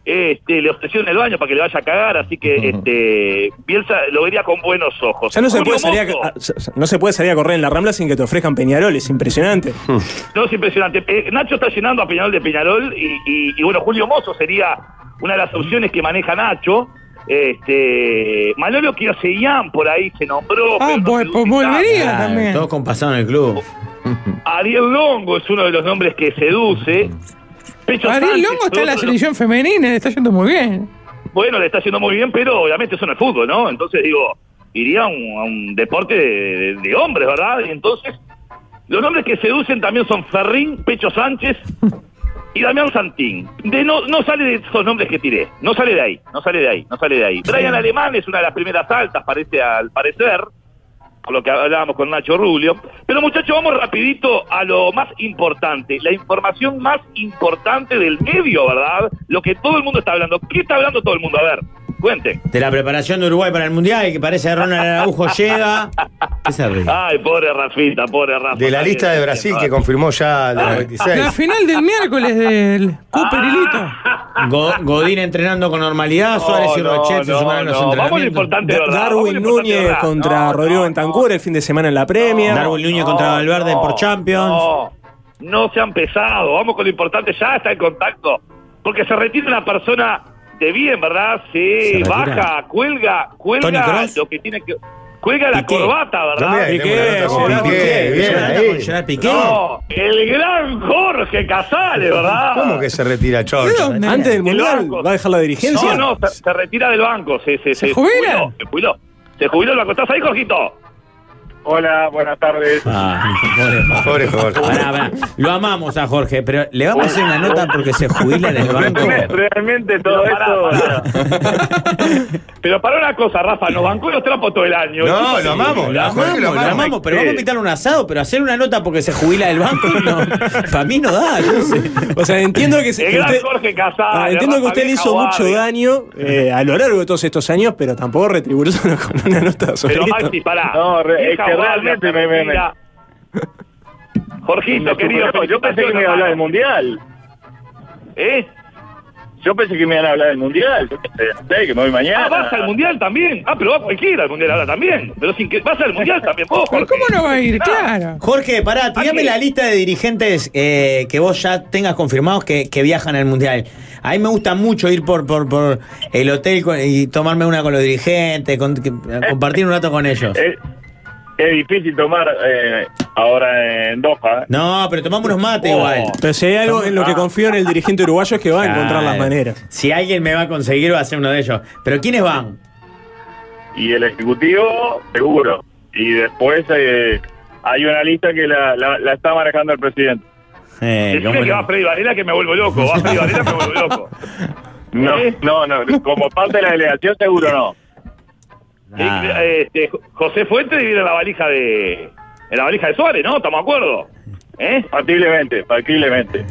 Este, le ofreció en el baño para que le vaya a cagar, así que este, Bielsa lo vería con buenos ojos. Ya no se, Julio puede salir a, Mozo. a- s- s- no se puede salir a correr en la rambla sin que te ofrezcan Peñarol, es impresionante. Hmm. No, es impresionante. Eh, Nacho está llenando a Peñarol de Peñarol y, y- y, bueno, Julio Mozo sería una de las opciones que maneja Nacho. Este, Manolo Kioseian por ahí se nombró. Ah, pero no pues, se pues volvería Claro, también. Todos compasados en el club. Ariel Longo es uno de los nombres que seduce. Pecho Ariel Sánchez, Longo está en la otro selección femenina, le está yendo muy bien. Bueno, le está haciendo muy bien, pero obviamente eso no es fútbol, ¿no? Entonces digo, iría a un, a un deporte de, de hombres, ¿verdad? Y entonces, los nombres que seducen también son Ferrín, Pecho Sánchez y Damián Santín. De no, no sale de esos nombres que tiré, no sale de ahí, no sale de ahí, no sale de ahí. Brian Alemán es una de las primeras altas, parece al parecer, por lo que hablábamos con Nacho Rubio. Pero muchachos, vamos rapidito a lo más importante, la información más importante del medio, ¿verdad? Lo que todo el mundo está hablando. ¿Qué está hablando todo el mundo? A ver, cuenten. De la preparación de Uruguay para el Mundial, que parece que Ronald Araujo llega. ¿Qué se ríe? Ay, pobre Rafita, pobre Rafa. De la lista de Brasil que confirmó ya Ah, de los 26. La final del miércoles del Cooper y Lito. Go- Godín entrenando con normalidad, Suárez y no, Rochet se no, sumaron a los no. Vamos a lo entrenamientos. importante, Da- Darwin Núñez contra Rodrigo Bentancur el fin de semana en la premia. Darwin Núñez contra Valverde por Champions. No, no se han pesado. Vamos con lo importante. Ya está en contacto. Porque se retira una persona de bien, ¿verdad? Se Sí, retira. baja, cuelga, ¿Toni cuelga Kroos? lo que tiene que. Cuelga la Piqué. corbata, No, mira, ¿verdad? Piqué, tenemos una nota con Gerard Piqué, Piqué, bien tenemos una nota ahí. con Gerard Piqué. No, el gran Jorge Casale, Ah, ¿verdad? ¿Cómo que se retira George? Antes del Mundial, ¿va a dejar la dirigencia? No, no, se, se retira del banco. Se, se, ¿Se se jubila? Se jubiló. Se jubiló el banco. ¿Estás ahí, Jorgito? Hola, buenas tardes. Ah, pobre Jorge. Pará, pará. Lo amamos a Jorge, pero le vamos a hacer una nota porque se jubila en el banco. Realmente todo esto. Pero para una cosa, Rafa, nos bancó los trapos todo el año. No, Sí, lo amamos, lo amamos, lo amamos, pero vamos a invitar un asado, pero hacer una nota porque se jubila del banco, no. Para mí no da, yo sé. O sea, entiendo que, se- El que gran usted, Jorge Casale. ah, entiendo que Rafa, usted le vieja hizo mucho guardia. daño eh, a lo largo de todos estos años, pero tampoco retribuirlo (laughs) con una nota sobre Pero esto. Maxi, pará. No, re- Vieja es que guardia, realmente me- me- me- mira. Jorgito, querido, yo pensé que me iba a hablar del mundial. ¿Eh? Yo pensé que me iban a hablar del mundial. Yo pensé, no sé, que me voy mañana. Ah, vas al mundial también. Ah, pero va cualquiera al mundial ahora también. Pero sin que vas al mundial también vos, Jorge. ¿Cómo no va a ir? Ah, Claro. Jorge, pará, tirame la lista de dirigentes eh, que vos ya tengas confirmados que, que viajan al Mundial. A mí me gusta mucho ir por, por, por el hotel con- y tomarme una con los dirigentes, con- que- compartir un rato con ellos. Eh, Es, es difícil tomar eh, ahora en Doha. No, pero tomamos unos mates Oh. igual. Pero si hay algo en lo que confío en el dirigente uruguayo es que va a encontrar las Claro. maneras. Si alguien me va a conseguir, va a ser uno de ellos. Pero ¿quiénes van? Y el ejecutivo, seguro. Y después eh, hay una lista que la, la- la está manejando el presidente. Eh, Decime que va Freddy Varela que me vuelvo loco. Va Freddy Varela que me vuelvo loco. ¿Eh? No, no, no. Como parte de la delegación, seguro no. Ah, Eh, este, Jo- José Fuentes viene en la valija de. En la valija de Suárez, ¿no? ¿Estamos de acuerdo? ¿Eh? Factiblemente, factiblemente.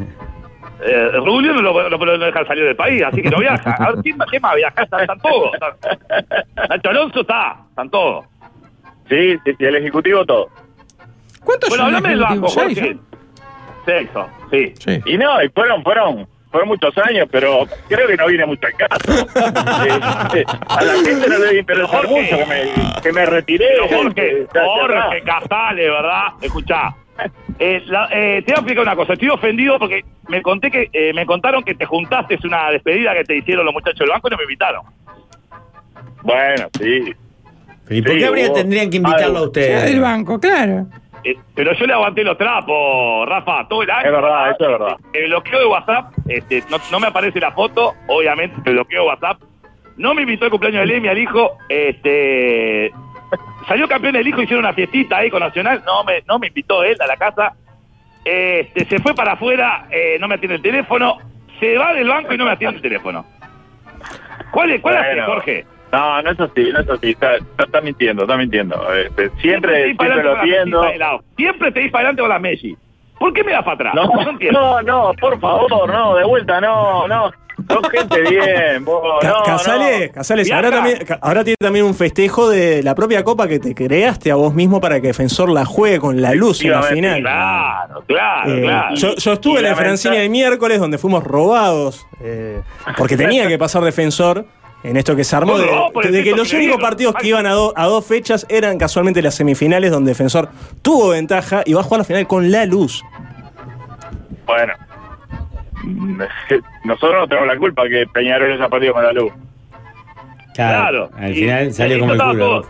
Eh, Rubio no lo, no lo- no dejan salir del país, así que no viaja. A ver, ¿quién, quién más viaja? Están, están todos. Están- Nacho Alonso está, están todos. (laughs) Sí, sí, sí, el ejecutivo todo. ¿Cuántos Bueno, son hablame del banco, ejecutivos? ¿Seis, Jorge. Sexo, sí. Y no, y fueron, fueron, fueron muchos años, pero creo que no viene mucho al (laughs) caso. Eh, eh, a la gente no le debe interesar Jorge. mucho que me, que me retiré. Pero Jorge, Está cerrado. Jorge Casale, ¿verdad? Escuchá. Eh, la- eh, te voy a explicar una cosa. Estoy ofendido porque me conté que eh, me contaron que te juntaste es una despedida que te hicieron los muchachos del banco y no me invitaron. Bueno, sí. ¿Y por Sí, qué habría- hubo tendrían que invitarlo a algo. Ya ustedes? del banco, claro. Eh, pero yo le aguanté los trapos, Rafa, todo el año. Es verdad, eso es verdad. El bloqueo de WhatsApp, este, no, no me aparece la foto, obviamente, el bloqueo de WhatsApp. No me invitó al cumpleaños de Lemi, al hijo, este. Salió campeón el hijo, hicieron una fiestita ahí con Nacional, no me, no me invitó él a la casa. Este, se fue para afuera, eh, no me atiende el teléfono, se va del banco y no me atiende el teléfono. ¿Cuál, es- cuál hace, Bueno. Jorge? No, no es así, no es así. Está, está- está mintiendo, está mintiendo. Este, te siempre siempre, dis para lo adelante con la atiendo. Messi, Paelao. Siempre te dis para adelante con la Messi. ¿Por qué me das para atrás? No, entiendo. no, no, por favor, no, de vuelta, no, no. Son gente bien, vos, Ca- no, Casales, no. Casales, Bianca, ahora, también, ca- ahora tiene también un festejo de la propia copa que te creaste a vos mismo para que Defensor la juegue con la luz en la Efectivamente, final. Claro, claro, Eh, claro. Yo, yo estuve en la Francina de miércoles donde fuimos robados eh, porque tenía que pasar defensor en esto que se armó Nos de, robó por el de que sexto los finalero, únicos partidos que iban a, do- a dos fechas eran casualmente las semifinales donde defensor tuvo ventaja y va a jugar la final con la luz. Bueno, (laughs) nosotros no tenemos la culpa que Peñarol haya perdido con la luz. Claro. Al final salió como el estaba culo. todo,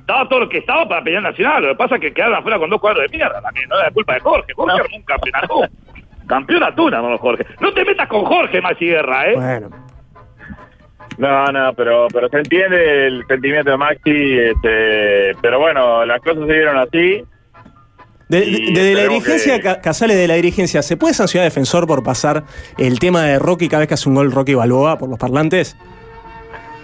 estaba todo lo que estaba para pelear nacional. Lo que pasa es que quedaron afuera con dos cuadros de mierda. también. no es la culpa de Jorge. Jorge armó un campeonato. Campeón atuna, hermano Jorge. No te metas con Jorge, Maxi Guerra, ¿eh? Bueno. No, no, pero, pero se entiende el sentimiento de Maxi, este, pero bueno, las cosas se dieron así. De- de- Y Desde la esperemos dirigencia, que- Ca- Casales, de la dirigencia, ¿se puede sancionar a defensor por pasar el tema de Rocky cada vez que hace un gol Rocky Balboa por los parlantes?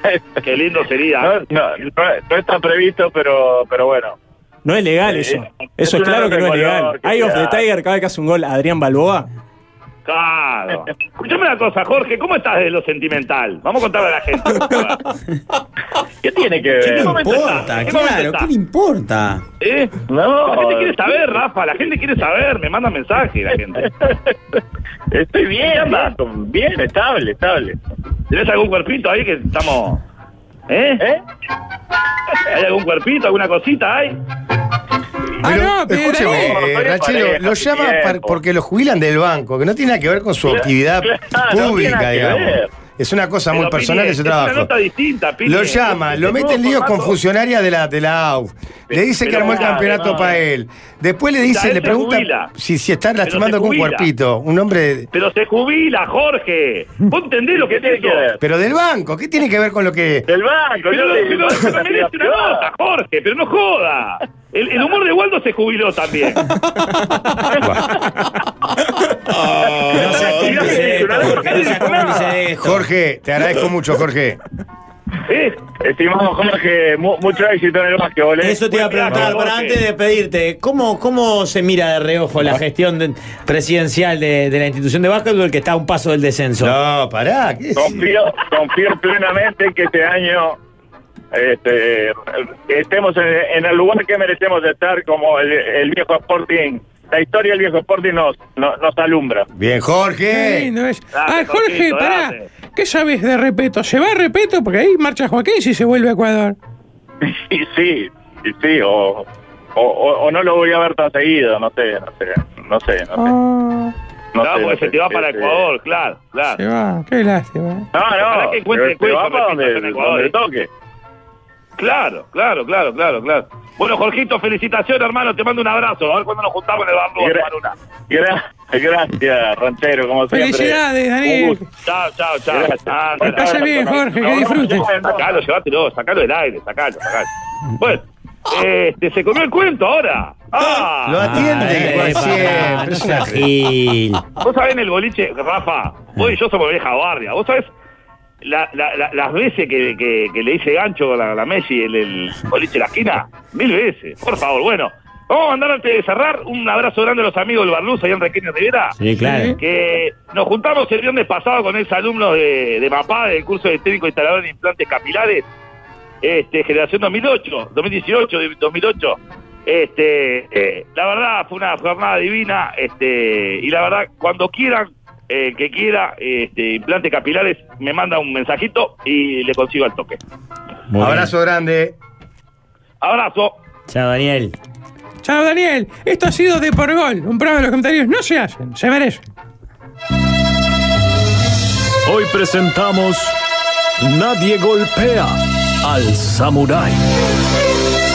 (laughs) Qué lindo sería. No, no, no- no está previsto, pero, pero bueno. No es legal Eh, eso. es Eso es una claro que no es recolor, legal. que Hay of the sea. Tiger cada vez que hace un gol Adrián Balboa. Claro. Escuchame una cosa, Jorge. ¿Cómo estás de lo sentimental? Vamos a contarle a la (laughs) gente. ¿Qué tiene que ¿Qué ver? le importa? ¿En qué Eh, momento Claro, está? ¿qué le importa? ¿Eh? No. La gente quiere saber, Rafa. La gente quiere saber. Me manda mensaje la gente. (laughs) Estoy bien, anda, bien, estable, estable. ¿Tenés algún cuerpito ahí que estamos... ¿Eh? ¿Hay algún cuerpito, alguna cosita ahí? Pero, Ah, no, pero escúcheme, no, eh, no, no, Rachelo, pareja, lo hace llama tiempo. par- porque lo jubilan del banco, que no tiene nada que ver con su Claro, actividad claro, no tiene pública, nada que digamos. ver. Es una cosa muy Pero, personal Pini, ese Es trabajo. una nota distinta, Pini. Lo llama, Este lo mete en nuevo líos con formato- funcionarias de la, de la AUF. Le dice que Pero armó el claro, campeonato no. para él. Después le Ya, dice, él le se pregunta jubila. si, si está Pero lastimando se algún jubila. cuerpito. Un hombre. Pero se jubila, Jorge. ¿Vos entendés lo que tiene que ver? Pero del banco, ¿qué tiene que ver con lo que.? Del banco, Pero, (laughs) pero, pero merece una nota, Jorge, pero no joda. El, el humor de Waldo se jubiló también. No seas cómplice de esto, Jorge, no seas cómplice de esto. Jorge, te agradezco mucho, Jorge. ¿Eh? Estimado Jorge, mu- mucho éxito en el básquetbol. ¿eh? Eso te iba a preguntar, para antes de despedirte, ¿cómo, ¿cómo se mira de reojo la gestión de- presidencial de, de la institución de básquetbol que está a un paso del descenso? No, pará, ¿qué Confío, confío plenamente que este año este, estemos en, en el lugar que merecemos estar como el, el viejo Sporting. La historia del viejo Sporting nos, nos, nos alumbra. Eh, Bien, Qué Jorge. lindo es. Dale, Ah, Jorge, Jorgito, pará. dale. ¿Qué sabes de Repeto? ¿Se va a Repeto? Porque ahí marcha Joaquín si se vuelve a Ecuador. (laughs) Y sí, y sí, o, o, o- o no lo voy a ver tan seguido, no sé, no sé, no sé. No, sé, Ah, no Claro, sé, porque no sé, se te va sí, para sí. Ecuador, claro, se claro. va. Qué lástima. eh. No, Ojalá no, que encuentre pero el se cuello va con para respecto a donde, Ecuador, donde ¿eh? toque. Claro, claro, claro, claro, claro. Bueno, Jorgito, felicitaciones, hermano. Te mando un abrazo. A ver cuándo nos juntamos en el barrio a Gra- tomar una. gra- gracias, ranchero, como siempre. Felicidades, Un Daniel. gusto. Chao, chao, chao. Gracias. Ah, Que no, pase no, Pues bien, no, no, Jorge, no, que no, disfrutes. no, Sacalo, llévatelo, sacalo del aire, sacalo, sacalo. Bueno, este, se comió el cuento ahora. Ah, Lo atiende, eh, igual papá, siempre. no es una- seas gil. Vos sabés en el boliche, Rafa, vos y yo somos vieja guardia. Vos sabés la- la- la- las veces que, que- que le hice gancho a la, la Messi en el boliche de la esquina, mil veces. Por favor, bueno. Vamos a mandar antes de cerrar un abrazo grande a los amigos del Barluza y Enrique Rivera. Sí, claro. Que nos juntamos el viernes pasado con ex alumnos de, de MAPA, del curso de técnico instalador de implantes capilares, este, generación 2008, 2018, 2008. Este, eh, la verdad fue una jornada divina, este, y la verdad, cuando quieran, eh, el que quiera, este, implante capilares, me manda un mensajito y le consigo al toque. Muy bien. Abrazo grande. Abrazo. Chao, Daniel. Chao, Daniel. Esto ha sido De Por Gol. Un programa de los comentarios no se hacen, se merecen. Hoy presentamos Nadie golpea al samurái.